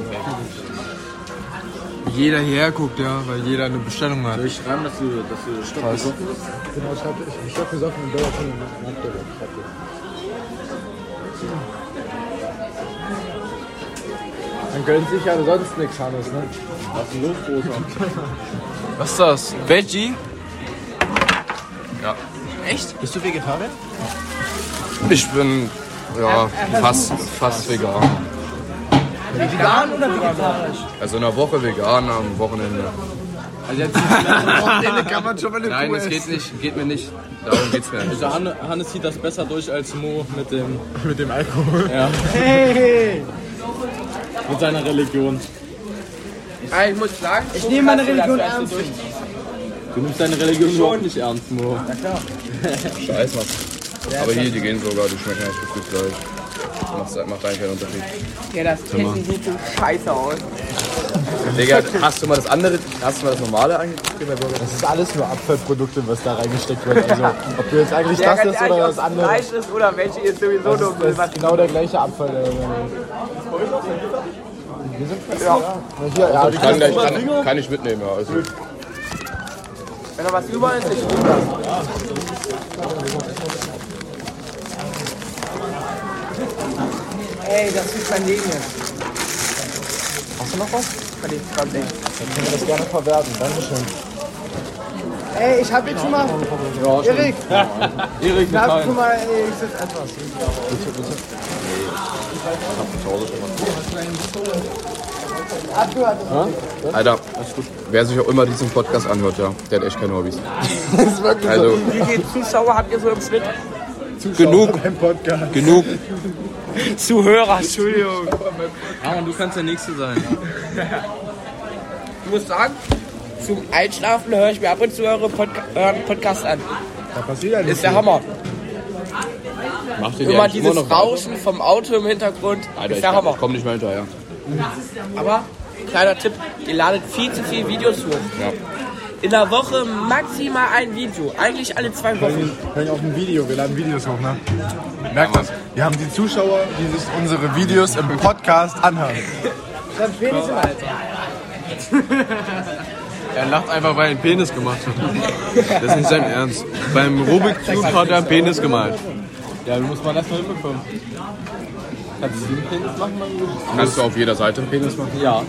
Speaker 33: Jeder hierher guckt, ja, weil jeder eine Bestellung hat. Soll
Speaker 14: ich schreiben, dass du, dass du
Speaker 33: stopp besoffen
Speaker 5: Genau, ich hab, ich, ich hab gesagt, ein Burger King nach der Welt. Man gönnt sich ja sonst nichts, Hannes, ne?
Speaker 14: Was ist los, Großer?
Speaker 33: Was ist das? Veggie?
Speaker 7: Ja.
Speaker 33: Echt?
Speaker 5: Bist du Vegetarier?
Speaker 7: Ich bin, ja, fast, fast vegan.
Speaker 1: Vegan oder vegetarisch?
Speaker 7: Also in der Woche vegan, am Wochenende.
Speaker 33: Also jetzt
Speaker 5: kann man schon mal eine
Speaker 7: Nein,
Speaker 33: Kuh
Speaker 7: das geht
Speaker 33: essen.
Speaker 7: nicht, geht mir nicht. Darum geht's mir nicht.
Speaker 14: Also Hanne- Hannes zieht das besser durch als Mo mit dem,
Speaker 5: mit dem Alkohol.
Speaker 14: Ja.
Speaker 1: Hey!
Speaker 14: mit seiner Religion.
Speaker 1: Ah, ich muss sagen, ich nehme meine Religion ernst.
Speaker 14: Du nimmst deine Religion überhaupt nicht ernst, Mo.
Speaker 1: Na klar.
Speaker 7: Scheiß mal. Aber hier, die gehen sogar, die schmecken eigentlich gefühlt gleich. Macht, macht eigentlich keinen Unterschied.
Speaker 1: Ja, das
Speaker 7: Zimmer.
Speaker 1: Kissen sieht so scheiße aus.
Speaker 7: Digga, hast du mal das andere, hast du mal das normale angeguckt?
Speaker 5: Das ist alles nur Abfallprodukte, was da reingesteckt wird. Also, ob du jetzt eigentlich
Speaker 1: Ja,
Speaker 5: das
Speaker 1: ganz
Speaker 5: ist
Speaker 1: ehrlich,
Speaker 5: oder
Speaker 1: ob
Speaker 5: das
Speaker 1: es
Speaker 5: andere.
Speaker 1: Fleisch ist oder welche ist sowieso
Speaker 5: Das ist,
Speaker 1: dumm.
Speaker 5: das ist genau der gleiche Abfall. Der wir sind fest, ja. Na, Hier, ja,
Speaker 7: ich kann, ich kann, kann ich mitnehmen, ja. Also,
Speaker 1: Wenn da was über ist, ich nehme das. Ey, das ist mein Leben jetzt.
Speaker 5: Hast du noch was?
Speaker 1: Kann ich dran denken.
Speaker 5: Dann können wir das gerne verwerten. Dankeschön.
Speaker 1: Ey, ich hab jetzt schon mal. Erik!
Speaker 14: Erik,
Speaker 1: Ich hab
Speaker 14: gefallen.
Speaker 1: schon mal. Ey, ich sitz etwas. Abgehört.
Speaker 7: Alter, wer sich auch immer diesen Podcast anhört, ja, der hat echt keine Hobbys.
Speaker 1: Das ist wirklich
Speaker 7: Also-
Speaker 1: so. Wie viele Zuschauer habt ihr so im Schnitt?
Speaker 7: Genug. Genug.
Speaker 6: Zuhörer, Entschuldigung. Aaron, du kannst der Nächste sein.
Speaker 9: Ich muss sagen, zum Einschlafen höre ich mir ab und zu eure Podca euren Podcast an.
Speaker 5: Da passiert halt
Speaker 9: Ist der Hammer.
Speaker 6: Macht ihr die
Speaker 9: Immer
Speaker 6: eigentlich
Speaker 9: dieses
Speaker 6: immer noch
Speaker 9: Rauschen vom Auto im Hintergrund.
Speaker 6: Alter,
Speaker 9: ist
Speaker 6: ich,
Speaker 9: der
Speaker 6: kann,
Speaker 9: Hammer.
Speaker 6: ich komm nicht mehr hinterher.
Speaker 9: Aber, kleiner Tipp, ihr ladet viel zu viel Videos hoch.
Speaker 6: Ja.
Speaker 9: In der Woche maximal ein Video. Eigentlich alle zwei Wochen.
Speaker 5: Hängen auf ein Video, wir laden Videos hoch, ne? Merkt das. Wir haben die Zuschauer, die sich unsere Videos im Podcast anhören.
Speaker 1: Dann wenigstens im Alter.
Speaker 7: Er lacht einfach, weil er einen Penis gemacht hat. Das ist nicht sein Ernst. Beim Rubik Cube hat er einen Penis gemalt.
Speaker 6: Ja, muss man erstmal hinbekommen. Kannst du einen Penis machen?
Speaker 7: Kannst du auf jeder Seite einen Penis machen?
Speaker 6: Ja.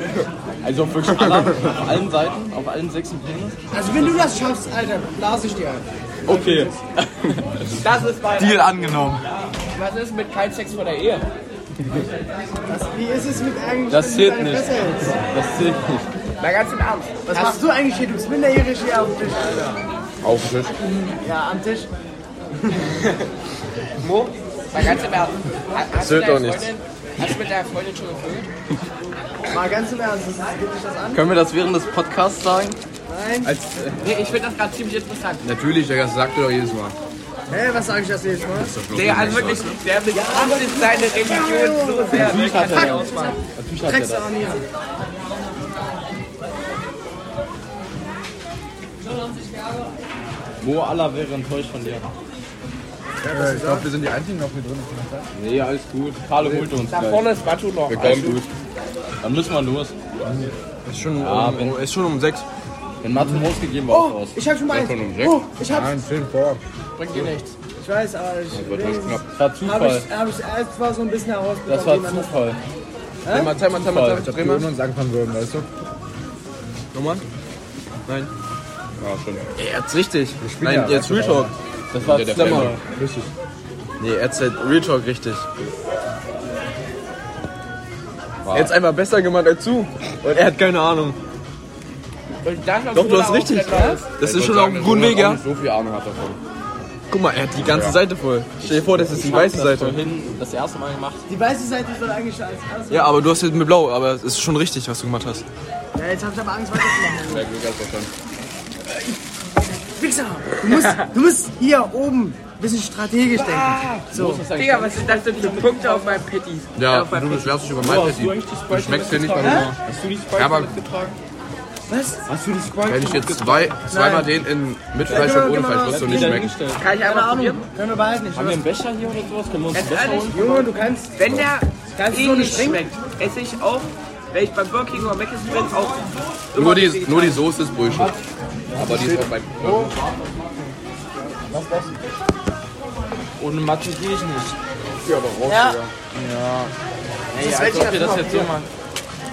Speaker 6: Also auf wirklich aller, auf allen Seiten, auf allen sechs Penis.
Speaker 1: Also wenn du das schaffst, Alter, blase ich dir ein.
Speaker 6: Okay.
Speaker 9: Das ist bei.
Speaker 7: Deal angenommen.
Speaker 9: Was ist mit kein Sex vor der Ehe?
Speaker 1: Wie ist es mit eigentlich,
Speaker 6: Das
Speaker 1: wenn du
Speaker 6: zählt
Speaker 1: deine
Speaker 6: nicht.
Speaker 1: Fresse hältst?
Speaker 6: Das zählt nicht.
Speaker 9: Mal ganz im Ernst.
Speaker 1: Was machst du eigentlich hier? Du bist minderjährig hier auf dem Tisch, Alter.
Speaker 6: Auf Tisch.
Speaker 1: Ja, am Tisch.
Speaker 9: Mo, mal ganz im Ernst. Ha- Hast du
Speaker 7: Das wird
Speaker 9: deine
Speaker 7: doch nichts.
Speaker 9: Freundin, hast du mit deiner Freundin schon gefüllt?
Speaker 1: Mal ganz im Ernst, das ist, geht dich das an?
Speaker 7: Können wir das während des Podcasts sagen?
Speaker 1: Nein.
Speaker 7: Als,
Speaker 9: Nee, ich finde das gerade ziemlich interessant.
Speaker 7: natürlich, der sagt er doch jedes Mal.
Speaker 1: Hä, was sag ich das jetzt mal?
Speaker 9: Der also wirklich, der missachtet seine Religion so sehr.
Speaker 1: Natürlich
Speaker 9: Der
Speaker 1: hat er
Speaker 9: kann
Speaker 1: das.
Speaker 9: nicht ausmachen.
Speaker 1: Kriegst du an hier.
Speaker 6: Mo Allah wäre enttäuscht von dir.
Speaker 5: Äh, ich glaube, wir sind die einzigen noch mit drin.
Speaker 6: Nee, alles gut. Carlo holt uns.
Speaker 9: Da
Speaker 6: gleich.
Speaker 9: vorne ist Batu noch.
Speaker 6: Wir kommen gut. Dann müssen wir los.
Speaker 7: Ist schon,
Speaker 6: Ja,
Speaker 7: um,
Speaker 6: wenn-
Speaker 7: um, ist schon um sechs.
Speaker 6: Wenn Martin rausgegeben war,
Speaker 1: Oh, ich hab schon mal eins. Oh, ich hab's.
Speaker 5: Nein, schön vor.
Speaker 9: Bringt dir nichts.
Speaker 1: Ich weiß, aber ich...
Speaker 6: wird das knapp. Das war Zufall.
Speaker 1: Hab ich, hab ich, es war so ein bisschen herausbekommen.
Speaker 6: Das war
Speaker 1: wie man
Speaker 6: Zufall.
Speaker 1: Hä?
Speaker 7: Zeig mal, zeig mal, zeig mal,
Speaker 5: Als ob
Speaker 7: zeig
Speaker 5: wir
Speaker 7: mal.
Speaker 5: ohne uns anfangen würden, weißt du?
Speaker 7: Nochmal? Nein.
Speaker 6: Ja, schon.
Speaker 7: Ey, jetzt richtig.
Speaker 5: spielen
Speaker 7: Nein,
Speaker 5: ja
Speaker 7: jetzt Real
Speaker 5: einfach
Speaker 7: Talk. Das war
Speaker 6: Ja, der
Speaker 7: Slammer.
Speaker 6: Fan.
Speaker 5: Richtig.
Speaker 7: Nee, jetzt halt Real Talk richtig. Jetzt einfach besser gemacht als du. Und er hat keine Ahnung.
Speaker 9: Und das,
Speaker 7: Doch, du hast
Speaker 9: obwohl er
Speaker 7: richtig.
Speaker 9: Ausländer ist.
Speaker 7: Das
Speaker 6: Ich
Speaker 7: ist schon auf
Speaker 6: wollte sagen,
Speaker 7: einem
Speaker 6: dass
Speaker 7: guten
Speaker 6: Roland
Speaker 7: Weg,
Speaker 6: auch
Speaker 7: ja.
Speaker 6: nicht So viel Ahnung hat davon.
Speaker 7: Guck mal, er hat die ganze
Speaker 6: Ja.
Speaker 7: Seite voll. Stell dir vor, das ist die
Speaker 6: Ich hab
Speaker 7: weiße Seite.
Speaker 6: vorhin das erste Mal gemacht.
Speaker 1: Die weiße Seite soll eigentlich als erstes.
Speaker 7: Ja, aber du hast jetzt mit Blau, aber es ist schon richtig, was du gemacht hast.
Speaker 1: Ja, Äh, jetzt hab ich aber Angst, weiterzumachen.
Speaker 6: Glück hast du schon.
Speaker 1: Wichser, du musst, du musst hier oben ein bisschen strategisch denken. So.
Speaker 9: Digga, was sind das denn für Punkte auf meinem Patty?
Speaker 7: Ja,
Speaker 9: auf meinem
Speaker 7: du beschwerst dich über mein Patty. Du schmeckst dir nicht mal
Speaker 9: getragen?
Speaker 7: Hast du die Ja, aber
Speaker 1: Was?
Speaker 7: Hast du die Sprite Wenn ich jetzt zwei, zweimal den in mit
Speaker 1: Ja,
Speaker 7: Fleisch
Speaker 1: genau,
Speaker 7: und ohne
Speaker 1: genau.
Speaker 7: Fleisch, wirst du nicht schmecken.
Speaker 9: Kann ich
Speaker 1: Keine
Speaker 9: einmal
Speaker 1: Ahnung,
Speaker 9: probieren?
Speaker 1: können wir behalten. Ich
Speaker 6: Haben wir
Speaker 1: weiß-
Speaker 6: einen Becher hier oder sowas? Können wir uns einen
Speaker 9: Ganz
Speaker 6: Becher
Speaker 9: ehrlich,
Speaker 6: holen?
Speaker 1: Junge, du kannst.
Speaker 9: Wenn der
Speaker 1: Kannst du
Speaker 9: eh
Speaker 1: so
Speaker 9: nicht
Speaker 1: nicht trinken?
Speaker 9: schmeckt, esse ich auch, wenn ich beim Burger King oder Mc's bin, auch
Speaker 7: Nur die, nur die Soße ist Bullshit. Aber die ist auch bei.
Speaker 6: Ohne Mathe gehe ich nicht.
Speaker 7: Ja, aber raus,
Speaker 1: Ja.
Speaker 6: Ja. Ey,
Speaker 1: Das
Speaker 6: als
Speaker 1: werd ich
Speaker 6: ob wir
Speaker 1: erst
Speaker 6: das
Speaker 1: mal
Speaker 6: jetzt so
Speaker 1: probieren.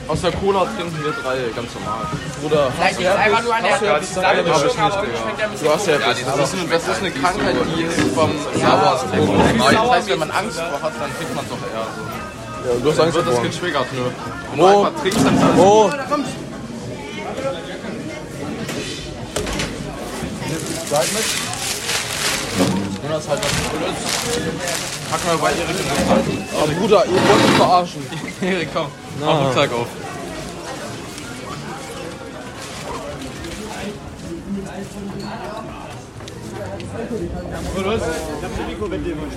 Speaker 6: Aus der Cola trinken wir drei, ganz normal. Bruder,
Speaker 9: Vielleicht liegt's einfach nur an der-
Speaker 6: Hab ich nicht,
Speaker 9: aber
Speaker 6: Digga.
Speaker 9: irgendwie schmeckt der ein bisschen
Speaker 6: Du hast ja
Speaker 9: komisch.
Speaker 6: das ist, eine- das ist eine Krankheit, die vom Sauers kommt. Das heißt, wenn man Angst vor hat, dann kriegt man es doch eher so.
Speaker 7: Ja, du hast
Speaker 6: Dann
Speaker 7: Angst
Speaker 6: wird das
Speaker 7: davor.
Speaker 6: geschwiggert, ne? Wenn du
Speaker 7: Mo.
Speaker 6: einfach trinkst, dann ist alles
Speaker 7: Mo.
Speaker 6: gut. Jonas halt was Blödes. Pack mal bei Erik in den Sack.
Speaker 7: Oh, Bruder, ihr wollt mich verarschen.
Speaker 6: Erik, komm.
Speaker 7: Na.
Speaker 6: Mach Rucksack auf.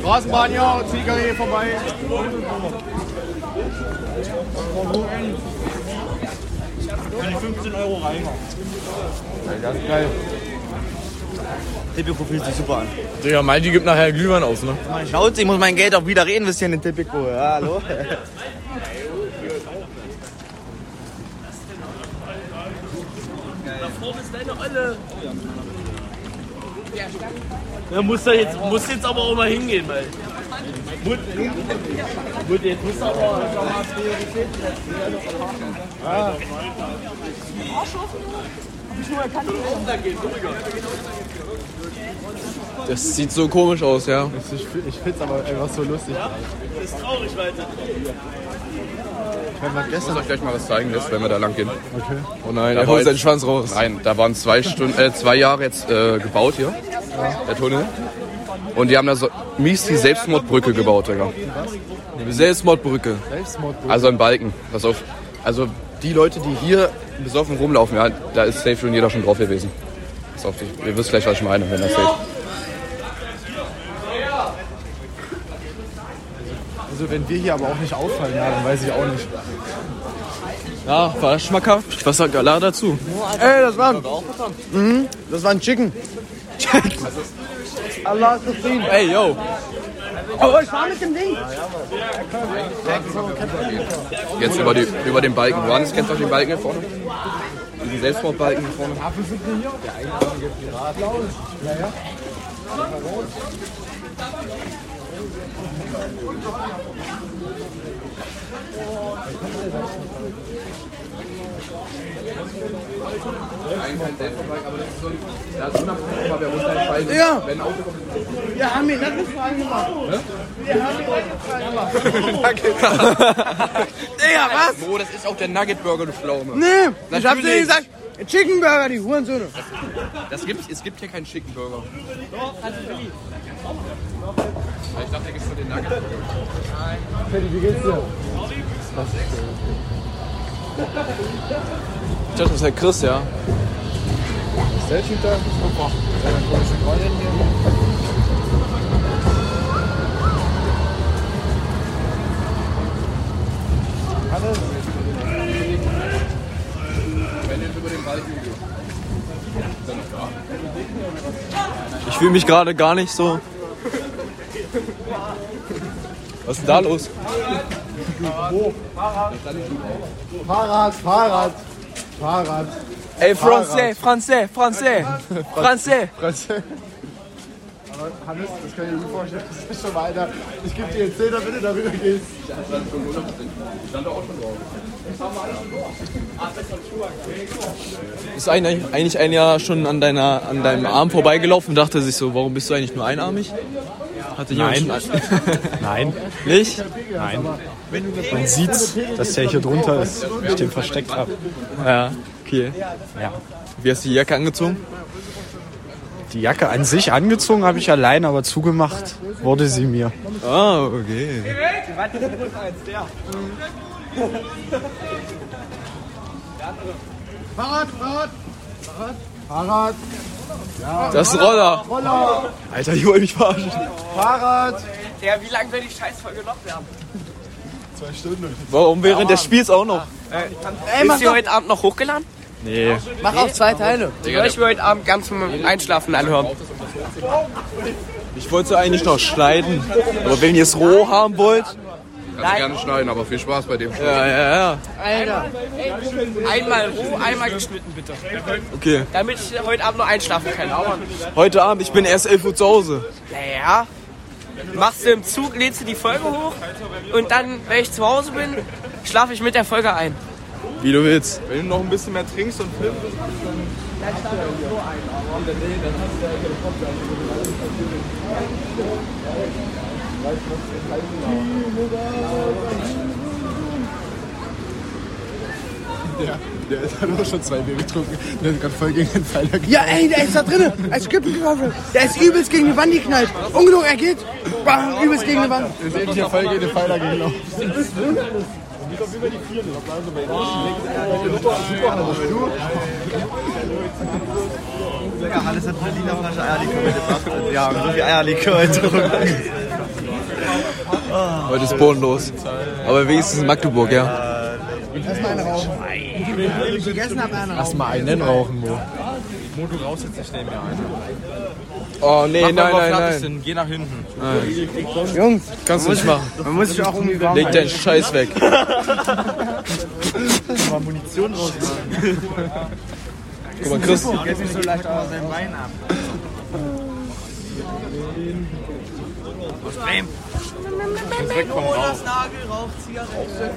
Speaker 34: Straßenbahn, ja, Ziegel hier vorbei. Kann ich 15 Euro rein?
Speaker 35: Ganz geil. Tipico fühlt sich super an.
Speaker 7: Digga, Maldi gibt nachher Glühwein aus, ne?
Speaker 35: Meine Schnauze, ich muss mein Geld auch wieder reinvestieren in Tipico. Ja, hallo?
Speaker 9: Da vorne ist deine Olle. Ja,
Speaker 14: Ja, muss da jetzt, muss jetzt aber auch mal hingehen, weil. Mut, Mut, jetzt muss aber.
Speaker 1: Ah.
Speaker 7: Das sieht so komisch aus, ja.
Speaker 5: Ich, ich find's aber einfach so lustig.
Speaker 14: Ist traurig weiter.
Speaker 5: Ich
Speaker 6: muss euch gleich mal was zeigen, jetzt, wenn wir da lang gehen. Okay.
Speaker 7: Oh nein,
Speaker 6: Da
Speaker 7: er
Speaker 6: war
Speaker 7: holt seinen
Speaker 6: jetzt-
Speaker 7: Schwanz raus.
Speaker 6: Nein, da waren zwei, Stunden, äh, zwei Jahre jetzt äh, gebaut hier, der Tunnel. Und die haben da so mies die Selbstmordbrücke gebaut, Digga.
Speaker 7: Wir Selbstmordbrücke.
Speaker 5: Selbstmordbrücke.
Speaker 36: Also ein Balken, pass auf. Also die Leute, die hier besoffen rumlaufen, ja, da ist safe schon jeder schon drauf gewesen. Pass auf, ich- ihr wisst gleich, was ich meine, wenn das safe.
Speaker 5: Also wenn wir hier aber auch nicht auffallen, ja, dann weiß ich auch nicht.
Speaker 7: Ja, war schmackhaft. Was sagt Allah dazu?
Speaker 37: Ey, das war Mhm, das war ein Chicken. Allah ist zufrieden.
Speaker 1: Äh,
Speaker 7: Ey, yo.
Speaker 37: Oh, ich war mit dem Ding.
Speaker 36: Jetzt über, die, über den Balken. Johannes kennt doch den Balken hier vorne. Diesen Selbstmordbalken hier vorne.
Speaker 37: Ja.
Speaker 36: Wenn Auto
Speaker 9: Wir haben ihn eine Frage gemacht. Wir haben ihn eine Frage gemacht.
Speaker 37: Digga, was?
Speaker 36: Bro, das ist auch der Nugget Burger, du Pflaume.
Speaker 37: Nee, ich hab dir
Speaker 36: Natürlich.
Speaker 37: gesagt, Chicken Burger, die Hurensöhne.
Speaker 36: Das gibt, es gibt hier keinen Chicken Burger. Ich dachte, da gibt es nur den Nugget Burger.
Speaker 5: Freddy, wie geht's dir?
Speaker 7: Ich dachte, das ist halt Chris, ja.
Speaker 5: Ist der Typ da? Seine komische Freundin hier. Hannes?
Speaker 36: Wenn ihr über den Balken geht. Dann noch da.
Speaker 7: Ich fühle mich gerade gar nicht so. Was ist denn da los?
Speaker 5: Wo? Fahrrad, Fahrrad, Fahrrad.
Speaker 7: Ey, Francais, Francais, Francais. Francais.
Speaker 5: Francais. Aber Hannes, das kann ich mir gut vorstellen, das ist schon mal einer. Ich gebe dir jetzt 10 wenn du darüber gehst.
Speaker 36: Ich stand da auch schon drauf.
Speaker 7: Ist eigentlich, eigentlich ein Jahr schon an, deiner, an deinem Arm vorbeigelaufen und dachte sich so, warum bist du eigentlich nur einarmig? Hatte jemand
Speaker 15: Nein.
Speaker 7: schon
Speaker 15: Nein.
Speaker 7: Nicht?
Speaker 15: Nein. Man sieht's, dass der hier drunter ist. Ich den versteckt habe.
Speaker 7: Ja, okay.
Speaker 15: Ja.
Speaker 7: Wie hast du die Jacke angezogen?
Speaker 15: Die Jacke an sich angezogen habe ich allein, aber zugemacht wurde sie mir.
Speaker 7: Ah, okay.
Speaker 5: Fahrrad, Fahrrad, Fahrrad, Fahrrad. Ja.
Speaker 7: Das ist ein Roller.
Speaker 5: Roller.
Speaker 7: Alter, ich wollte mich verarschen.
Speaker 5: Fahrrad.
Speaker 9: Ja, wie lange will die Scheißfolge noch werden?
Speaker 5: Zwei Stunden.
Speaker 7: Warum während des Spiels auch noch?
Speaker 9: Ey, mach
Speaker 1: Ist die
Speaker 9: doch,
Speaker 1: heute Abend noch hochgeladen?
Speaker 7: Nee.
Speaker 9: mach auf zwei Teile.
Speaker 1: Die höre ich mir heute Abend ganz zum Einschlafen anhören.
Speaker 7: Ich wollte sie eigentlich noch schneiden. Aber wenn ihr es roh haben wollt.
Speaker 36: Kannst du gerne schneiden, aber viel Spaß bei dem Schnitt.
Speaker 7: Ja, ja, ja.
Speaker 1: Alter. Einmal roh, einmal geschnitten, bitte.
Speaker 7: Okay.
Speaker 1: Damit ich heute Abend noch einschlafen kann.
Speaker 7: Heute Abend, ich bin erst 11 Uhr zu Hause.
Speaker 1: Naja. Machst du im Zug, lädst du die Folge hoch und dann, wenn ich zu Hause bin, schlafe ich mit der Folge ein.
Speaker 7: Wie du willst.
Speaker 3: Wenn du noch ein bisschen mehr trinkst und filmst,
Speaker 5: Ja, der hat auch schon zwei Bier getrunken. Der hat gerade voll gegen den Pfeiler
Speaker 37: Ja, ey, der ist da drinnen. Als Kippengewaffe. Der ist übelst gegen die Wand geknallt. Ungenug, er geht. Bam, übelst gegen die Wand.
Speaker 5: Der ist endlich voll gegen den Pfeiler gelaufen.
Speaker 3: Alles hat Berliner Flasche Eierlikör mitgebracht. Ja, so viel Eierlikör heute drüber.
Speaker 7: Heute ist bodenlos. Aber wenigstens in Magdeburg, ja.
Speaker 37: Lass mal einen rauchen. Ich gegessen habe einen
Speaker 5: Lass mal einen rauchen, Mo.
Speaker 15: Mo, du rauchst jetzt nicht neben mir ein.
Speaker 7: Oh, nee,
Speaker 15: Mach
Speaker 7: nein,
Speaker 15: mal auf
Speaker 7: nein,
Speaker 15: Nachricht
Speaker 7: nein.
Speaker 15: hin, Geh nach hinten.
Speaker 7: Nein. Jungs, kannst du nicht machen.
Speaker 37: Man muss sich auch
Speaker 1: um
Speaker 37: irgendwie warm
Speaker 7: Leg deinen
Speaker 37: halten.
Speaker 7: Scheiß weg.
Speaker 3: Mal Munition raus.
Speaker 7: Guck mal, Chris.
Speaker 9: Geht nicht so leicht aus seinem Wein ab. Aus wem? Jonas Nagel raucht Zigarette.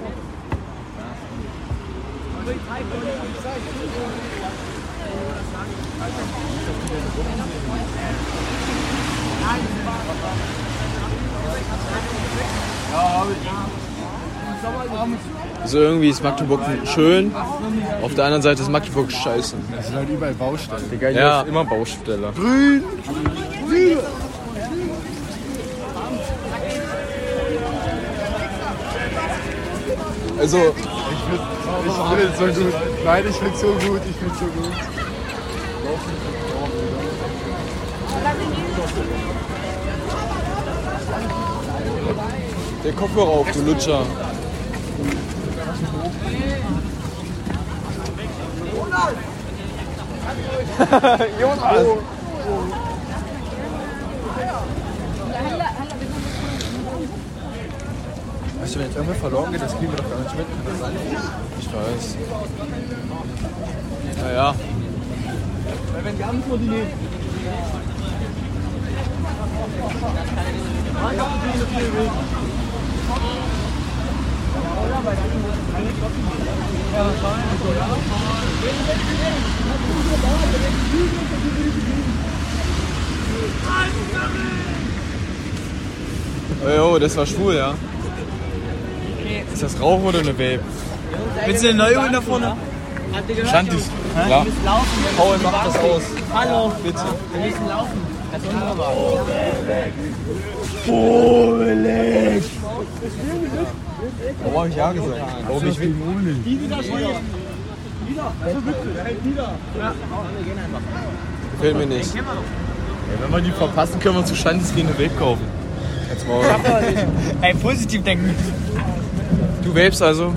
Speaker 7: Also irgendwie ist Magdeburg schön. Auf der anderen Seite ist Magdeburg scheiße.
Speaker 5: Es sind halt überall Baustellen.
Speaker 7: Digga, hier Ja. ist immer Baustelle.
Speaker 5: Grün. Grün.
Speaker 7: Also,
Speaker 38: Ich finde es so gut. Nein, ich finde es so gut. Ich finde es so gut.
Speaker 7: der Kopfhörer auf, du Lutscher.
Speaker 1: Jonas!
Speaker 38: Weißt du, wenn jetzt irgendwer verloren geht, das kriegen wir doch gar nicht mit. Kann das sein?
Speaker 7: Ich weiß. Naja.
Speaker 1: Weil wenn die anderen nur die nehmen.
Speaker 7: Oh, jo, das war schwul, ja. Ist das Rauch oder eine Vape?
Speaker 1: Willst du eine neue holen da vorne?
Speaker 7: Shantis. Ja. Paul, mach das aus.
Speaker 1: Hallo. Bitte. Wir müssen laufen. Das ist unsere Wahl.
Speaker 7: Vogelig! Warum habe ich Ja gesagt? Warum ich will?
Speaker 1: Die, die da schon Wieder. Also wirklich, der hält wieder. Ja. Wir gehen einfach.
Speaker 7: Gefällt mir nicht. wenn wir die verpassen, können wir zu Schandis gehen eine Vape kaufen. Jetzt mal.
Speaker 1: Ey, positiv denken.
Speaker 7: Du vapest also?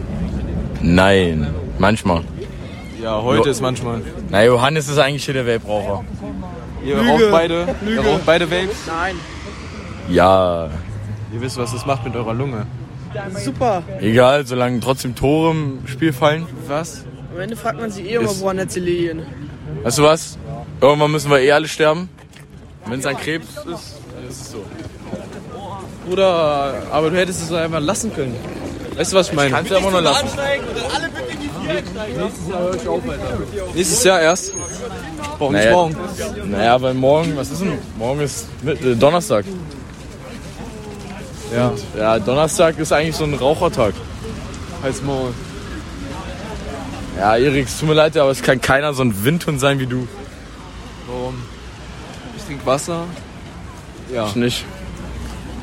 Speaker 39: Nein, manchmal.
Speaker 7: Ja, heute ist manchmal.
Speaker 39: Na, Johannes ist eigentlich hier der Vape-Raucher.
Speaker 7: Ihr
Speaker 39: Lüge.
Speaker 7: raucht beide? Ihr
Speaker 39: Lüge.
Speaker 7: raucht beide Vapes?
Speaker 1: Nein.
Speaker 39: Ja,
Speaker 7: Ihr wisst, was das macht mit eurer Lunge.
Speaker 1: Super.
Speaker 39: egal, solange trotzdem Tore im Spiel fallen.
Speaker 7: Was?
Speaker 1: Am Ende fragt man sich eh immer,
Speaker 39: Ist-
Speaker 1: woran jetzt sie liegen.
Speaker 39: Weißt du was? Irgendwann müssen wir eh alle sterben. Wenn es an Krebs ist, ist es so.
Speaker 7: Bruder, aber du hättest es einfach lassen können. Weißt du, was ich meine?
Speaker 39: kannst du aber nur lassen.
Speaker 1: Alle bitte in die Vier einsteigen. Nächstes Jahr höre ich auf, Alter.
Speaker 7: Nächstes Jahr erst. Warum nicht
Speaker 39: Naja,
Speaker 7: morgen?
Speaker 39: Naja, weil morgen, was ist denn? Morgen ist Mitt- äh, Donnerstag.
Speaker 7: Ja.
Speaker 39: Ja, Donnerstag ist eigentlich so ein Rauchertag.
Speaker 7: Halt's Maul.
Speaker 39: Ja, Erik, es tut mir leid, aber es kann keiner so ein Windhund sein wie du.
Speaker 7: Warum? Ich trinke Wasser. Ja.
Speaker 39: Ich nicht.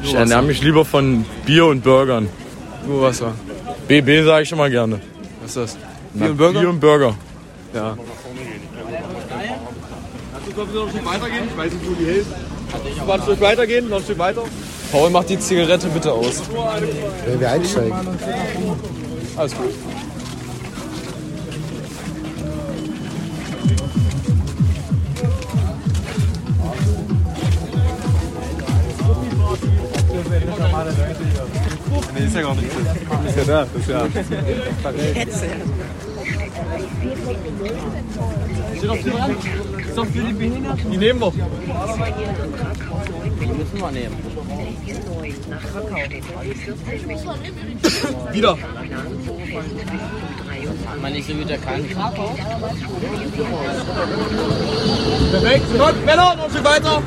Speaker 39: Ich
Speaker 7: Nur
Speaker 39: ernähre
Speaker 7: Wasser.
Speaker 39: mich lieber von Bier und Burgern.
Speaker 7: Nur Wasser.
Speaker 39: BB sage ich immer gerne.
Speaker 7: Was ist das? Bier
Speaker 39: Na,
Speaker 7: und Burger?
Speaker 39: Bier und Burger.
Speaker 7: Ja.
Speaker 14: Also können wir noch ein Stück weitergehen? Ich weiß nicht, wo die hilft. Noch ein Stück weitergehen, noch ein Stück weiter.
Speaker 7: Paul, mach die Zigarette bitte aus.
Speaker 38: Wenn wir einsteigen.
Speaker 7: Alles gut.
Speaker 40: Nee, ist ja gar nicht. Ist ja da, ist ja.
Speaker 1: Steht auf die dran. Ist doch für die Behinderten. Die nehmen wir. Die müssen wir nehmen.
Speaker 7: Wieder.
Speaker 1: Man ist wieder kein. Perfekt. Gott, Männer, noch ein Stück weiter.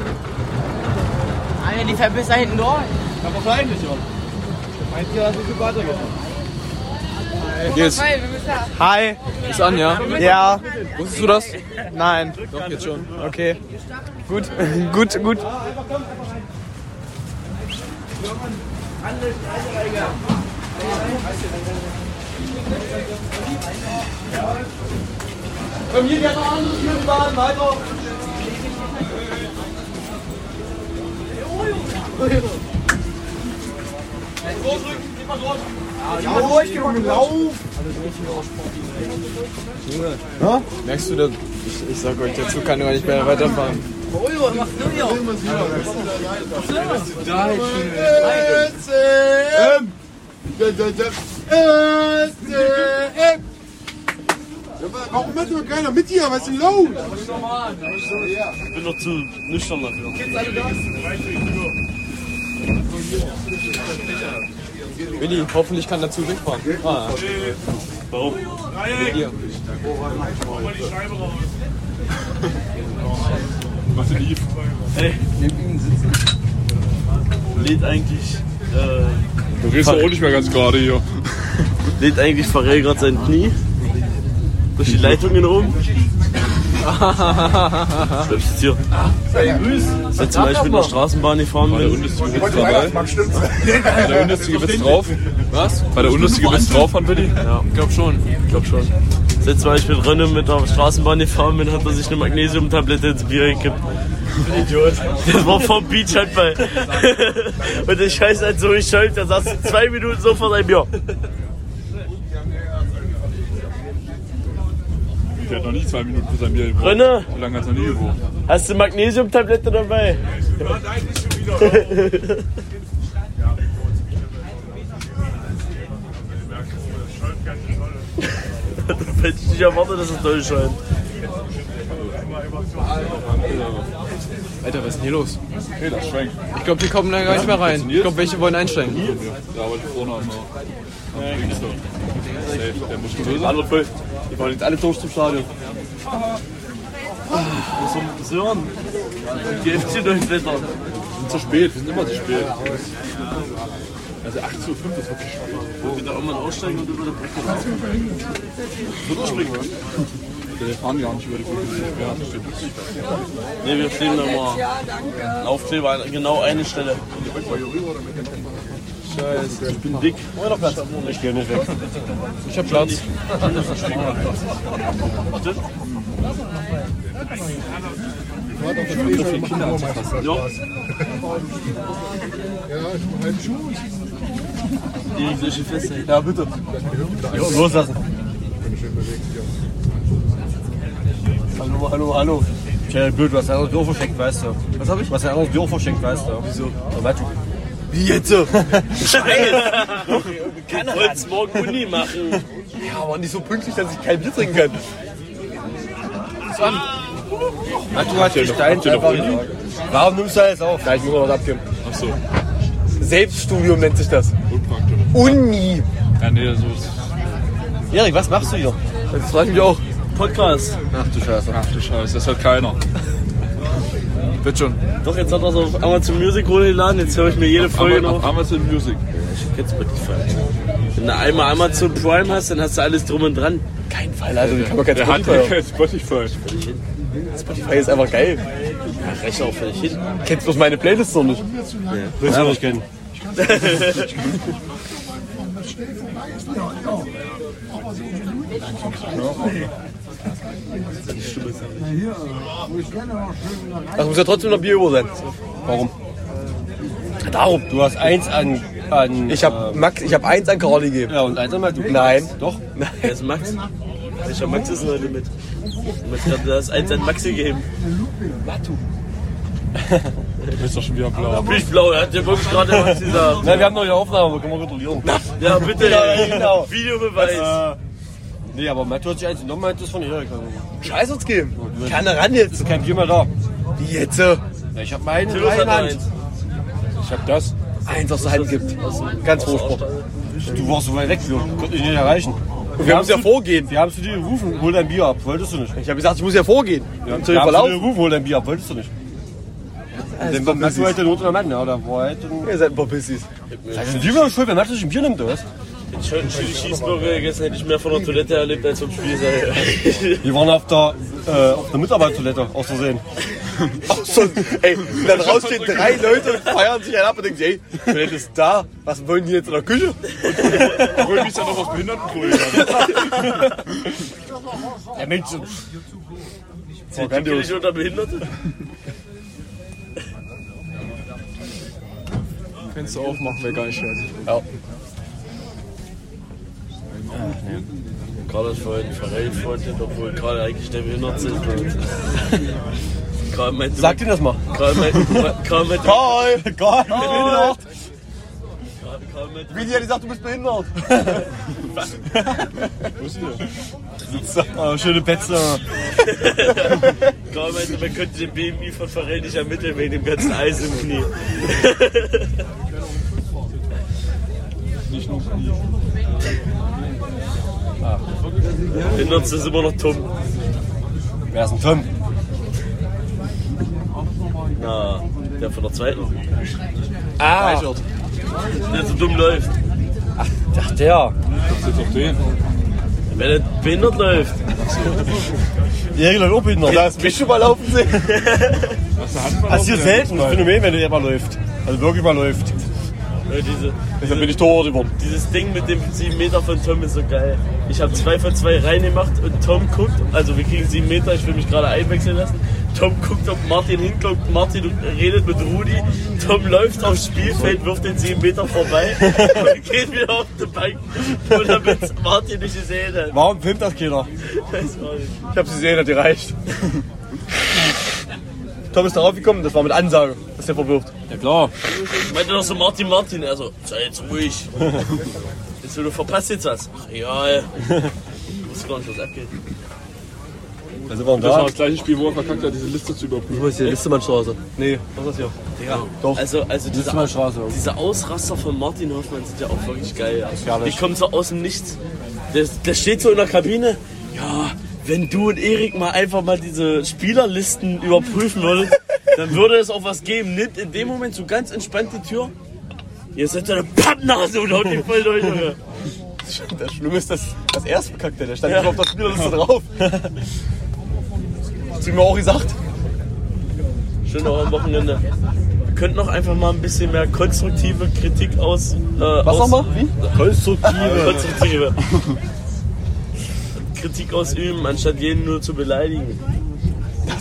Speaker 1: Alter, die Verbisser hinten durch. Ja, wahrscheinlich, ja. Meint ihr, dass es so weitergeht?
Speaker 7: Geht's. Hi. Ist Anja?
Speaker 1: Ja.
Speaker 7: Wusstest du das?
Speaker 1: Nein.
Speaker 7: Doch, jetzt schon.
Speaker 1: Okay. Gut, gut, gut.
Speaker 14: Komm hier, die hat noch andere Türen, Bahn, weiter.
Speaker 1: Jawohl, ich geh mal gelaufen.
Speaker 7: Junge. Ha? Merkst du das? Ich, ich sag euch, der Zug kann gar nicht mehr weiterfahren.
Speaker 1: Ulrich, mach nur hier.
Speaker 41: Warum macht doch keiner mit dir? Was ist denn los?
Speaker 14: Ich bin noch zu nüchtern dafür.
Speaker 7: Willi, hoffentlich kann der Zug wegfahren. Ah, ja.
Speaker 14: Warum?
Speaker 7: Mit dir.
Speaker 14: Was denn lief? Ey, neben ihm sitzen. Lädt eigentlich. Äh,
Speaker 6: Du gehst doch auch nicht mehr ganz gerade hier.
Speaker 14: Lädt eigentlich Farel gerade sein Knie? Durch die Leitungen rum? Schlimmstes Tier.
Speaker 42: Sei grüß.
Speaker 14: Das ist zum Beispiel mit der Straßenbahn gefahren bin.
Speaker 6: Bei der Unlustige Witz drauf.
Speaker 14: Was?
Speaker 6: Bei der Unlustige Witz drauf von Willi? Ja. Ich glaube schon. Ich glaube schon.
Speaker 14: Seit zum Beispiel Rönne mit der Straßenbahn gefahren bin, hat er sich eine Magnesiumtablette ins Bier gekippt. Idiot. Das war vom Beach halt bei. Und der Scheiß halt so geschäumt, der saß zwei Minuten so vor seinem Bier.
Speaker 43: Der hat noch nie zwei Minuten bis an mir gebraucht.
Speaker 14: Rönne?
Speaker 43: So lange hat er noch nie gebraucht.
Speaker 14: Hast du Magnesiumtablette dabei? Da hätte ich nicht erwartet, dass es toll scheint.
Speaker 44: Alter, was ist denn hier los?
Speaker 6: Nee, das schwenkt.
Speaker 44: Ich glaube, die kommen da gar nicht mehr rein. Ich glaube, welche wollen einsteigen.
Speaker 6: Da wollte ich vorne am am links so. Safe, Der muss schon Andere voll. Die wollen jetzt alle durch zum Stadion.
Speaker 14: Was soll man das hören? Die FC durch Wetter.
Speaker 43: Wir sind zu spät, wir sind immer zu spät. Also 8 zu 5 ist wirklich spät.
Speaker 14: Wollen wir da irgendwann aussteigen und über der Brücke laufen? Wird springen.
Speaker 43: Wir fahren gar nicht über die Brücke. Ja, das stimmt.
Speaker 14: Ne, wir kleben da mal einen Aufkleber an genau eine Stelle. Scheiße, ich bin dick. Ich gehe nicht weg.
Speaker 44: Ich hab Platz.
Speaker 14: Stimmt?
Speaker 43: Ich habe so viele Kinder anzufassen.
Speaker 14: Ja. Die solche Feste. Ja, bitte.
Speaker 43: Jo, loslassen.
Speaker 7: Hallo, hallo, hallo. Tja, blöd, was anderes Bier verschenkt, weißt du. Was hab ich? Was anderes Bier verschenkt, weißt du. Wieso? Ja, weißt du. Wie jetzt?
Speaker 14: Ich wollte es morgen Uni machen.
Speaker 7: Ja, aber nicht so pünktlich, dass ich kein Bier trinken kann. du hast dich deins einfach. Warum nimmst du alles auf? Ja, ich muss noch was abgeben. Achso. Selbststudium nennt sich das. Uni.
Speaker 6: Ja, nee, so ist
Speaker 7: Erik, was machst du hier?
Speaker 6: Das freut mich auch.
Speaker 14: Podcast.
Speaker 6: Ach du Scheiße. Ach du Scheiße, das hört keiner. Wird schon.
Speaker 14: Doch, jetzt hat er es auf Amazon Music hochgeladen. Jetzt höre ich mir jede
Speaker 6: Auf
Speaker 14: Folge
Speaker 6: Ama-
Speaker 14: noch.
Speaker 6: auf Amazon Music.
Speaker 14: Jetzt wird die Fall. Wenn du einmal Amazon Prime hast, dann hast du alles drum und dran. Kein Fall,
Speaker 7: also, ich kann doch kein
Speaker 14: Der hat
Speaker 7: Spotify.
Speaker 14: kein
Speaker 43: Spotify.
Speaker 7: Spotify ist einfach geil.
Speaker 14: Ja, recht auch völlig hin.
Speaker 7: Kennst bloß meine Playlist noch nicht.
Speaker 14: Willst du nicht kennen.
Speaker 7: Das muss ja trotzdem noch Bier über sein. Warum? Darum. Du hast eins an. an ich habe Max, ich habe eins an Carly gegeben. Ja, und eins an Max. Nein. Doch.
Speaker 14: Wer ist Max? Welcher Max ist denn heute mit? Ich glaube, da ist eins an Maxi gegeben. Matu.
Speaker 43: Du bist doch schon wieder blau.
Speaker 14: Bin ich blau, er hat ja wirklich gerade der Maxi gesagt.
Speaker 7: Nein, wir haben noch die Aufnahme, können wir kontrollieren.
Speaker 14: Ja, bitte.
Speaker 7: Ja, genau.
Speaker 14: Videobeweis.
Speaker 7: Nee, aber Matt hat sich eins genommen, meint das von Erik. Scheiß uns geben. Kann er ran jetzt. Kein Bier mehr da. Wie jetzt? äh? Ja, ich hab meinen
Speaker 14: Tillus hat
Speaker 7: Hand.
Speaker 14: eins.
Speaker 7: Ich hab das. Eins aus der Hand gibt. Ganz hoch. Du warst so weit weg, wir konnten dich nicht erreichen.
Speaker 14: Wir
Speaker 7: Wir
Speaker 14: haben
Speaker 7: haben es ja vorgehen. Wir haben zu dir gerufen, hol dein Bier ab. Wolltest du nicht? Ich habe gesagt, ich muss ja vorgehen. Wir haben zu dir
Speaker 45: verlaufen.
Speaker 7: gerufen, hol dein Bier ab. Wolltest du nicht?
Speaker 45: das
Speaker 7: Dann
Speaker 45: war
Speaker 7: war
Speaker 45: Pissis.
Speaker 7: du halt den roten Mann, ja, oder war halt Ihr seid ein paar Pissis. Seid ihr die mal schuld, wenn Matt sich ein Bier nimmt, oder was?
Speaker 14: Ich hab schon einen Cheeseburger gegessen, hätte ich mehr von der Toilette erlebt als vom Spiel. sei.
Speaker 7: Wir waren auf der, äh, auf der Mitarbeitertoilette, aus Versehen. ey, da draußen stehen drei Leute und feiern sich einen ab und denken, ey, Toilette ist da, was wollen die jetzt in der Küche?
Speaker 43: Obwohl, mich ja noch aus Behindertenkugel.
Speaker 7: Ja, Mensch.
Speaker 14: Sind die nicht unter Behinderte?
Speaker 44: Kannst du aufmachen, wäre gar nicht schlecht.
Speaker 7: Ja.
Speaker 14: Karl hat vorhin verrätfreundlich, obwohl Karl eigentlich der Behinderte ist. Karl meinte,
Speaker 7: Sag dir das mal.
Speaker 14: Karl meinte, Karl meinte,
Speaker 7: Karl, Karl,
Speaker 14: Karl.
Speaker 7: behindert. Wie die hat gesagt, du bist behindert. Oh, schöne Petze.
Speaker 14: Karl meinte, man könnte den BMI von Verrell nicht ermitteln wegen dem ganzen Eis im Knie.
Speaker 43: Nicht nur Knie.
Speaker 14: Behinderte ist immer noch dumm.
Speaker 7: Wer ist ein Tom?
Speaker 14: Na, der von der zweiten.
Speaker 7: Ah.
Speaker 14: Der so dumm läuft.
Speaker 7: Ach, der.
Speaker 43: Das ist jetzt auf den.
Speaker 14: Wenn er behindert läuft.
Speaker 3: Erik läuft auch behindert. Da hast mich schon mal laufen sehen. Das ist hier selten, das Phänomen, wenn du immer läuft. Also wirklich mal läuft.
Speaker 14: Diese,
Speaker 3: Deshalb bin ich Torwart geworden.
Speaker 14: dieses Ding mit dem 7 Meter von Tom ist so geil. Ich habe 2 von 2 reingemacht und Tom guckt, also wir kriegen 7 Meter, ich will mich gerade einwechseln lassen. Tom guckt, ob Martin hinguckt, Martin redet mit Rudi, Tom läuft aufs Spielfeld, wirft den 7 Meter vorbei und geht wieder auf die Bank, nur damit Martin nicht gesehen hat.
Speaker 3: Warum filmt das keiner?
Speaker 14: Weiß auch nicht.
Speaker 3: Ich hab's gesehen, hat gereicht. Tom ist darauf gekommen, das war mit Ansage, dass der verwirft. Ja klar.
Speaker 14: Ich meinte noch so Martin Martin, also sei jetzt ruhig. Jetzt du verpasst jetzt was. Ach egal. Ich wusste gar nicht, was abgeht.
Speaker 3: Da sind wir am
Speaker 46: Das war
Speaker 3: Tag.
Speaker 46: das gleiche Spiel, wo er verkackt hat, diese Liste zu überprüfen.
Speaker 14: Wo ist die Listermannstraße?
Speaker 3: Nee.
Speaker 14: Was ist das hier?
Speaker 3: Ja, doch.
Speaker 14: Also, also diese,
Speaker 46: Listermannstraße.
Speaker 14: diese Ausraster von Martin Hoffmann sind ja auch wirklich geil. Ja.
Speaker 46: Herrlich.
Speaker 14: Die kommen so aus dem Nichts. Der, der steht so in der Kabine. Ja, wenn du und Erik mal einfach mal diese Spielerlisten überprüfen würdet, dann würde es auch was geben. Nimmt in dem Moment so ganz entspannt die Tür. Ihr seid so eine Pappnase und haut die voll durch, Junge.
Speaker 3: Das Schlimme ist, dass das erste verkackt hat. Der stand
Speaker 14: Ja.
Speaker 3: nicht auf der Spielerliste drauf. Das hat sie mir auch gesagt.
Speaker 14: Schön auch am Wochenende. Wir könnten auch einfach mal ein bisschen mehr konstruktive Kritik aus. Äh,
Speaker 3: Was
Speaker 14: aus,
Speaker 3: nochmal? Wie?
Speaker 14: Konstruktive. konstruktive. Kritik ausüben, anstatt jeden nur zu beleidigen.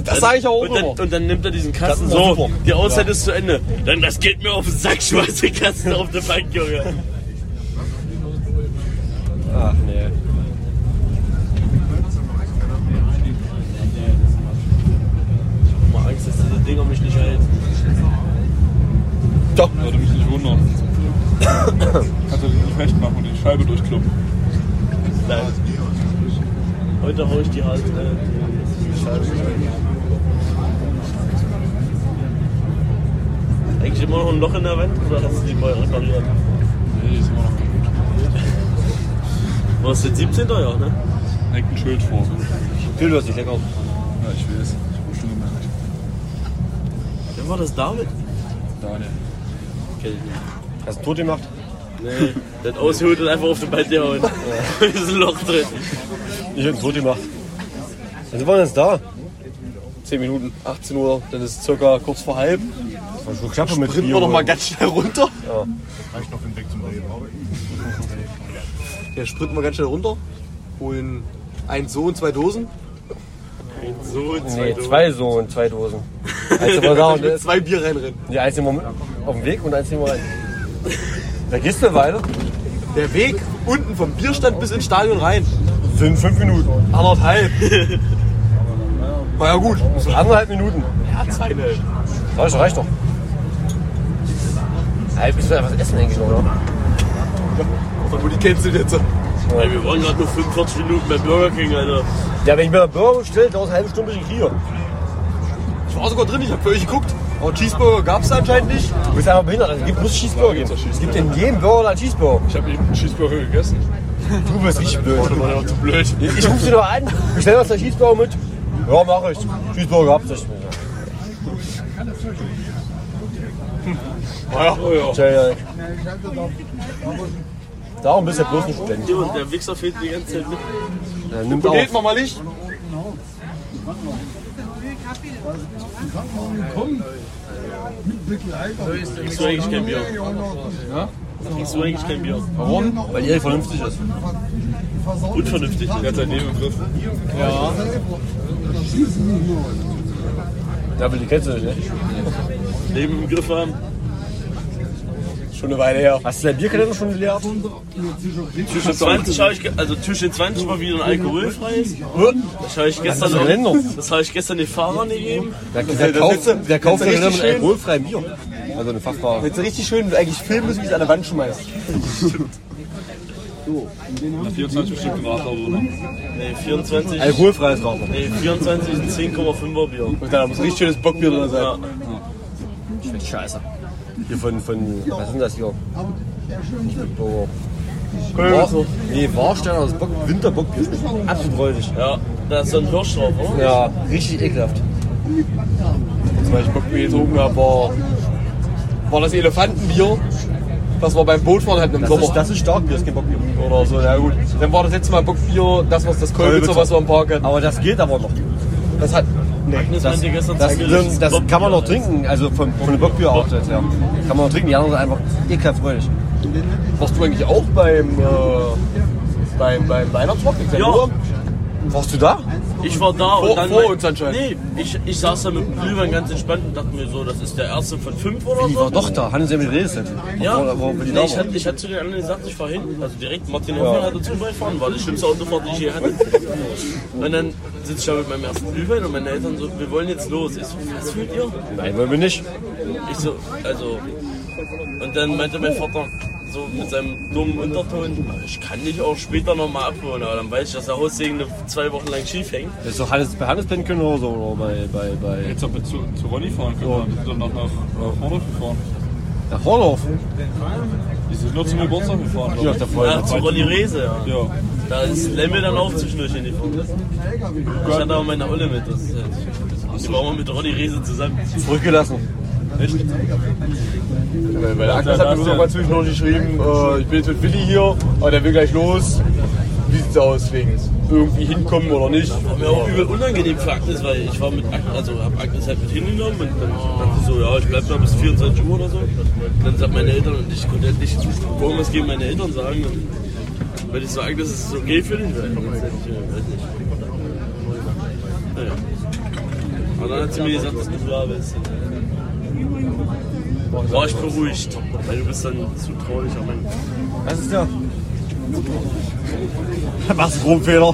Speaker 3: Das sage ich auch
Speaker 14: und dann,
Speaker 3: immer.
Speaker 14: und dann nimmt er diesen
Speaker 3: Das
Speaker 14: Kasten
Speaker 3: ist
Speaker 14: so.
Speaker 3: auch super.
Speaker 14: Die Auszeit
Speaker 3: Ja.
Speaker 14: ist zu Ende. Dann das geht mir auf den Sack, schmeiße Kasten auf die Bank, Junge.
Speaker 3: Ach nee.
Speaker 14: Ich hab mal Angst, dass diese Dinger mich nicht hält.
Speaker 3: Doch.
Speaker 46: Würde mich nicht wundern. Kannst du dich nicht recht machen und die Scheibe durchkloppen.
Speaker 14: Nein. Heute hau ich die halt. Äh, die Scheibe. Eigentlich immer noch ein Loch in der Wand oder hast du die mal repariert?
Speaker 46: Nee, ist immer noch kaputt.
Speaker 14: War es jetzt 17. Jahr, ne?
Speaker 46: Hängt ein Schild vor.
Speaker 3: Phil, du hast dich lecker auf.
Speaker 46: Ja, ich weiß. Ich hab schon gemerkt.
Speaker 14: Wer war das David?
Speaker 46: Daniel.
Speaker 14: Kenn ich nicht.
Speaker 3: Hast du tot gemacht?
Speaker 14: Nee, der hat ausgeholt und einfach auf den Ball gehauen. Da ist ein Loch drin.
Speaker 3: Ich hätte ein Foto gemacht. Dann sind wir jetzt Also, da. 10 Minuten, 18 Uhr, dann ist es circa kurz vor halb. Das war schon knapp mit Sprinten wir
Speaker 46: Bier,
Speaker 3: noch mal
Speaker 46: oder?
Speaker 3: ganz schnell runter. Ja.
Speaker 5: Reicht noch den Weg zum Rewe.
Speaker 3: Ja, sprinten wir ganz schnell runter, holen ein So und zwei Dosen.
Speaker 14: So und
Speaker 3: Nee, zwei So und zwei Dosen. Eins war da und mit zwei Bier reinrennen. Ja, eins nehmen wir mit auf dem Weg und eins nehmen wir rein. Da gehst du weiter. Der Weg unten vom Bierstand bis ins Stadion rein. Sind fünf Minuten. Anderthalb. War ja gut. Das sind anderthalb Minuten.
Speaker 14: Ja, zweieinhalb.
Speaker 3: Reicht, reicht doch.
Speaker 9: Ey, bist du da was essen eigentlich noch, oder?
Speaker 3: Aber die cancelt jetzt.
Speaker 14: Ey, wir waren gerade nur 45 Minuten bei Burger King, Alter.
Speaker 3: Ja, wenn ich mir einen Burger bestelle, dauert eine halbe Stunde, bis ich ihn kriege. Ich war sogar drin, ich hab für euch geguckt.
Speaker 47: Oh,
Speaker 3: Aber Cheeseburger gab es anscheinend nicht. Du bist einfach behindert, also gibt, muss Cheeseburger geben. Es gibt in jedem Burger einen Cheeseburger. Ich habe eben einen Cheeseburger gegessen. Du bist richtig blöd.
Speaker 46: zu blöd.
Speaker 3: Ich, ich ruf sie doch an, bestell uns einen Cheeseburger mit. Ja, mach ich. Cheeseburger habt ihr nicht mehr.
Speaker 46: Ja, ja.
Speaker 3: Tja, Oh ja. Darum bist du bloß ein Student.
Speaker 14: Ja, und der Wichser fehlt die ganze Zeit mit.
Speaker 3: Ja, nimmt auf.
Speaker 14: Probiert man
Speaker 3: mal Licht.
Speaker 14: Kriegst du eigentlich kein Bier? Ja? Kriegst du eigentlich kein Bier?
Speaker 3: Warum? Weil ihr vernünftig ist.
Speaker 14: Unvernünftig. Der hat sein Leben im Griff.
Speaker 3: Ja. Ja, will die kennst du nicht, ne?
Speaker 14: Leben im Griff haben.
Speaker 3: Schon eine Weile her. Hast du dein Bierkalender schon geleert?
Speaker 14: Tisch in 20 habe ich, ge- also Tisch in 20 war wieder ein alkoholfreies. Das habe ich gestern,
Speaker 3: Was ist denn noch?
Speaker 14: das habe ich gestern den Fahrern gegeben.
Speaker 3: Der,
Speaker 14: Also, Das
Speaker 3: der,
Speaker 14: ist ja
Speaker 3: kauft,
Speaker 14: das letzte-
Speaker 3: der kauft
Speaker 14: das ist
Speaker 3: dann
Speaker 14: richtig
Speaker 3: mit
Speaker 14: schön.
Speaker 3: alkoholfreiem Bier. Also eine Fachfrau. Jetzt richtig schön eigentlich filmen müssen, wie es an der Wand schmeißt.
Speaker 46: Nach 24 Stunden Radler oder so.
Speaker 14: Nee, 24.
Speaker 3: Alkoholfreies Rauchen.
Speaker 14: Nee, 24 ist ein 10,5er Bier.
Speaker 3: Und da muss ein richtig schönes Bockbier drin sein.
Speaker 14: Ja.
Speaker 3: Ich find scheiße. Hier von, von, was ist denn das hier? Oh. War, nee, Warsteiner, das Bock, Winterbockbier. Absolut räudig.
Speaker 14: Ja, da ist so ein Hirsch drauf, oder?
Speaker 3: Ja, richtig ekelhaft. Zum Beispiel Bockbier getrunken habe, war, war das Elefantenbier. Das war beim Bootfahren halt im Sommer. Ist, das ist Starkbier, das ist kein Bockbier. Oder so, na gut. Dann war das letzte Mal Bockbier, das was das Kolbitzer, was wir im Park hatten. Aber das geht aber noch.
Speaker 47: Das hat. Nee,
Speaker 14: Agnes
Speaker 47: das,
Speaker 14: meinte gestern zu
Speaker 47: das,
Speaker 14: mir,
Speaker 47: das,
Speaker 14: das
Speaker 47: das
Speaker 14: Bockbier
Speaker 47: kann man noch
Speaker 14: ist-
Speaker 47: trinken, also von, von der Bockbier auch jetzt, ja. Kann man noch trinken, die anderen sind einfach ekelhaft fröhlich. Warst du eigentlich auch beim, äh, beim, beim Weihnachtsmarkt?
Speaker 14: Ja.
Speaker 47: oder? Warst du da?
Speaker 14: Ich war da
Speaker 47: Vor-
Speaker 14: und dann.
Speaker 47: vor uns anscheinend.
Speaker 14: Nee, ich, ich saß da mit dem Glühwein ganz entspannt und dachte mir so, das ist der erste von fünf oder
Speaker 47: Ich
Speaker 14: so.
Speaker 47: war doch da, Hannes Emil Redes.
Speaker 14: Ja,
Speaker 47: Wo, wo, wo die
Speaker 14: nee,
Speaker 47: da
Speaker 14: ich,
Speaker 47: waren.
Speaker 14: hatte, ich hatte zu den anderen gesagt, ich fahre hin. Also direkt Martin
Speaker 47: Ja.
Speaker 14: Hoffmann hat dazu gefahren, war die schlimmste Autofahrt, die ich je hatte. Und dann sitze ich da mit meinem ersten Glühwein und meine Eltern so, wir wollen jetzt los. Ich so, was fühlt ihr?
Speaker 47: Nein, wollen wir nicht.
Speaker 14: Ich so, also. Und dann meinte mein Vater so mit seinem dummen Unterton, ich kann dich auch später nochmal abholen, aber dann weiß ich, dass der Haussegen zwei Wochen lang schief hängt.
Speaker 47: Das ist doch Hannes, bei Hannes pennen können oder so, oder bei... bei, bei
Speaker 6: Jetzt ob wir zu, zu Ronny fahren können, wir sind doch noch nach nach Hordorf gefahren.
Speaker 47: Nach Hordorf?
Speaker 6: Die sind nur zum Geburtstag gefahren.
Speaker 14: Ja,
Speaker 6: glaub ich.
Speaker 14: Ach, zu Ronny Rese, ja.
Speaker 6: Ja.
Speaker 14: Da ist Lemme dann auch zwischendurch in die Form. Ich hatte auch meine Olle mit. Das ist halt, die waren mal mit Ronny Rese zusammen.
Speaker 47: Zurückgelassen.
Speaker 6: Echt?
Speaker 47: Weil weil Agnes hat mir sogar zwischendurch geschrieben, äh, ich bin jetzt mit Willi hier, aber der will gleich los. Wie sieht's aus wegen irgendwie hinkommen oder nicht?
Speaker 14: War mir auch übel unangenehm für Agnes, weil ich war mit Agnes, also hab Agnes halt mit hingenommen und dann dachte ich so, ja, ich bleib da bis 24 Uhr oder so. Dann sagt meine Eltern und ich konnte halt nicht irgendwas gegen meine Eltern sagen. Und weil ich so Agnes, ist es okay für dich? Weil ich äh, weiß nicht. Naja. Aber dann hat sie mir gesagt, dass du da bist. War ich beruhigt, weil du bist dann zu traulicher Mann.
Speaker 47: Was ist ja. Machst du groben Fehler.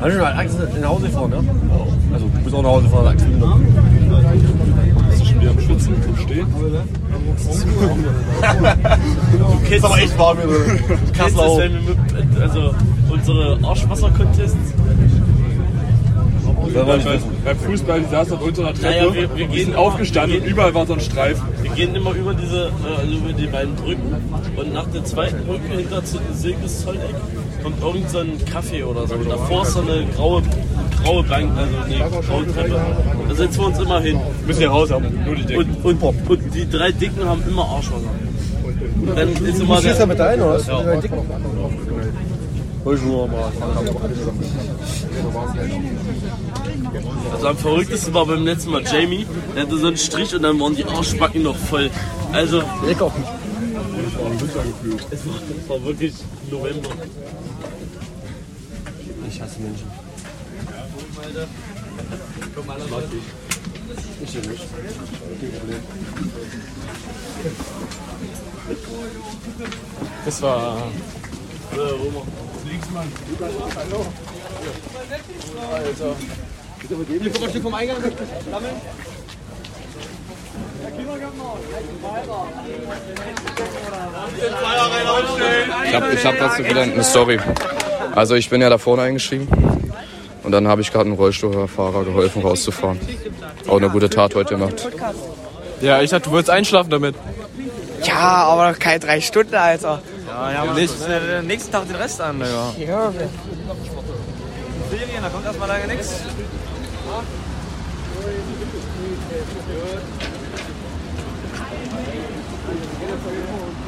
Speaker 47: Hab ich mal Angst nach Hause gefahren,
Speaker 14: ne?
Speaker 47: ja? Also, du bist auch nach Hause gefahren, Angst Bist du Genau. schon wieder am Schwitzen im Stehen?
Speaker 14: Du kennst
Speaker 47: Genau. aber echt warm hier drin.
Speaker 14: Du kennst
Speaker 47: Kassel auch.
Speaker 14: es, wenn wir mit, also unsere Arschwasser-Contests.
Speaker 6: Bei- bei- Beim Fußball, die saßen auf unserer Treppe,
Speaker 14: Naja, wir- wir
Speaker 6: die
Speaker 14: gehen-
Speaker 6: sind aufgestanden und überall war so ein Streifen.
Speaker 14: Wir gehen immer über diese, äh, also über die beiden Brücken und nach der zweiten Brücke hinter zu- Silkes Zolleck kommt irgend so ein Kaffee oder so. Und davor ist so eine graue, graue Bank, also eine graue Treppe. Da setzen wir uns immer hin.
Speaker 6: Müssen hier raus, aber nur die Dicken.
Speaker 14: Und, und, und die drei Dicken haben immer Arschwasser. Dann ist immer
Speaker 47: Du schießt
Speaker 14: der-
Speaker 47: damit ein, oder?
Speaker 14: Ja.
Speaker 47: Wollte ich nur mal.
Speaker 14: Also am verrücktesten war beim letzten Mal Jamie, der hatte so einen Strich und dann waren die Arschbacken noch voll. Also. Lecker. Es war, es war wirklich November.
Speaker 47: Ich hasse Menschen. Ich will nicht. Kein Problem.
Speaker 6: Das war.
Speaker 7: Hier, guck mal, Stück vom Eingang. Sammeln.
Speaker 48: Ich habe ich hab dazu wieder eine Story. Also ich bin ja da vorne eingeschrieben und dann habe ich gerade einem Rollstuhlfahrer geholfen rauszufahren. Auch eine gute Tat heute Nacht.
Speaker 7: Ja, ich dachte, du würdest einschlafen damit.
Speaker 1: Ja, aber doch keine drei Stunden, Alter.
Speaker 7: Ja, ja, aber Nicht. das ist
Speaker 1: am nächsten Tag den Rest an, Digga. Ja,
Speaker 7: Ferien, da kommt erstmal lange nichts.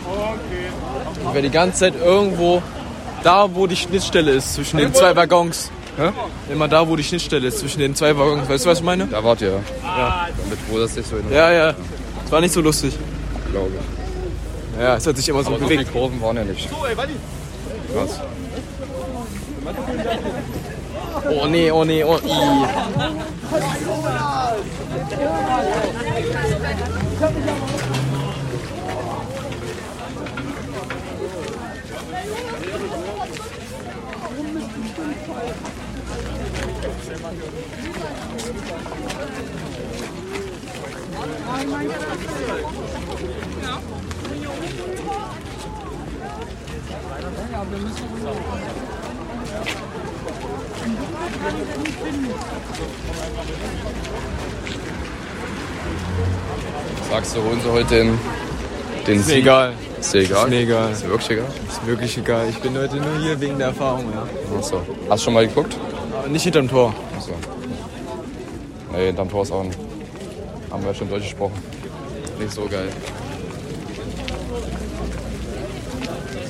Speaker 14: Okay.
Speaker 7: Ich wäre die ganze Zeit irgendwo da, wo die Schnittstelle ist, zwischen den zwei Waggons. Hä? Immer da, wo die Schnittstelle ist, zwischen den zwei Waggons. Weißt du, was ich meine?
Speaker 48: Da wart ihr.
Speaker 7: Ja.
Speaker 48: Mit wo das sich so hin.
Speaker 7: Ja, ja. Es war nicht so lustig.
Speaker 48: Glaube ich.
Speaker 7: Ja, es hat sich immer so
Speaker 48: Aber so
Speaker 7: bewegt.
Speaker 48: viele Kurven waren ja nicht.
Speaker 49: So, ey, Buddy.
Speaker 48: Krass.
Speaker 7: Oh nee, oh nee, oh i.
Speaker 48: Sagst du, holen sie heute den, den
Speaker 7: Ist mir
Speaker 48: Sieg?
Speaker 7: egal.
Speaker 48: Ist dir egal?
Speaker 7: Ist mir egal.
Speaker 48: Ist dir wirklich egal?
Speaker 7: Ist wirklich egal. Ich bin heute nur hier wegen der Erfahrung, ja.
Speaker 48: Achso. Hast du schon mal geguckt?
Speaker 7: Aber nicht hinterm Tor.
Speaker 48: Achso. Nee, hinterm Tor ist auch ein. Haben wir ja schon Deutsch gesprochen. Nicht so geil.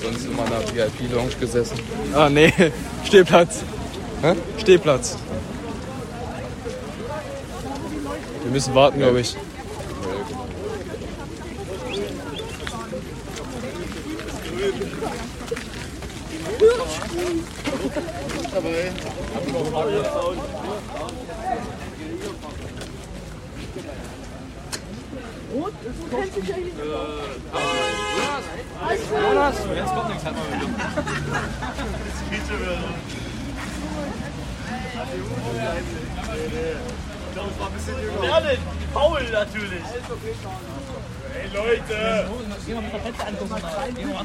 Speaker 48: Sonst immer in der VIP-Lounge gesessen.
Speaker 7: Ah nee, Stehplatz. Hä? Stehplatz. Wir müssen warten, glaube ich.
Speaker 50: Jonas, jetzt kommt nichts, hat man wieder.
Speaker 51: Ja, den Paul natürlich. Hey Leute!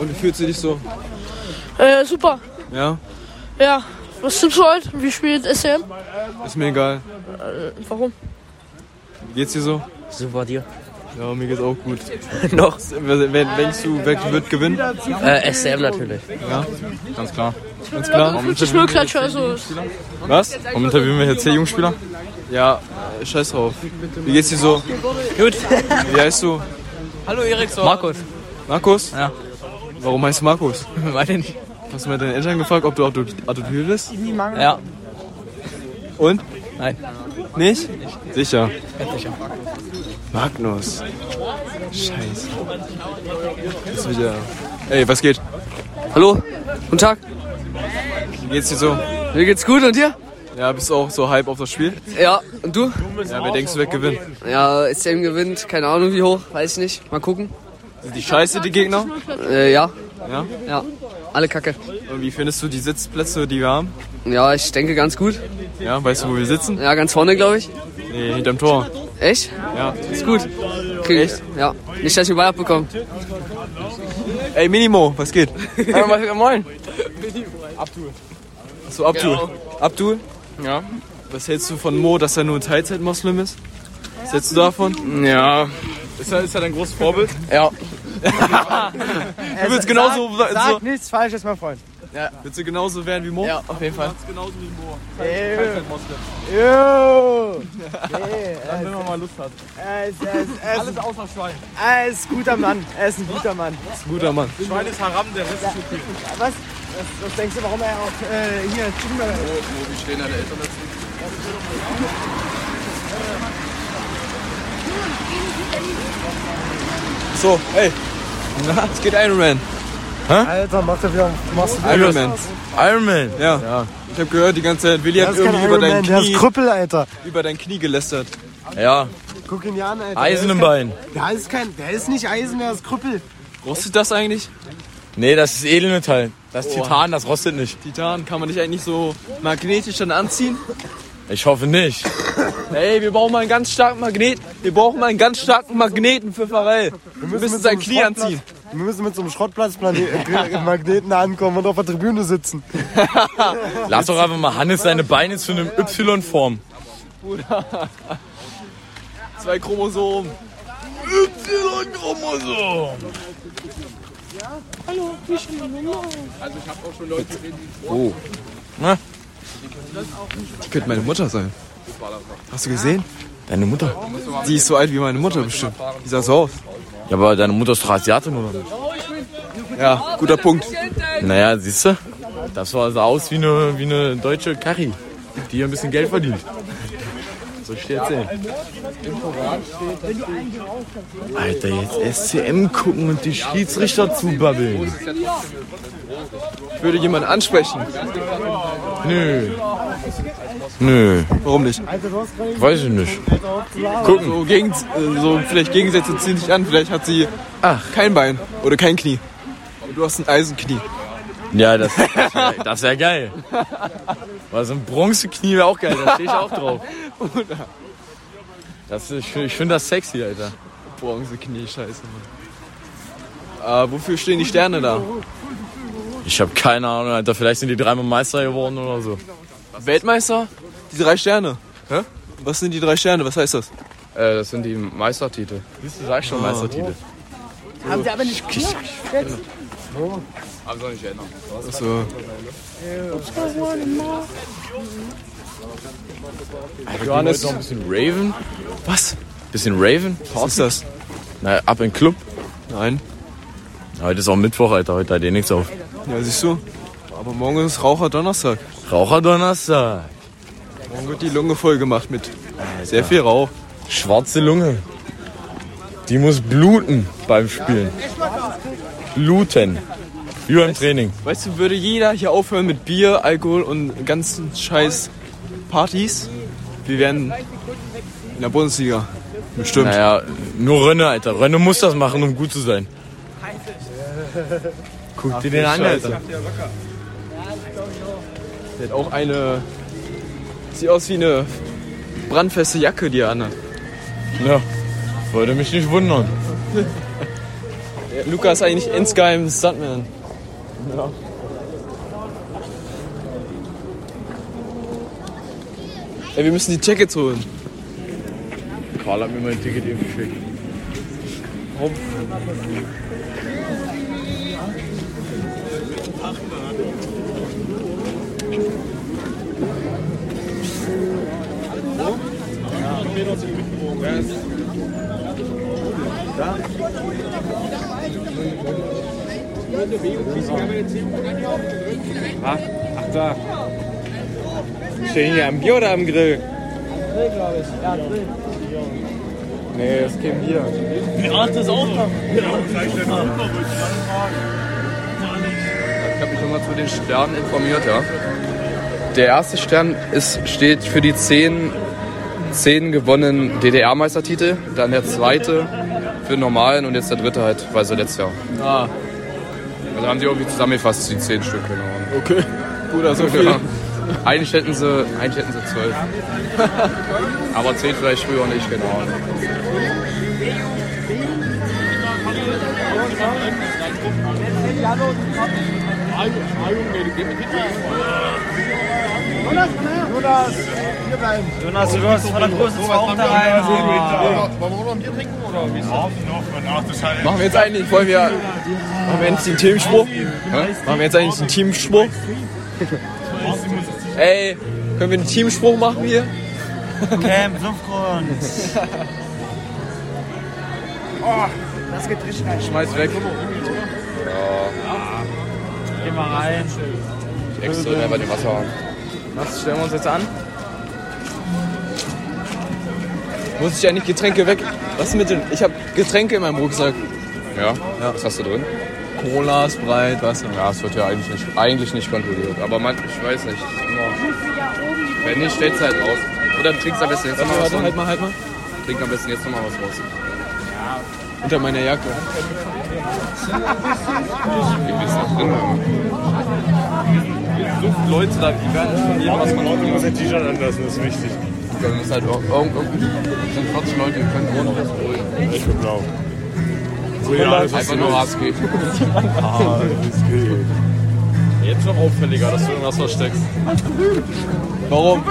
Speaker 7: Und wie fühlst du dich so?
Speaker 9: Äh, super.
Speaker 7: Ja?
Speaker 9: Ja, was tippst du heute? Wie spielt SM?
Speaker 7: Ist mir egal.
Speaker 9: Äh, warum?
Speaker 7: Geht's dir so?
Speaker 6: Super dir.
Speaker 7: Ja, mir geht's auch gut.
Speaker 6: Noch.
Speaker 7: Wer, wer denkst du, wer wird gewinnen?
Speaker 6: Äh, SM natürlich.
Speaker 7: Ja, ganz klar. Ganz
Speaker 9: Ja,
Speaker 7: klar.
Speaker 9: das fühlt sich nur Klatsche, also.
Speaker 7: Was? Warum interviewen wir jetzt hier Jungspieler? Ja, äh, scheiß drauf. Wie geht's dir so? Gut. Wie heißt du?
Speaker 6: Hallo Erik, Markus.
Speaker 7: Markus? Ja. Warum heißt du Markus? Weiß ich nicht. Hast du mal deine Eltern gefragt, ob du adop- adoptiert bist?
Speaker 6: Ja.
Speaker 7: Und?
Speaker 6: Nein.
Speaker 7: Nicht? Sicher.
Speaker 6: Sicher.
Speaker 7: Magnus. Scheiße. Ist wieder. Ey, was geht? Hallo? Guten Tag. Wie geht's dir so? Mir geht's gut und dir? Ja, bist du auch so hype auf das Spiel?
Speaker 6: Ja, und du?
Speaker 7: Ja, wer denkst du wird gewinnen?
Speaker 6: Ja, SM gewinnt, keine Ahnung wie hoch, weiß nicht. Mal gucken.
Speaker 7: Sind die scheiße, die Gegner?
Speaker 6: Äh, ja.
Speaker 7: Ja?
Speaker 6: Ja. Alle Kacke.
Speaker 7: Und wie findest du die Sitzplätze, die wir haben?
Speaker 6: Ja, ich denke ganz gut.
Speaker 7: Ja, weißt du, wo wir sitzen?
Speaker 6: Ja, ganz vorne, glaube ich.
Speaker 7: Nee, hinterm Tor.
Speaker 6: Echt?
Speaker 7: Ja.
Speaker 6: Ist gut. Krieg ich. Ja. Nicht, dass ich den Ball abbekomme.
Speaker 7: Ey, Minimo, was geht?
Speaker 6: Moin.
Speaker 7: Abdul. Achso, Abdul.
Speaker 6: Genau.
Speaker 7: Abdul? Ja. Was hältst du von Mo, dass er nur ein Teilzeit-Moslem ist? Was hältst du davon? Ja.
Speaker 52: Ist er, ist er dein großes Vorbild?
Speaker 7: Ja.
Speaker 52: du
Speaker 7: willst genauso.
Speaker 1: Also Sag,
Speaker 52: Also
Speaker 1: sag
Speaker 7: so,
Speaker 1: nichts Falsches, mein Freund.
Speaker 7: ja. Willst du genauso werden wie Mo? Ja, auf jeden Fall.
Speaker 52: Genauso wie Mo.
Speaker 1: Ey.
Speaker 52: Teilzeitmoslem.
Speaker 1: Jo!
Speaker 52: Dann, wenn man mal Lust hat.
Speaker 1: Er ist, er ist, er ist,
Speaker 52: Alles außer Schwein.
Speaker 1: er ist ein guter Mann. Er ist ein guter Mann.
Speaker 7: Guter Mann.
Speaker 52: Schwein ist Haram, der Rest ist okay.
Speaker 1: Was, was, was denkst du, warum er auch äh, hier Chicken Burger
Speaker 6: Wie stehen deine Eltern dazu?
Speaker 7: So, ey. Na, es geht Iron Man.
Speaker 5: Alter, mach doch wieder machst du wieder-
Speaker 7: Iron Man. Iron Man? Ja. Ich habe gehört die ganze Zeit, Willi
Speaker 5: Der
Speaker 7: hat
Speaker 5: ist kein
Speaker 7: irgendwie über
Speaker 5: Iron
Speaker 7: dein,
Speaker 5: Man, der ist
Speaker 7: Knie,
Speaker 5: Krüppel, Alter.
Speaker 7: über dein Knie gelästert.
Speaker 6: Ja.
Speaker 5: Guck ihn dir an, Alter.
Speaker 7: Eisenbein.
Speaker 5: Der ist kein, der ist nicht Eisen, der ist Krüppel.
Speaker 7: Rostet das eigentlich?
Speaker 6: Nee, das ist Edelmetall.
Speaker 7: Das
Speaker 6: ist
Speaker 7: Titan,
Speaker 6: das rostet nicht.
Speaker 7: Titan, kann man dich eigentlich so magnetisch dann anziehen?
Speaker 6: Ich hoffe nicht.
Speaker 7: Ey, wir brauchen mal einen ganz starken Magneten. Wir brauchen mal einen ganz starken Magneten für Pharrell. Wir müssen,
Speaker 5: mit
Speaker 7: sein
Speaker 5: so einem
Speaker 7: Knie
Speaker 5: Schrottplatz-
Speaker 7: anziehen.
Speaker 5: Wir müssen mit so einem Schrottplatzmagneten ankommen und auf der Tribüne sitzen.
Speaker 6: Lass doch einfach mal Hannes seine Beine zu einem Y formen.
Speaker 7: Bruder. Zwei Chromosomen.
Speaker 50: Y-Chromosom.
Speaker 1: Hallo, wie schön.
Speaker 52: Also ich habe auch schon Leute gesehen, die...
Speaker 7: Oh. Na? Die könnte meine Mutter sein. Hast du gesehen?
Speaker 6: Deine Mutter.
Speaker 7: Die ist so alt wie meine Mutter bestimmt. Die sah so aus.
Speaker 6: Ja, aber deine Mutter ist doch Asiatin, oder?
Speaker 7: Ja, guter Punkt.
Speaker 6: Naja, siehst du? Das sah also aus wie eine, wie eine deutsche Kari, die hier ein bisschen Geld verdient. So steht erzählen.
Speaker 52: Im Koran steht, dass du...
Speaker 6: Alter, jetzt SCM gucken und die Schiedsrichter zubabbeln.
Speaker 7: Ich würde jemanden ansprechen.
Speaker 6: Nö. Nö.
Speaker 7: Warum nicht?
Speaker 6: Weiß ich nicht.
Speaker 7: Gucken. So, gegen, äh, so vielleicht Gegensätze ziehen sich an. Vielleicht hat sie kein Bein oder kein Knie. Und du hast ein Eisenknie.
Speaker 6: Ja, das, das wäre das wär geil. Aber so ein Bronzeknie wäre auch geil, da stehe ich auch drauf.
Speaker 7: Bruder.
Speaker 6: Das, ist- ich find- ich finde das sexy, Alter.
Speaker 7: Bronzeknie, scheiße, Mann. Äh, wofür stehen die Sterne da?
Speaker 6: Ich habe keine Ahnung, Alter. Vielleicht sind die dreimal Meister geworden oder so.
Speaker 7: Weltmeister? Die drei Sterne. Hä? Was sind die drei Sterne? Was heißt das?
Speaker 53: Äh, das sind die Meistertitel. Siehst du, sag ich
Speaker 7: schon Meistertitel.
Speaker 1: Haben sie aber nicht gehört? Jetzt.
Speaker 52: Aber soll nicht ändern.
Speaker 7: Achso.
Speaker 6: Johannes. Noch ein bisschen Raven? Was? Bisschen Raven?
Speaker 7: Was ist das?
Speaker 6: Na, ab in den Club?
Speaker 7: Nein.
Speaker 6: Heute ist auch Mittwoch, Alter. Heute hat eh nichts auf.
Speaker 7: Ja, siehst du. Aber morgen ist Raucherdonnerstag.
Speaker 6: Raucherdonnerstag.
Speaker 7: Morgen wird die Lunge voll gemacht mit
Speaker 14: Sehr viel Rauch. Schwarze Lunge. Die muss bluten beim Spielen. Bluten. Wie beim Training.
Speaker 7: Weißt du, würde jeder hier aufhören mit Bier, Alkohol und ganzen Scheiß Partys? Wir wären in der Bundesliga.
Speaker 14: Bestimmt. Naja, nur Rönne, Alter. Rönne muss das machen, um gut zu sein. Guck dir den an, Alter.
Speaker 7: Der hat auch eine. Sieht aus wie eine brandfeste Jacke, die er anhat.
Speaker 14: Ja, würde mich nicht wundern.
Speaker 7: Luca ist eigentlich insgeheim Stuntman. Ja. Ey, wir müssen die Tickets holen.
Speaker 14: Karl hat mir mein Ticket eben geschickt.
Speaker 7: Warum?
Speaker 54: Ach, ach da.
Speaker 7: Stehen hier am Bier oder am Grill? Nee, das käme hier.
Speaker 55: Ach, das ist auch da.
Speaker 56: Ich habe mich nochmal zu den Sternen informiert, ja. Der erste Stern ist, steht für die zehn, zehn gewonnenen DDR-Meistertitel, dann der zweite für den normalen und jetzt der dritte halt, weil so letztes Jahr.
Speaker 7: Ah,
Speaker 56: Also haben sie irgendwie zusammengefasst, die zehn Stück, genau.
Speaker 7: okay. Bruder, so viel.
Speaker 56: Ja. Eigentlich hätten sie, eigentlich hätten sie zwölf. Aber zehn vielleicht früher und ich, genau.
Speaker 57: Jonas, hier bleiben.
Speaker 58: Jonas, du wirst von der großen Frau da rein. Wollen wir noch ein Bier trinken oder wie ist das?
Speaker 7: Machen wir jetzt eigentlich, wollen wir, machen wir jetzt den Teamspruch? Machen wir jetzt eigentlich den Teamspruch? Ey, können wir einen Teamspruch machen hier?
Speaker 59: Camp Sumpfgrund. oh, das geht richtig rein.
Speaker 7: Schmeiß weg.
Speaker 56: Ja.
Speaker 59: Geh mal rein.
Speaker 56: Extra einfach den Wasser an.
Speaker 7: Was stellen wir uns jetzt an? Muss ich eigentlich Getränke weg? Was mit den? Ich habe Getränke in meinem Rucksack.
Speaker 56: Ja? Was hast du drin?
Speaker 7: Cola, Sprite, Wasser.
Speaker 56: Ja, es wird ja eigentlich nicht, eigentlich nicht kontrolliert. Aber man, ich weiß nicht. Wenn nicht, stellt's halt raus. Oder du trinkst am besten jetzt
Speaker 7: Warte,
Speaker 56: nochmal was
Speaker 7: warte,
Speaker 56: raus.
Speaker 7: halt mal, halt mal.
Speaker 56: Trink am besten jetzt nochmal was raus.
Speaker 7: Unter meiner Jacke.
Speaker 6: Sucht Leute da, die werden von jedem was man heute muss ein T-Shirt anlassen, das ist wichtig.
Speaker 56: Wir müssen halt irgendwie, sind 40 Leute, wir können ohne was holen. Ich bin blau.
Speaker 6: So, ja, das
Speaker 56: einfach nur ASG.
Speaker 6: Ah, das geht. Jetzt noch auffälliger, dass du irgendwas versteckst.
Speaker 7: Warum?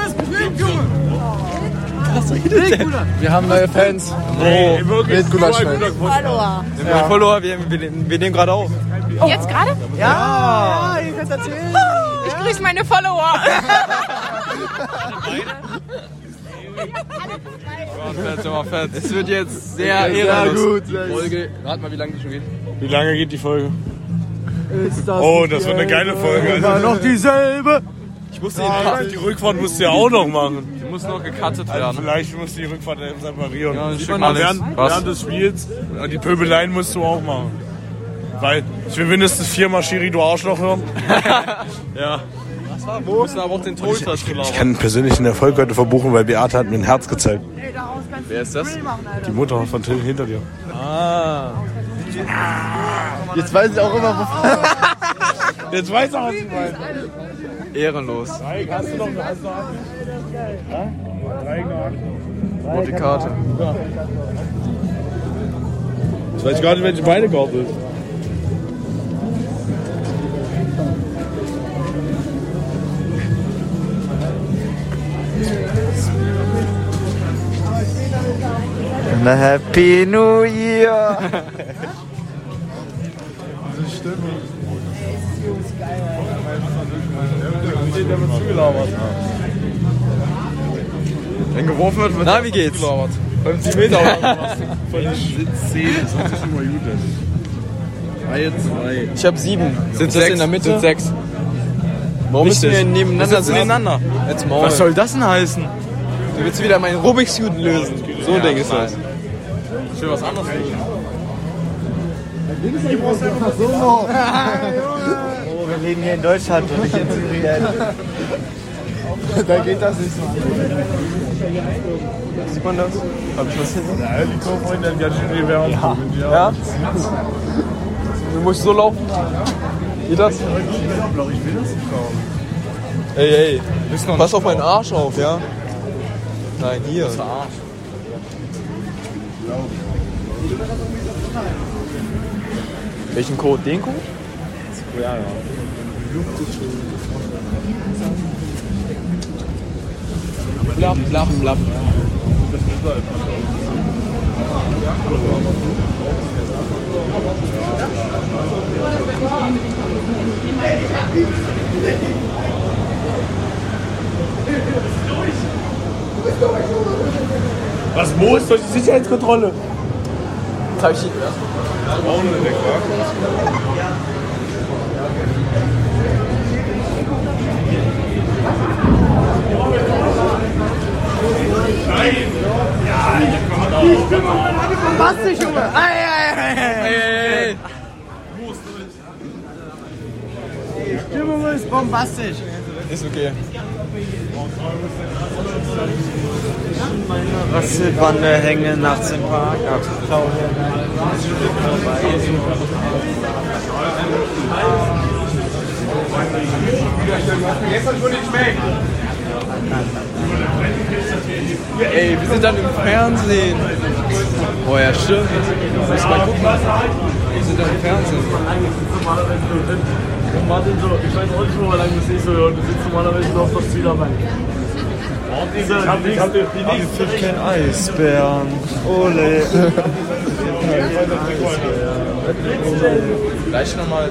Speaker 59: Was redet der?
Speaker 7: Wir haben neue Fans.
Speaker 59: Nee,
Speaker 7: wirklich, Wildgulasch so ein guter
Speaker 59: Hallo.
Speaker 7: Ja. Follower, wir, wir, wir nehmen gerade auf.
Speaker 9: Jetzt gerade?
Speaker 7: Ja.
Speaker 9: ihr könnt erzählen. Ich grüße meine Follower.
Speaker 7: Es wird jetzt
Speaker 56: Ja,
Speaker 7: sehr ehrenlos.
Speaker 56: Folge, rat mal, wie lange die schon geht.
Speaker 6: Wie lange geht die Folge?
Speaker 56: Ist
Speaker 6: das Oh, das wird eine geile Folge.
Speaker 56: Immer noch
Speaker 6: dieselbe. Ich musste
Speaker 7: Ah,
Speaker 6: ja, die Rückfahrt musst du ja auch noch machen.
Speaker 7: Die muss noch gecuttet
Speaker 6: Also
Speaker 7: werden.
Speaker 6: vielleicht musst du die Rückfahrt eben separieren.
Speaker 7: Ja, dann
Speaker 6: Sieht
Speaker 7: schick
Speaker 6: man
Speaker 7: mal
Speaker 6: auch
Speaker 7: alles.
Speaker 6: während,
Speaker 7: Was?
Speaker 6: während des Spiels. Und die Pöbeleien musst du auch machen. Weil ich will mindestens viermal Schiri, du Arschloch hören. ja.
Speaker 7: Wir müssen aber auch den Torhüter
Speaker 6: Ich
Speaker 60: kann einen persönlichen Erfolg heute verbuchen, weil Beate hat mir ein Herz gezeigt.
Speaker 7: Wer ist das?
Speaker 60: Die Mutter von Till hinter dir.
Speaker 7: Ah.
Speaker 57: Jetzt weiß ich auch immer, wovon.
Speaker 6: Jetzt weiß er, was ich meine.
Speaker 7: Ehrenlos.
Speaker 6: Hast du noch eine
Speaker 7: Rote Karte.
Speaker 6: Ich weiß gar nicht, welche meine Karte ist.
Speaker 59: Happy New Year.
Speaker 57: Diese Stimme.
Speaker 7: Wenn geworfen wird, wird Na, wie geht's? Beim 10 Meter
Speaker 6: Von den 10, das hat sich schon mal gut also. an. Reihe 2.
Speaker 7: Ich hab sieben.
Speaker 6: Sind
Speaker 7: das
Speaker 6: sechs,
Speaker 7: in der Mitte?
Speaker 6: sind sechs.
Speaker 7: Warum
Speaker 6: Richtig.
Speaker 7: müssen wir nebeneinander
Speaker 6: Wir sitzen
Speaker 7: sitzen?
Speaker 6: nebeneinander.
Speaker 7: Jetzt Maul.
Speaker 6: Was soll das denn heißen?
Speaker 7: Du willst wieder meinen Rubik's Cube lösen. So ein Ding ist das.
Speaker 61: Ich will was anderes sehen.
Speaker 3: Oh, wir leben hier in Deutschland und nicht in Syrien.
Speaker 5: Da geht das nicht so.
Speaker 7: Sieht man das? Hab ich was hier?
Speaker 62: Ja, die Kurven dann ganz schön die Wärme. Ja.
Speaker 7: Ja? Du musst so laufen. Geht das? Ey, ey. Pass auf meinen Arsch auf, ja? Nein, hier. Welchen Code? Den Code?
Speaker 5: Ja, ja.
Speaker 7: Blab, blab, blab.
Speaker 63: Was Mo ist durch die Sicherheitskontrolle?
Speaker 7: Das hab ich hier.
Speaker 3: Was dich, Junge? Ei, ei, ei, ei, ei, ei. Die Stimmung ist bombastisch.
Speaker 7: Ist okay.
Speaker 3: Rasselbande hängen nachts im Park ab. Schau her.
Speaker 7: Ey, wir sind dann im Fernsehen. Oh ja, stimmt. Muss mal gucken. Wir sind dann im Fernsehen.
Speaker 6: Und Martin, so, ich weiß auch nicht, wo wir lang das nächste hören. Du sitzt normalerweise nur auf der Zwiebelbank. Ich hab die, ich hab die, die nächste
Speaker 64: Kein Eisbären. Ole.
Speaker 7: Gleich nochmal.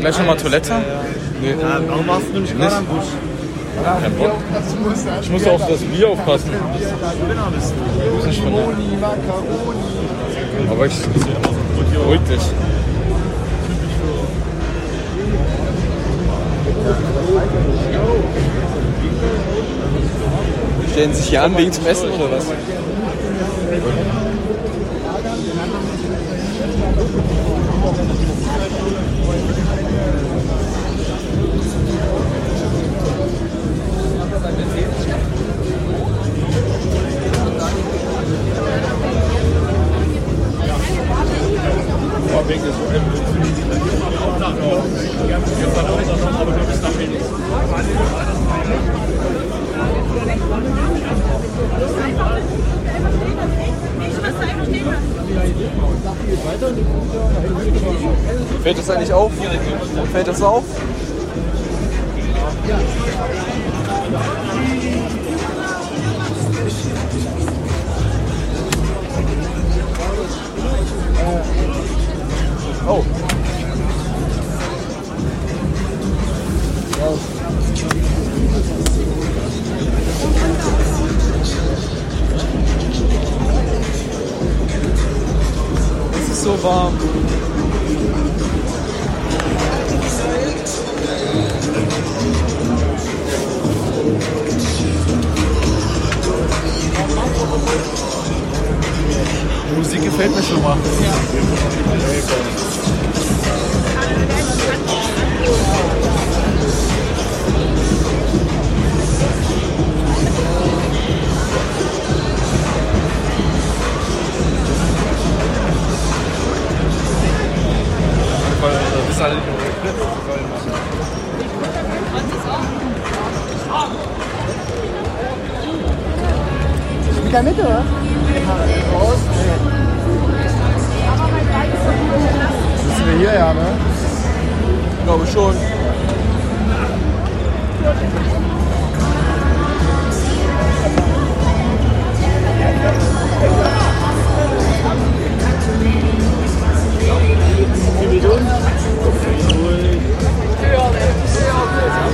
Speaker 7: Gleich nochmal Toilette? Nee.
Speaker 64: Warum machst du nämlich gerade am Busch?
Speaker 7: Kein Bock. Ich muss auf das Bier aufpassen.
Speaker 5: Moni, Macaroni.
Speaker 7: Aber ich. Ruhig dich. Stellen sich hier an wegen zum Essen oder was? Fällt das eigentlich auf? Fällt das auf? Oh. Es ist so warm.
Speaker 65: Die Musik gefällt mir schon mal.
Speaker 3: In der Mitte, oder?
Speaker 5: Sitzen wir hier, ja, ne?
Speaker 7: Ich glaube schon.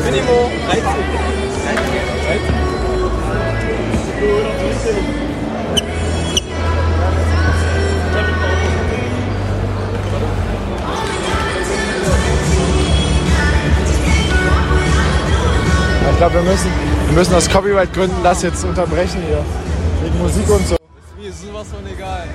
Speaker 7: Minimo.
Speaker 5: Auf glaube, wir müssen, wir müssen aus Copyright-Gründen das jetzt unterbrechen hier. Wegen Musik und so.
Speaker 66: Mir ist sowas von egal.